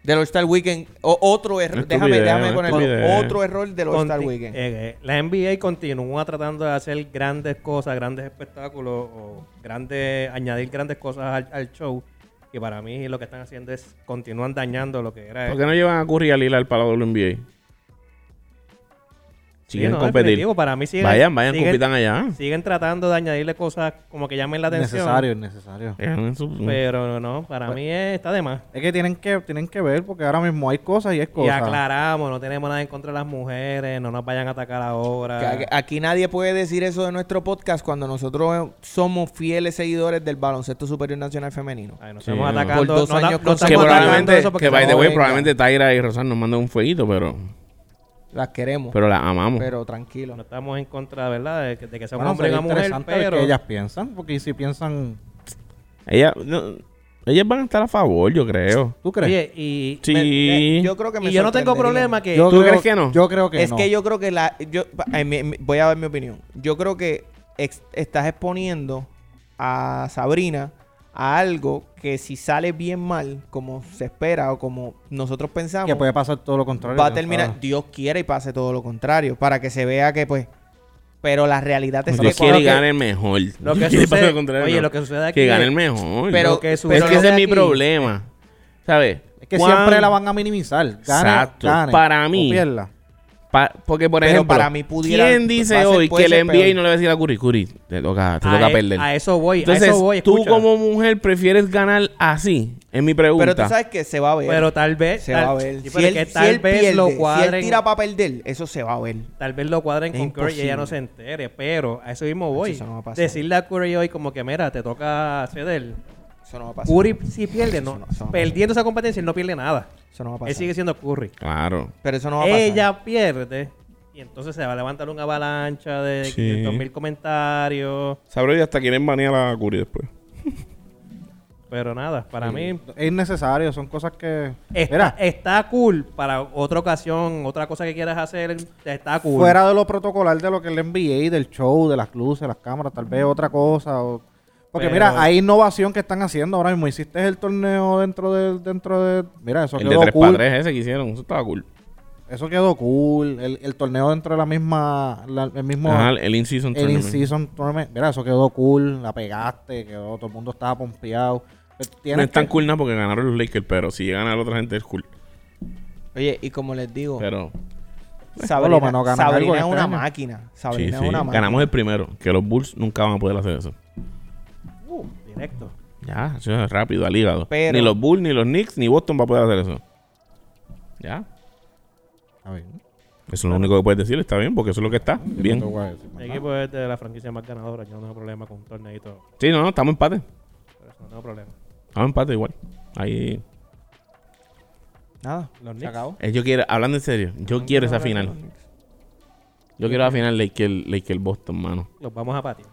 A: Del All-Star Weekend, o otro error,
B: Una
A: déjame,
B: estupidez,
A: déjame
B: una
A: ponerlo,
B: estupidez.
A: otro error del All-Star
C: Conti-
A: Weekend.
C: eh, eh, la NBA continúa tratando de hacer grandes cosas, grandes espectáculos, o grandes, añadir grandes cosas al, al show. Y para mí lo que están haciendo es continúan dañando lo que era.
B: ¿Por qué no llevan a Curry y a Lillard para la WNBA? Si
C: Sí,
B: quieren
C: no,
B: competir.
C: definitivo, Para mí siguen,
B: Vayan, vayan,
C: siguen-
B: compitan allá.
C: Siguen tratando de añadirle cosas como que llamen la atención.
D: Necesario, necesario.
B: Hagan
C: Eh,
B: su-
C: Pero no, para
A: Pues-
C: mí es- está de más.
D: Es que tienen que tienen que ver porque ahora mismo hay cosas y hay
C: Y
D: cosas.
C: aclaramos, no tenemos nada en contra de las mujeres, no nos vayan a atacar ahora.
A: Que aquí- Aquí nadie puede decir eso de nuestro podcast cuando nosotros somos fieles seguidores del baloncesto superior nacional femenino.
C: Ay, nos
B: Sí,
C: estamos
B: no.
C: atacando.
A: Por dos
C: no,
A: años
C: no estamos
B: que
A: consecutivos.
C: atacando
B: probablemente,
C: eso porque
B: que by
A: no
B: the way,
A: venga.
B: probablemente Tyra y Rosal nos manden un fueguito, pero,
A: Las queremos,
B: pero las amamos.
A: pero
C: no
A: tranquilo.
C: estamos en contra, ¿verdad? De que, de que sea un
D: Bueno,
C: hombre y
D: sería
C: una mujer,
D: interesante ver
C: pero...
D: qué ellas piensan, porque si piensan,
B: Ellas, no, ellas van a estar a favor, yo creo.
D: ¿tú crees?
C: Oye, y...
B: Sí.
A: Me- me- eh, yo creo que me
C: y yo no tengo
A: sorprendería.
C: problema que...
D: Yo
B: ¿Tú
D: creo-
B: crees que no?
D: Yo creo que
A: es
D: no.
A: que yo creo que la. Yo, pa- eh, mi- mi- voy a dar mi opinión. Yo creo que ex- estás exponiendo a Sabrina a algo que si sale bien mal, como se espera o como nosotros pensamos,
D: que puede pasar todo lo contrario.
A: va a
D: ¿no?
A: terminar.
D: Claro.
A: Dios quiere y pase todo lo contrario. Para que se vea que, pues. Pero la realidad es
B: Yo
A: que.
B: quiero
C: lo
B: y
C: que-
B: gane el mejor.
C: lo
B: <laughs>
C: que
B: Yo quiero
C: sucede-
B: pasar al contrario,
C: oye,
B: no.
C: lo que sucede aquí
B: Que gane
C: es-
B: el mejor.
A: Pero-
B: Lo que
A: pero
B: es que ese es mi
A: aquí-
B: problema. ¿Sabes?
D: Es que
B: Cuán-
D: siempre la van a minimizar. Gane,
B: Exacto.
D: gane
B: Para
D: o
B: mí,
D: pierda.
B: Pa- porque, por
A: Pero
B: ejemplo,
A: para mí pudiera-
B: ¿quién
A: va a
B: dice
A: ser-
B: hoy
A: puede
B: que
A: ser
B: le envía y
A: peor.
B: no le va a decir a Curry, Curry, te toca, te
C: a
B: toca
C: e-
B: perder?
C: A eso voy, a
B: Entonces,
C: eso voy,
B: tú
C: escucha.
B: como mujer prefieres ganar así, es mi pregunta.
A: Pero tú sabes que se va a ver.
C: Pero tal vez...
A: se
C: tal-
A: va a ver.
C: Sí, pero
A: si
C: que
A: él,
C: tal
A: si él
C: vez
A: pierde,
C: lo
A: si él
C: cuadren...
A: tira para perder, eso se va a ver.
C: Tal vez lo cuadren
A: Es
C: con Curry y ella no
A: imposible.
C: se entere, pero a eso mismo
A: Macho,
C: voy.
A: eso no va a pasar.
C: Decirle a Curry hoy como que, mira, te toca ceder.
A: Eso no va a pasar.
C: Curry si pierde,
A: Eso
C: no.
A: no- eso no va a
C: Perdiendo esa competencia, él no pierde nada.
A: Eso no va a
C: Él
A: pasar.
C: sigue siendo Curry.
B: Claro.
A: Pero eso no va a pasar.
C: Ella pierde y entonces se va a levantar una avalancha de
B: Sí.
C: 500 mil comentarios.
B: Sabré y hasta quieren banear a Curry después.
C: Pero nada, para mí
D: Es innecesario, son cosas que.
C: está,
D: Mira,
C: está cool para otra ocasión, otra cosa que quieras hacer, está cool.
D: fuera de lo protocolar de lo que es el NBA, del show, de las luces, las cámaras, tal vez otra cosa. o- Porque
C: Pero-
D: mira, hay innovación que están haciendo ahora mismo. Hiciste el torneo dentro de... Dentro de mira, eso
B: El de
D: quedó
B: 3 para
D: cool.
B: 3 ese que hicieron, eso estaba cool.
D: Eso quedó cool. El, el torneo dentro de la misma... la- el mismo...
B: Ajá, el in-season
D: el
B: tournament.
D: in-season tournament. Mira, eso quedó cool. La pegaste. Quedó, todo el mundo estaba pompeado. Pero
B: No
D: tienes
B: es tan
D: que-
B: cool nada porque ganaron los Lakers, pero si llegan a la otra gente es cool.
A: Oye, y como les digo,
B: Pero Pues,
A: Sabrina,
D: Por lo menos ganan
A: Sabrina
D: algo
A: es
D: este
A: una
D: año.
A: máquina.
B: sí,
A: Sabrina
B: sí.
A: es una máquina.
B: ganamos el primero, que los Bulls nunca van a poder hacer eso.
C: Uh, directo.
B: Ya, eso es rápido al hígado.
A: Pero-
B: Ni los Bulls, ni los Knicks, ni Boston va a poder hacer eso. Ya.
D: A ver,
B: Eso es lo único que puedes decir, está bien, porque eso es lo que está.
D: no te
B: Bien.
D: voy a decir más
C: El
D: nada.
C: equipo es de la franquicia más ganadora, yo no tengo problema con un torneito,
B: Sí, no, no, estamos empate.
C: por eso no tengo problema.
B: Estamos empate igual. Ahí.
A: Nada.
C: Los
A: Se
C: Knicks.
A: acabó.
B: Eh, yo quiero, hablando en serio, yo quiero esa final. Yo quiero la final Lakers, Lakers Boston, mano.
C: Los vamos a patear.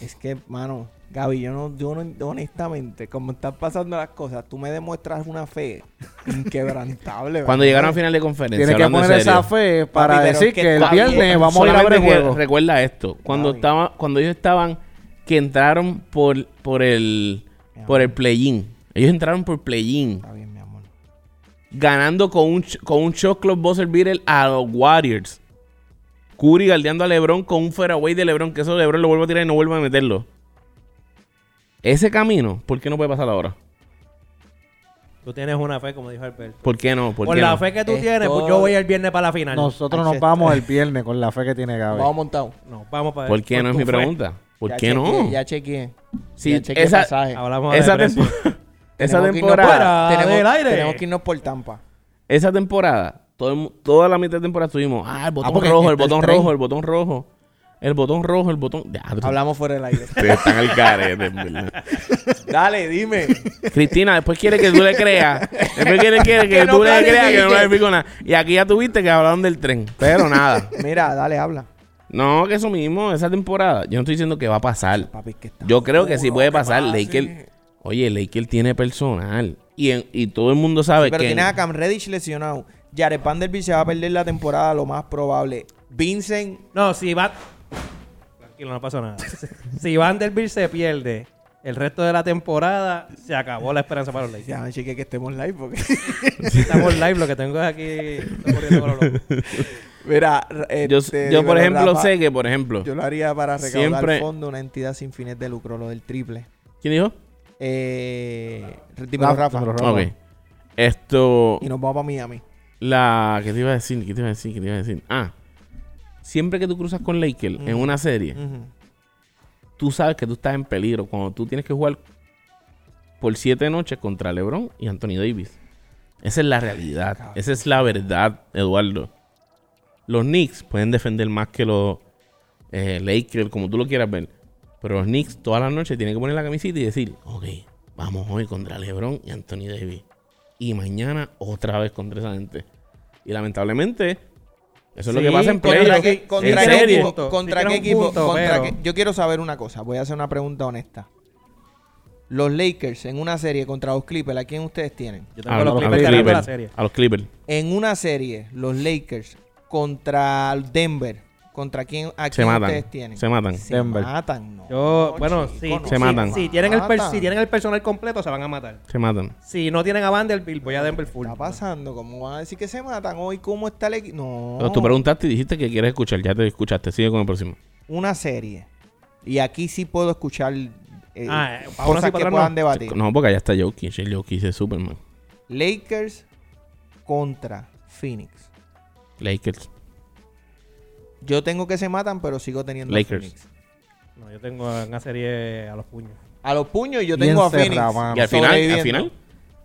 A: Es que, mano, Gaby, yo no, yo no- honestamente, como están pasando las cosas, tú me demuestras una fe <laughs> inquebrantable.
B: <laughs> Cuando llegaron a final de conferencia,
D: Tienes que
B: hablando en
D: poner
B: serio.
D: esa fe para
A: Papi, pero
D: decir
A: que
D: que el
A: papi,
D: viernes
A: eh,
D: vamos a ir a ver el
B: Solamente que
D: juego.
B: Recuerda esto. Cuando
A: Ay.
B: estaba, cuando ellos estaban, que entraron por, por el por el play-in. Ellos entraron por play-in.
A: Está bien, mi amor.
B: Ganando con un, ch- con un shot clock buzzer beater a los Warriors. Curry galdeando a LeBron con un fairway de LeBron. Que eso LeBron lo vuelve a tirar y no vuelve a meterlo. Ese camino, ¿por qué no puede pasar ahora?
C: Tú tienes una fe, como dijo Alberto.
B: ¿Por qué no?
C: Por,
B: ¿Por qué
C: la
B: no?
C: fe que tú
A: Es
C: tienes, pues
A: todo-
C: yo voy el viernes para la final.
D: Nosotros
A: Ay,
D: nos
A: se-
D: vamos el viernes con la fe que tiene Gaby.
A: Vamos montado.
C: Nos vamos para
B: ¿Por qué no es
C: tu
B: mi
C: fe.
B: pregunta? ¿Por
A: Ya
B: qué no?
A: chequeé, Ya chequeé.
B: Si
A: ya chequeé
B: esa-
A: pasaje.
C: Hablamos de
B: Esa,
C: precio.
B: <laughs> tempo- esa
A: Tenemos que irnos
B: temporada,
C: para-
A: por- tenemos-
C: del aire.
A: Tenemos que irnos por Tampa.
B: esa temporada, todo el mu- toda la mitad de temporada estuvimos, ah, el botón
D: porque
B: rojo, el
D: está el
B: botón
D: tren.
B: rojo, el botón rojo, el botón rojo, el botón. Ya, tú-
A: Hablamos fuera del
B: <laughs>
A: aire.
B: Ustedes están al carete, en verdad.
A: Dale, dime.
B: <laughs> Cristina, después quiere que tú le creas. Después quiere, <laughs> quiere que,
A: Que no
B: tú le creas que
A: planifique.
B: no le explico nada. Y aquí ya tuviste que hablaron del tren. Pero nada.
A: Mira, dale, habla.
B: No, que eso mismo, esa temporada. Yo no estoy diciendo que va a pasar.
A: Papi, que está.
B: Yo creo que sí puede pasar. Laker, oye, Laker tiene personal. Y, en- y todo el mundo sabe
A: Pero
B: que.
A: tienes a Cam Reddish lesionado. Jared Vanderbilt se va a perder la temporada, lo más probable. Vincent,
C: No, si va. Tranquilo, no pasó nada.
B: <laughs>
C: si Vanderbilt se pierde el resto de la temporada, se acabó la esperanza para los Lakers.
A: ya cheque que estemos live porque. <laughs>
C: Estamos live, lo que tengo es aquí. estoy corriendo con los locos.
A: Mira,
B: <laughs> yo,
A: este,
B: yo, por
A: Rivero
B: ejemplo,
A: Rafa,
B: sé que, por ejemplo.
A: Yo lo haría para recaudar
B: Siempre-
A: fondo una entidad sin fines de lucro, lo del triple.
B: ¿Quién dijo?
A: Eh, dímelo, Rafa.
D: Rafa, dímelo, Rafa.
B: Ok. Esto.
A: Y nos vamos para Miami.
B: La. ¿Qué te iba a decir? ¿Qué te iba a decir? ¿Qué te iba a decir? Ah. siempre que tú cruzas con Lakel en
A: Mm.
B: una serie, tú sabes que tú estás en peligro cuando tú tienes que jugar por siete noches contra LeBron y Anthony Davis. Esa es la realidad. Esa es la verdad, Eduardo. Los Knicks pueden defender más que los eh, Lakers, como tú lo quieras ver. Pero los Knicks todas las noches tienen que poner la camiseta y decir, ok, vamos hoy contra LeBron y Anthony Davis. Y mañana otra vez contra esa gente. Y lamentablemente, eso es lo
C: Sí,
B: que pasa en
C: contra
B: playoffs,
C: que-
B: en
A: ¿Contra qué
B: series.
A: equipo?
C: punto,
A: ¿Contra
C: sí
A: qué
C: tiene un
A: equipo?
C: punto,
A: ¿Contra
C: pero-
A: qué- Yo quiero saber una cosa. Voy a hacer una pregunta honesta. Los Lakers en una serie contra los Clippers, ¿a quién ustedes tienen?
C: Yo tengo
B: Ah, A
C: los
B: los
C: Clippers ganando la
B: Clippers.
C: serie.
B: A los Clippers.
A: En una serie, los Lakers contra Denver, ¿contra quién, a
B: Se
A: quién
B: matan.
A: ustedes tienen?
B: Se matan.
A: Se
D: Denver.
A: matan, no.
C: Yo,
A: No,
C: bueno,
A: chico,
C: sí,
A: no
C: sí,
B: Se matan.
C: Si tienen, el per-
A: matan.
C: si tienen el personal completo, se van a matar.
B: Se matan.
C: Si no tienen a Vanderbilt, voy a Denver full.
A: está pasando? ¿Cómo van a decir que se matan hoy? ¿Cómo está el equipo? No.
B: Pero tú preguntaste y dijiste que quieres escuchar. Ya te escuchaste. Sigue con el próximo.
A: Una serie. Y aquí sí puedo escuchar eh,
C: Ah, eh, para uno sí,
A: cosas
C: para
A: que
C: otro
A: puedan
C: no.
A: debatir.
B: No, porque allá está Jokic. El Jokic es Superman.
A: Lakers contra Phoenix.
B: Lakers.
A: Yo tengo que se matan, pero sigo teniendo
B: Lakers.
A: a Phoenix.
C: No, yo tengo a- una serie a los puños.
A: A los puños yo
D: Bien
A: tengo a Phoenix.
D: cerrado, mano.
B: Y al final, al
A: sobreviviendo.
B: final,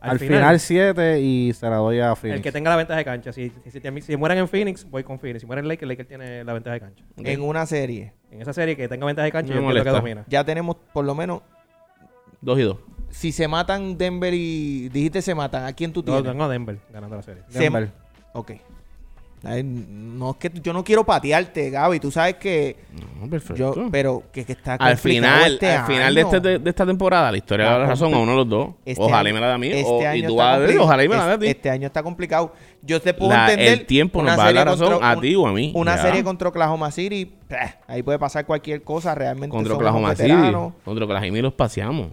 D: Al final 7 y se la doy a Phoenix.
C: el que tenga la ventaja de cancha. Si, si, si- si mueren en Phoenix, voy con Phoenix. Si mueren en Lakers, Lakers tiene la ventaja de cancha.
A: En una serie.
C: En esa serie que tenga ventaja de cancha,
B: No me
C: yo creo que
B: molesta.
C: domina.
A: Ya tenemos, por lo menos,
B: dos y dos.
A: si se matan Denver y dijiste se matan, ¿a quién tú
C: No,
A: tienes?
C: tengo a Denver ganando la serie.
A: Se-
D: Denver.
A: Ok. Ay, no es que yo no quiero patearte, Gaby. Tú sabes que
B: No, perfecto.
A: yo, pero que, que está
B: al
A: complicado
B: final,
A: este
B: al final de,
A: año.
B: este- de- de esta temporada, la historia da la razón a uno de los dos.
A: Este
B: ojalá y
A: año-
B: me la da a mí.
A: este
B: o- y
A: año
B: tú
A: está
B: vas a ver,
A: compli-
B: ojalá y me la da a
A: es-
B: ti.
A: Este año está complicado. Yo te puedo
B: La-
A: entender.
B: el tiempo nos
A: una
B: va a dar la
A: serie
B: razón
A: contra
B: a ti o a mí,
A: Una
B: ya.
A: serie contra Oklahoma City. bleh, ahí puede pasar cualquier cosa. Realmente
B: contra
A: son
B: Oklahoma
A: unos
B: City.
A: veteranos.
B: Contra Oklahoma y los paseamos.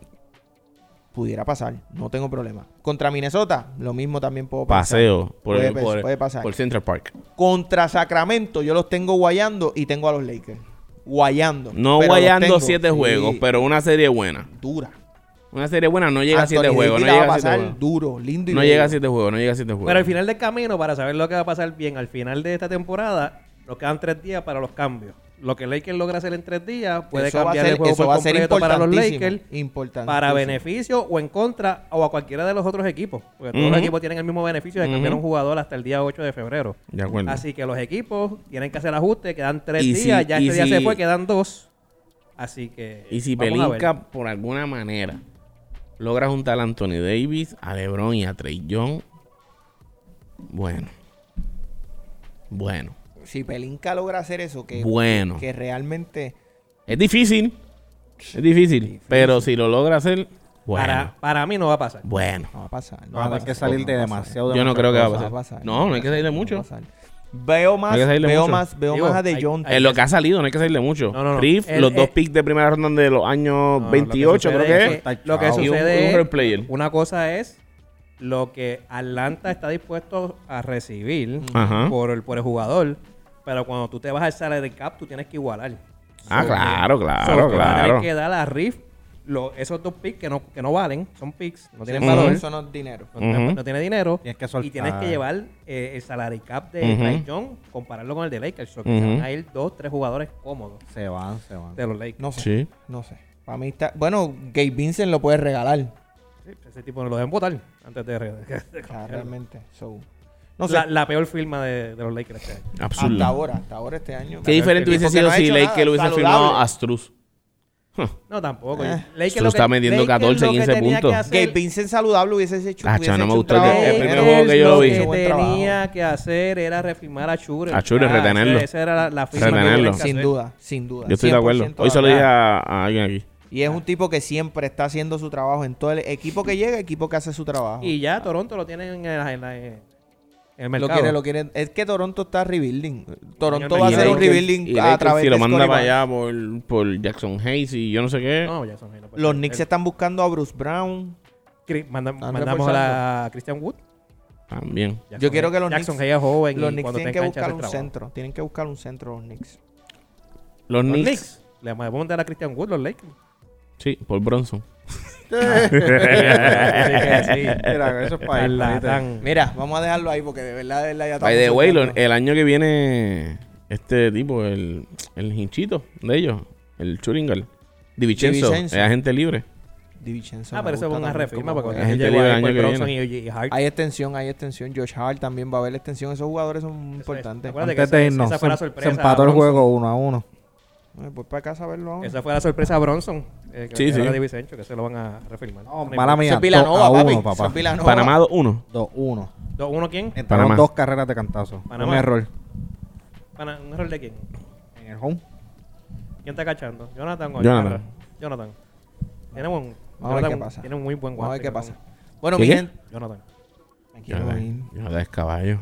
A: Pudiera pasar. No tengo problema. Contra Minnesota, lo mismo también puedo pasar.
B: Paseo por,
A: Puede
B: el-
A: pas-
B: por-
A: puede pasar.
B: por Central Park.
A: Contra Sacramento, yo los tengo guayando y tengo a los Lakers. Guayando. Pero
B: No
A: los
B: guayando
A: tengo,
B: siete
A: sí,
B: juegos, pero una serie buena.
A: Dura.
B: Una serie buena no llega a
A: Anthony
B: siete juegos. No
A: Davis la
B: llega
A: va
B: a
A: a
B: siete
A: pasar
B: juegos.
A: duro, lindo y
B: No
A: bello.
B: llega a siete juegos, no llega a siete juegos.
C: Pero al final del camino, para saber lo que va a pasar bien, al final de esta temporada, nos quedan tres días para los cambios. Lo que Lakers logra hacer en tres días puede
A: Eso va a
C: cambiar
A: ser-
C: el juego
A: eso
C: por
A: va a ser
C: completo para los
A: importantísimo,
C: Lakers.
A: importantísimo.
C: Para beneficio o en contra o a cualquiera de los otros equipos. Porque todos los
B: Ujú.
C: equipos tienen el mismo beneficio de cambiar
B: Ujú.
C: un jugador hasta el día 8 de febrero.
B: De acuerdo.
C: Así que los equipos tienen que hacer ajustes, quedan tres
B: Y si-
C: días, ya
B: y
C: este día
B: si-
C: se fue, quedan dos. Así que.
B: Y si
C: vamos a ver.
B: Pelinka, por alguna manera, logra juntar a Anthony Davis, a LeBron y a Trey Young, bueno. Bueno.
A: Si Pelinka logra hacer eso, que,
B: Bueno.
A: que realmente.
B: Es difícil. Es difícil. Pero si lo logra hacer, bueno.
C: Para, para mí no va a pasar.
B: Bueno.
A: No va a pasar.
D: No, hay que salir de demasiado. de
B: Yo no
D: muchas
B: creo que va a
D: cosas.
A: va a
B: pasar.
A: pasar,
B: No, no hay que salirle mucho.
A: Veo más,
B: Hay que salirle
A: veo
B: mucho.
A: más, veo
C: Digo,
A: más a De
C: hay-
A: John.
C: hay-
B: En lo que ha salido, no hay que salirle mucho.
C: No, no, no.
B: Riff,
C: El-
B: los dos
C: el-
B: picks de primera ronda de los años
C: No, no,
B: 28,
C: lo que
B: creo
C: sucede
B: que
C: es
B: es.
C: que- Lo que
D: Chao.
B: Y un-
C: sucede
B: un
C: es-
B: role player.
C: Una cosa es lo que Atlanta está dispuesto a recibir
B: Ajá.
C: por el, por el jugador, pero cuando tú te vas al salary cap, tú tienes que igualar.
B: Ah,
C: So,
B: claro,
C: so,
B: claro,
C: tú vas a tener
B: claro.
C: que dar a Riff lo- esos dos picks que no, que no valen, son picks, no tienen
A: Ujú.
C: valor,
A: Eso no es dinero.
C: no, tiene-
B: Ujú.
C: no tiene dinero,
D: Tienes que
C: y tienes
D: soltar.
C: que llevar eh, el salary cap de
B: Ujú.
C: Trey Young, compararlo con el de Lakers, so que se
B: Ujú.
C: van a ir dos, tres jugadores cómodos
D: Se van, se van.
C: de los Lakers.
A: No sé.
B: Sí.
A: No sé. Para mí está. Bueno, Gabe Vincent lo puede regalar.
C: Sí, Ese tipo no lo deben votar antes de... <laughs> de-
A: Ah, realmente. So, no sé.
C: la, la peor firma de, de los Lakers este año.
A: hasta
B: Absurdo.
A: ahora, hasta ahora este año.
B: Qué diferente hubiese
A: Porque
B: sido
A: no ha
B: si
A: hecho
B: Lakers
A: nada,
B: hubiese
A: saludable.
B: firmado a Struz.
C: No, tampoco.
A: Eh.
C: Lakers
B: Tú está metiendo
C: Lakers
B: 14,
C: lo que
B: 15
C: tenía que
B: puntos.
A: Gabe
C: hacer- eh,
A: Vincent saludable hubiese hecho.
B: Ah,
A: hubiese
B: chao, no me
A: hecho un
B: gustó el-
A: trabajo-
B: el primer
A: Lakers
B: juego que yo
A: lo
B: vi.
A: hizo
C: Lo
A: buen
C: que
A: trabajo.
C: tenía que hacer era refirmar a Shure.
B: A Schroeder,
C: Ya,
B: retenerlo.
C: esa- Esa era la, la firma que
B: Retenerlo.
C: tenían que
A: Sin
C: hacer.
A: duda, sin duda.
B: Yo estoy de acuerdo.
A: 100%
B: Hoy se lo
A: de
B: dije
A: acuerdo.
B: a, a alguien aquí.
A: Y es un tipo que siempre está haciendo su trabajo en todo el equipo que llega, equipo que hace su trabajo.
C: Y ya Toronto lo tienen en, la- en la- en el
A: lo
C: mercado.
A: quiere, lo quiere. Es que Toronto está rebuilding. Toronto
C: Y
A: va a
B: Y
A: hacer un
B: Lakers- y
A: rebuilding a
B: Lakers
A: través
B: Si lo
A: de
B: manda
A: Scottie
B: para
A: Barnes. Ah.
B: allá por, por Jackson Hayes y yo no sé qué.
C: No, ya son- no
A: Los
C: puede
B: pues,
C: ser.
A: Knicks
C: El-
A: están buscando a Bruce Brown.
C: Cri- manda-
A: están
C: mandamos a, la- a Christian Wood.
B: También.
C: Jackson
A: Yo quiero que los
C: Jackson
A: Knicks-
C: Hayes es joven
A: Los
C: Pues, y
A: Knicks
C: cuando
A: tienen
C: tenga
A: que
C: cancha
A: buscar
C: hace
A: un
C: trabajo.
A: centro. Tienen que buscar un centro los Knicks.
C: <laughs>
B: Los
C: Los
B: Knicks.
C: Knicks. Le vamos a dar a Christian Wood
A: <laughs>
C: los Lakers.
B: Sí, por Bronson.
C: Así que sí.
D: <laughs> Mira, eso es para ir,
C: Charlatán.
A: Mira, vamos a dejarlo ahí porque de verdad, de verdad ya
B: By the
A: estamos
B: way, lo- eh.
A: soltando.
B: el año que viene este tipo, el, el hinchito de ellos, el Churingal, Divicenzo, es
A: Divincenzo.
B: agente libre.
A: Divincenzo
C: Ah,
A: me
C: pero eso
A: gusta
C: fue una
A: también
C: refirma
A: cómo
C: porque
A: juega.
B: La
C: él
B: gente
C: llegó
B: libre
C: ahí
B: el
C: por
B: año que
C: Bronson y, y Hart.
A: Hay extensión, hay extensión. Josh Hart también va a haber extensión. Esos jugadores son
C: Eso es.
A: importantes.
C: Acuérdate que
D: Antes de
C: esa-
D: irnos,
C: esa fue la
D: se,
C: sorpresa,
D: se empató el
C: Bronson.
D: juego uno a uno.
A: Ay, Eh, Voy para acá a verlo ahora.
C: Esa fue la sorpresa a Bronson. eh, que
B: Sí,
C: era
B: sí.
C: de Vicencio, que se lo van a refirmar.
D: No,
C: No pues, importa.
D: mala
A: Eso
D: mía.
A: es Vilanova,
D: dos a
A: papi.
D: uno,
A: Eso es
D: papá.
A: Vilanova.
B: Panamá 1
D: Dos, uno.
C: Do- ¿Uno quién?
A: Eh.
D: Entraron
B: Panamá.
D: dos carreras de cantazo.
C: Panamá.
D: Un error.
C: Pana- ¿Un error de quién?
D: En el home.
C: ¿Quién está cachando? ¿Jonathan o
B: Jonathan.
C: Jonathan? Jonathan. Tiene un,
A: Vamos a ver
C: Jonathan
A: qué pasa.
C: Tiene un muy buen guante.
A: Vamos a ver qué
C: cabrón.
A: pasa. Bueno,
B: ¿Qué,
A: mi
B: qué?
A: gente.
C: Jonathan.
A: Me
B: Yo
A: quiero ir.
B: es caballo.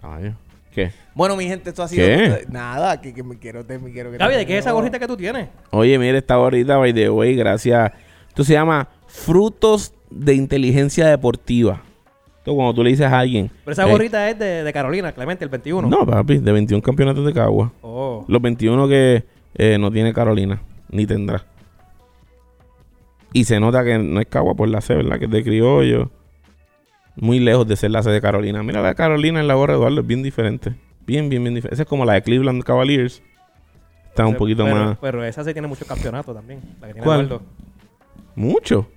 B: Caballo. ¿Qué?
A: Bueno, mi gente, esto ha sido.
B: ¿Qué?
A: Nada, que, que me quiero. Te, me quiero que
C: Gaby,
A: te-
C: ¿de qué es esa gorrita que tú tienes?
B: Oye, mira, esta ahorita, by the way, gracias. Esto se llama Frutos de Inteligencia Deportiva. Esto cuando tú le dices a alguien.
C: Pero esa
B: "Ey,
C: gorrita es de, de Carolina, Clemente, el 21.
B: Eh. No, papi, de 21 campeonatos de Cagua.
C: Oh.
B: Los 21 que eh, no tiene Carolina, ni tendrá. Y se nota que no es Cagua por la C, ¿verdad? Que es de criollo. Muy lejos de ser la C de Carolina. Mira la de Carolina en la gorra de Eduardo, es bien diferente. Bien, bien, bien diferente. Esa es como la de Cleveland Cavaliers. Está un
C: Ese-
B: poquito
C: pero,
B: más.
C: Pero esa sí tiene muchos campeonatos también. La que tiene
B: ¿Cuál?
C: Eduardo.
B: Mucho.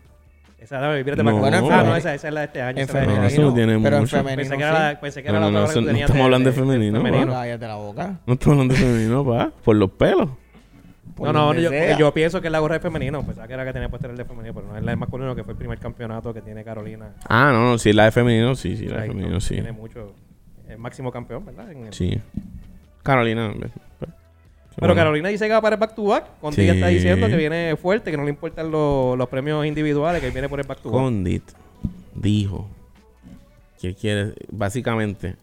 C: Esa la vierte
B: No.
A: Bueno, en
C: Ah, no,
A: femenino.
C: esa, esa es la de este
A: En
C: año. esa es la de
A: femenino.
B: No, eso no tiene
A: pero
B: mucho.
A: en
C: Pensé
A: femenino.
C: que era
A: sí.
C: la, pensé que
B: No,
C: era
B: no,
C: la
B: no,
C: otra
B: eso-
C: que
B: no
C: tenías
B: estamos hablando de femenino,
A: Bueno,
B: femenino.
A: cállate la boca.
B: No estamos hablando de femenino, pa. Por los pelos.
A: Por
C: no, no,
A: Pues donde
C: yo,
A: sea.
C: yo pienso que es la gorra de femenino. Pensaba que era la que tenía puesta el de femenino, pero no es la de masculino que fue el primer campeonato que tiene Carolina.
B: Ah, no, no, sí, la de femenino, sí, sí, la de
C: Ahí,
B: femenino,
C: ¿no?
B: sí.
C: Tiene mucho. El máximo campeón, ¿verdad? En el-
B: Sí. Carolina. ve, ve.
C: Pero Carolina dice que va para el back to back. Condi ya está
B: Sí.
C: diciendo que viene fuerte, que no le importan los- los premios individuales, que viene por el back to back.
B: Condit dijo que quiere, básicamente,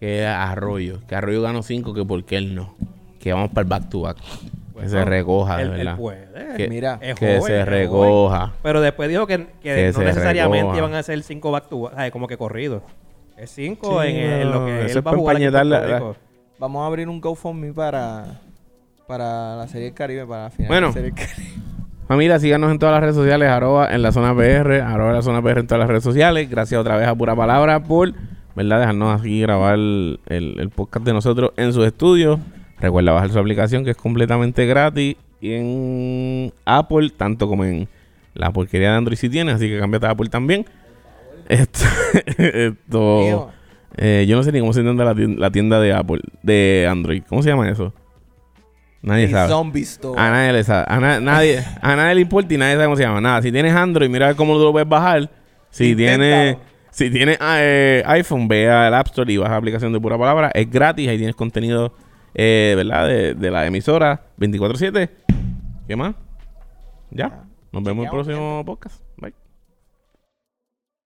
B: que Arroyo, que Arroyo ganó 5, que porque él no. Que vamos para el back to back. que
C: Bueno,
B: se recoja, de
C: Pues Él, él
B: verdad.
C: puede.
B: que
A: Mira.
C: es
B: que
C: joven,
B: se
C: es
B: recoja.
C: Pero después dijo que, que
B: Que
C: no
B: se
C: necesariamente
B: recoja.
C: iban a ser cinco back to back, ¿sabes? como que corridos. Es cinco
B: Sí,
C: en, el- en lo
B: no,
C: que
B: eso
C: él
B: es
C: va a
B: para ah,
C: jugar aquí en
B: empañetar la-
C: Puerto
B: la-
C: Rico.
A: Vamos a abrir un GoFundMe para, para la Serie del Caribe, para la final de
B: Bueno.
A: la Serie del Caribe.
B: Familia, Pues síganos en todas las redes sociales, arroba en la zona PR, arroba en la zona PR en todas las redes sociales. Gracias otra vez a Pura Palabra por, ¿verdad? Dejarnos aquí grabar el, el- el podcast de nosotros en sus estudios. Recuerda bajar su aplicación que es completamente gratis y en Apple, tanto como en la porquería de Android si tienes, así que cámbiate a Apple también. Esto, <laughs>
A: Mío.
B: esto eh, yo no sé ni cómo se entiende la tien- la tienda de Apple, de Android. ¿Cómo se llama eso? Nadie
A: Y
B: sabe.
A: Zombie Store.
B: A nadie le sabe. A, na- nadie, a nadie le importa y nadie sabe cómo se llama. Nada, si tienes Android, mira cómo tú lo puedes bajar. Si
A: Inténtalo.
B: tienes si tienes eh, iPhone, ve al App Store y baja la aplicación de pura palabra. Es gratis, ahí tienes contenido, eh, ¿verdad? De, de la emisora 24-7. ¿Qué más? Ya. Nos vemos en el próximo podcast. Bye.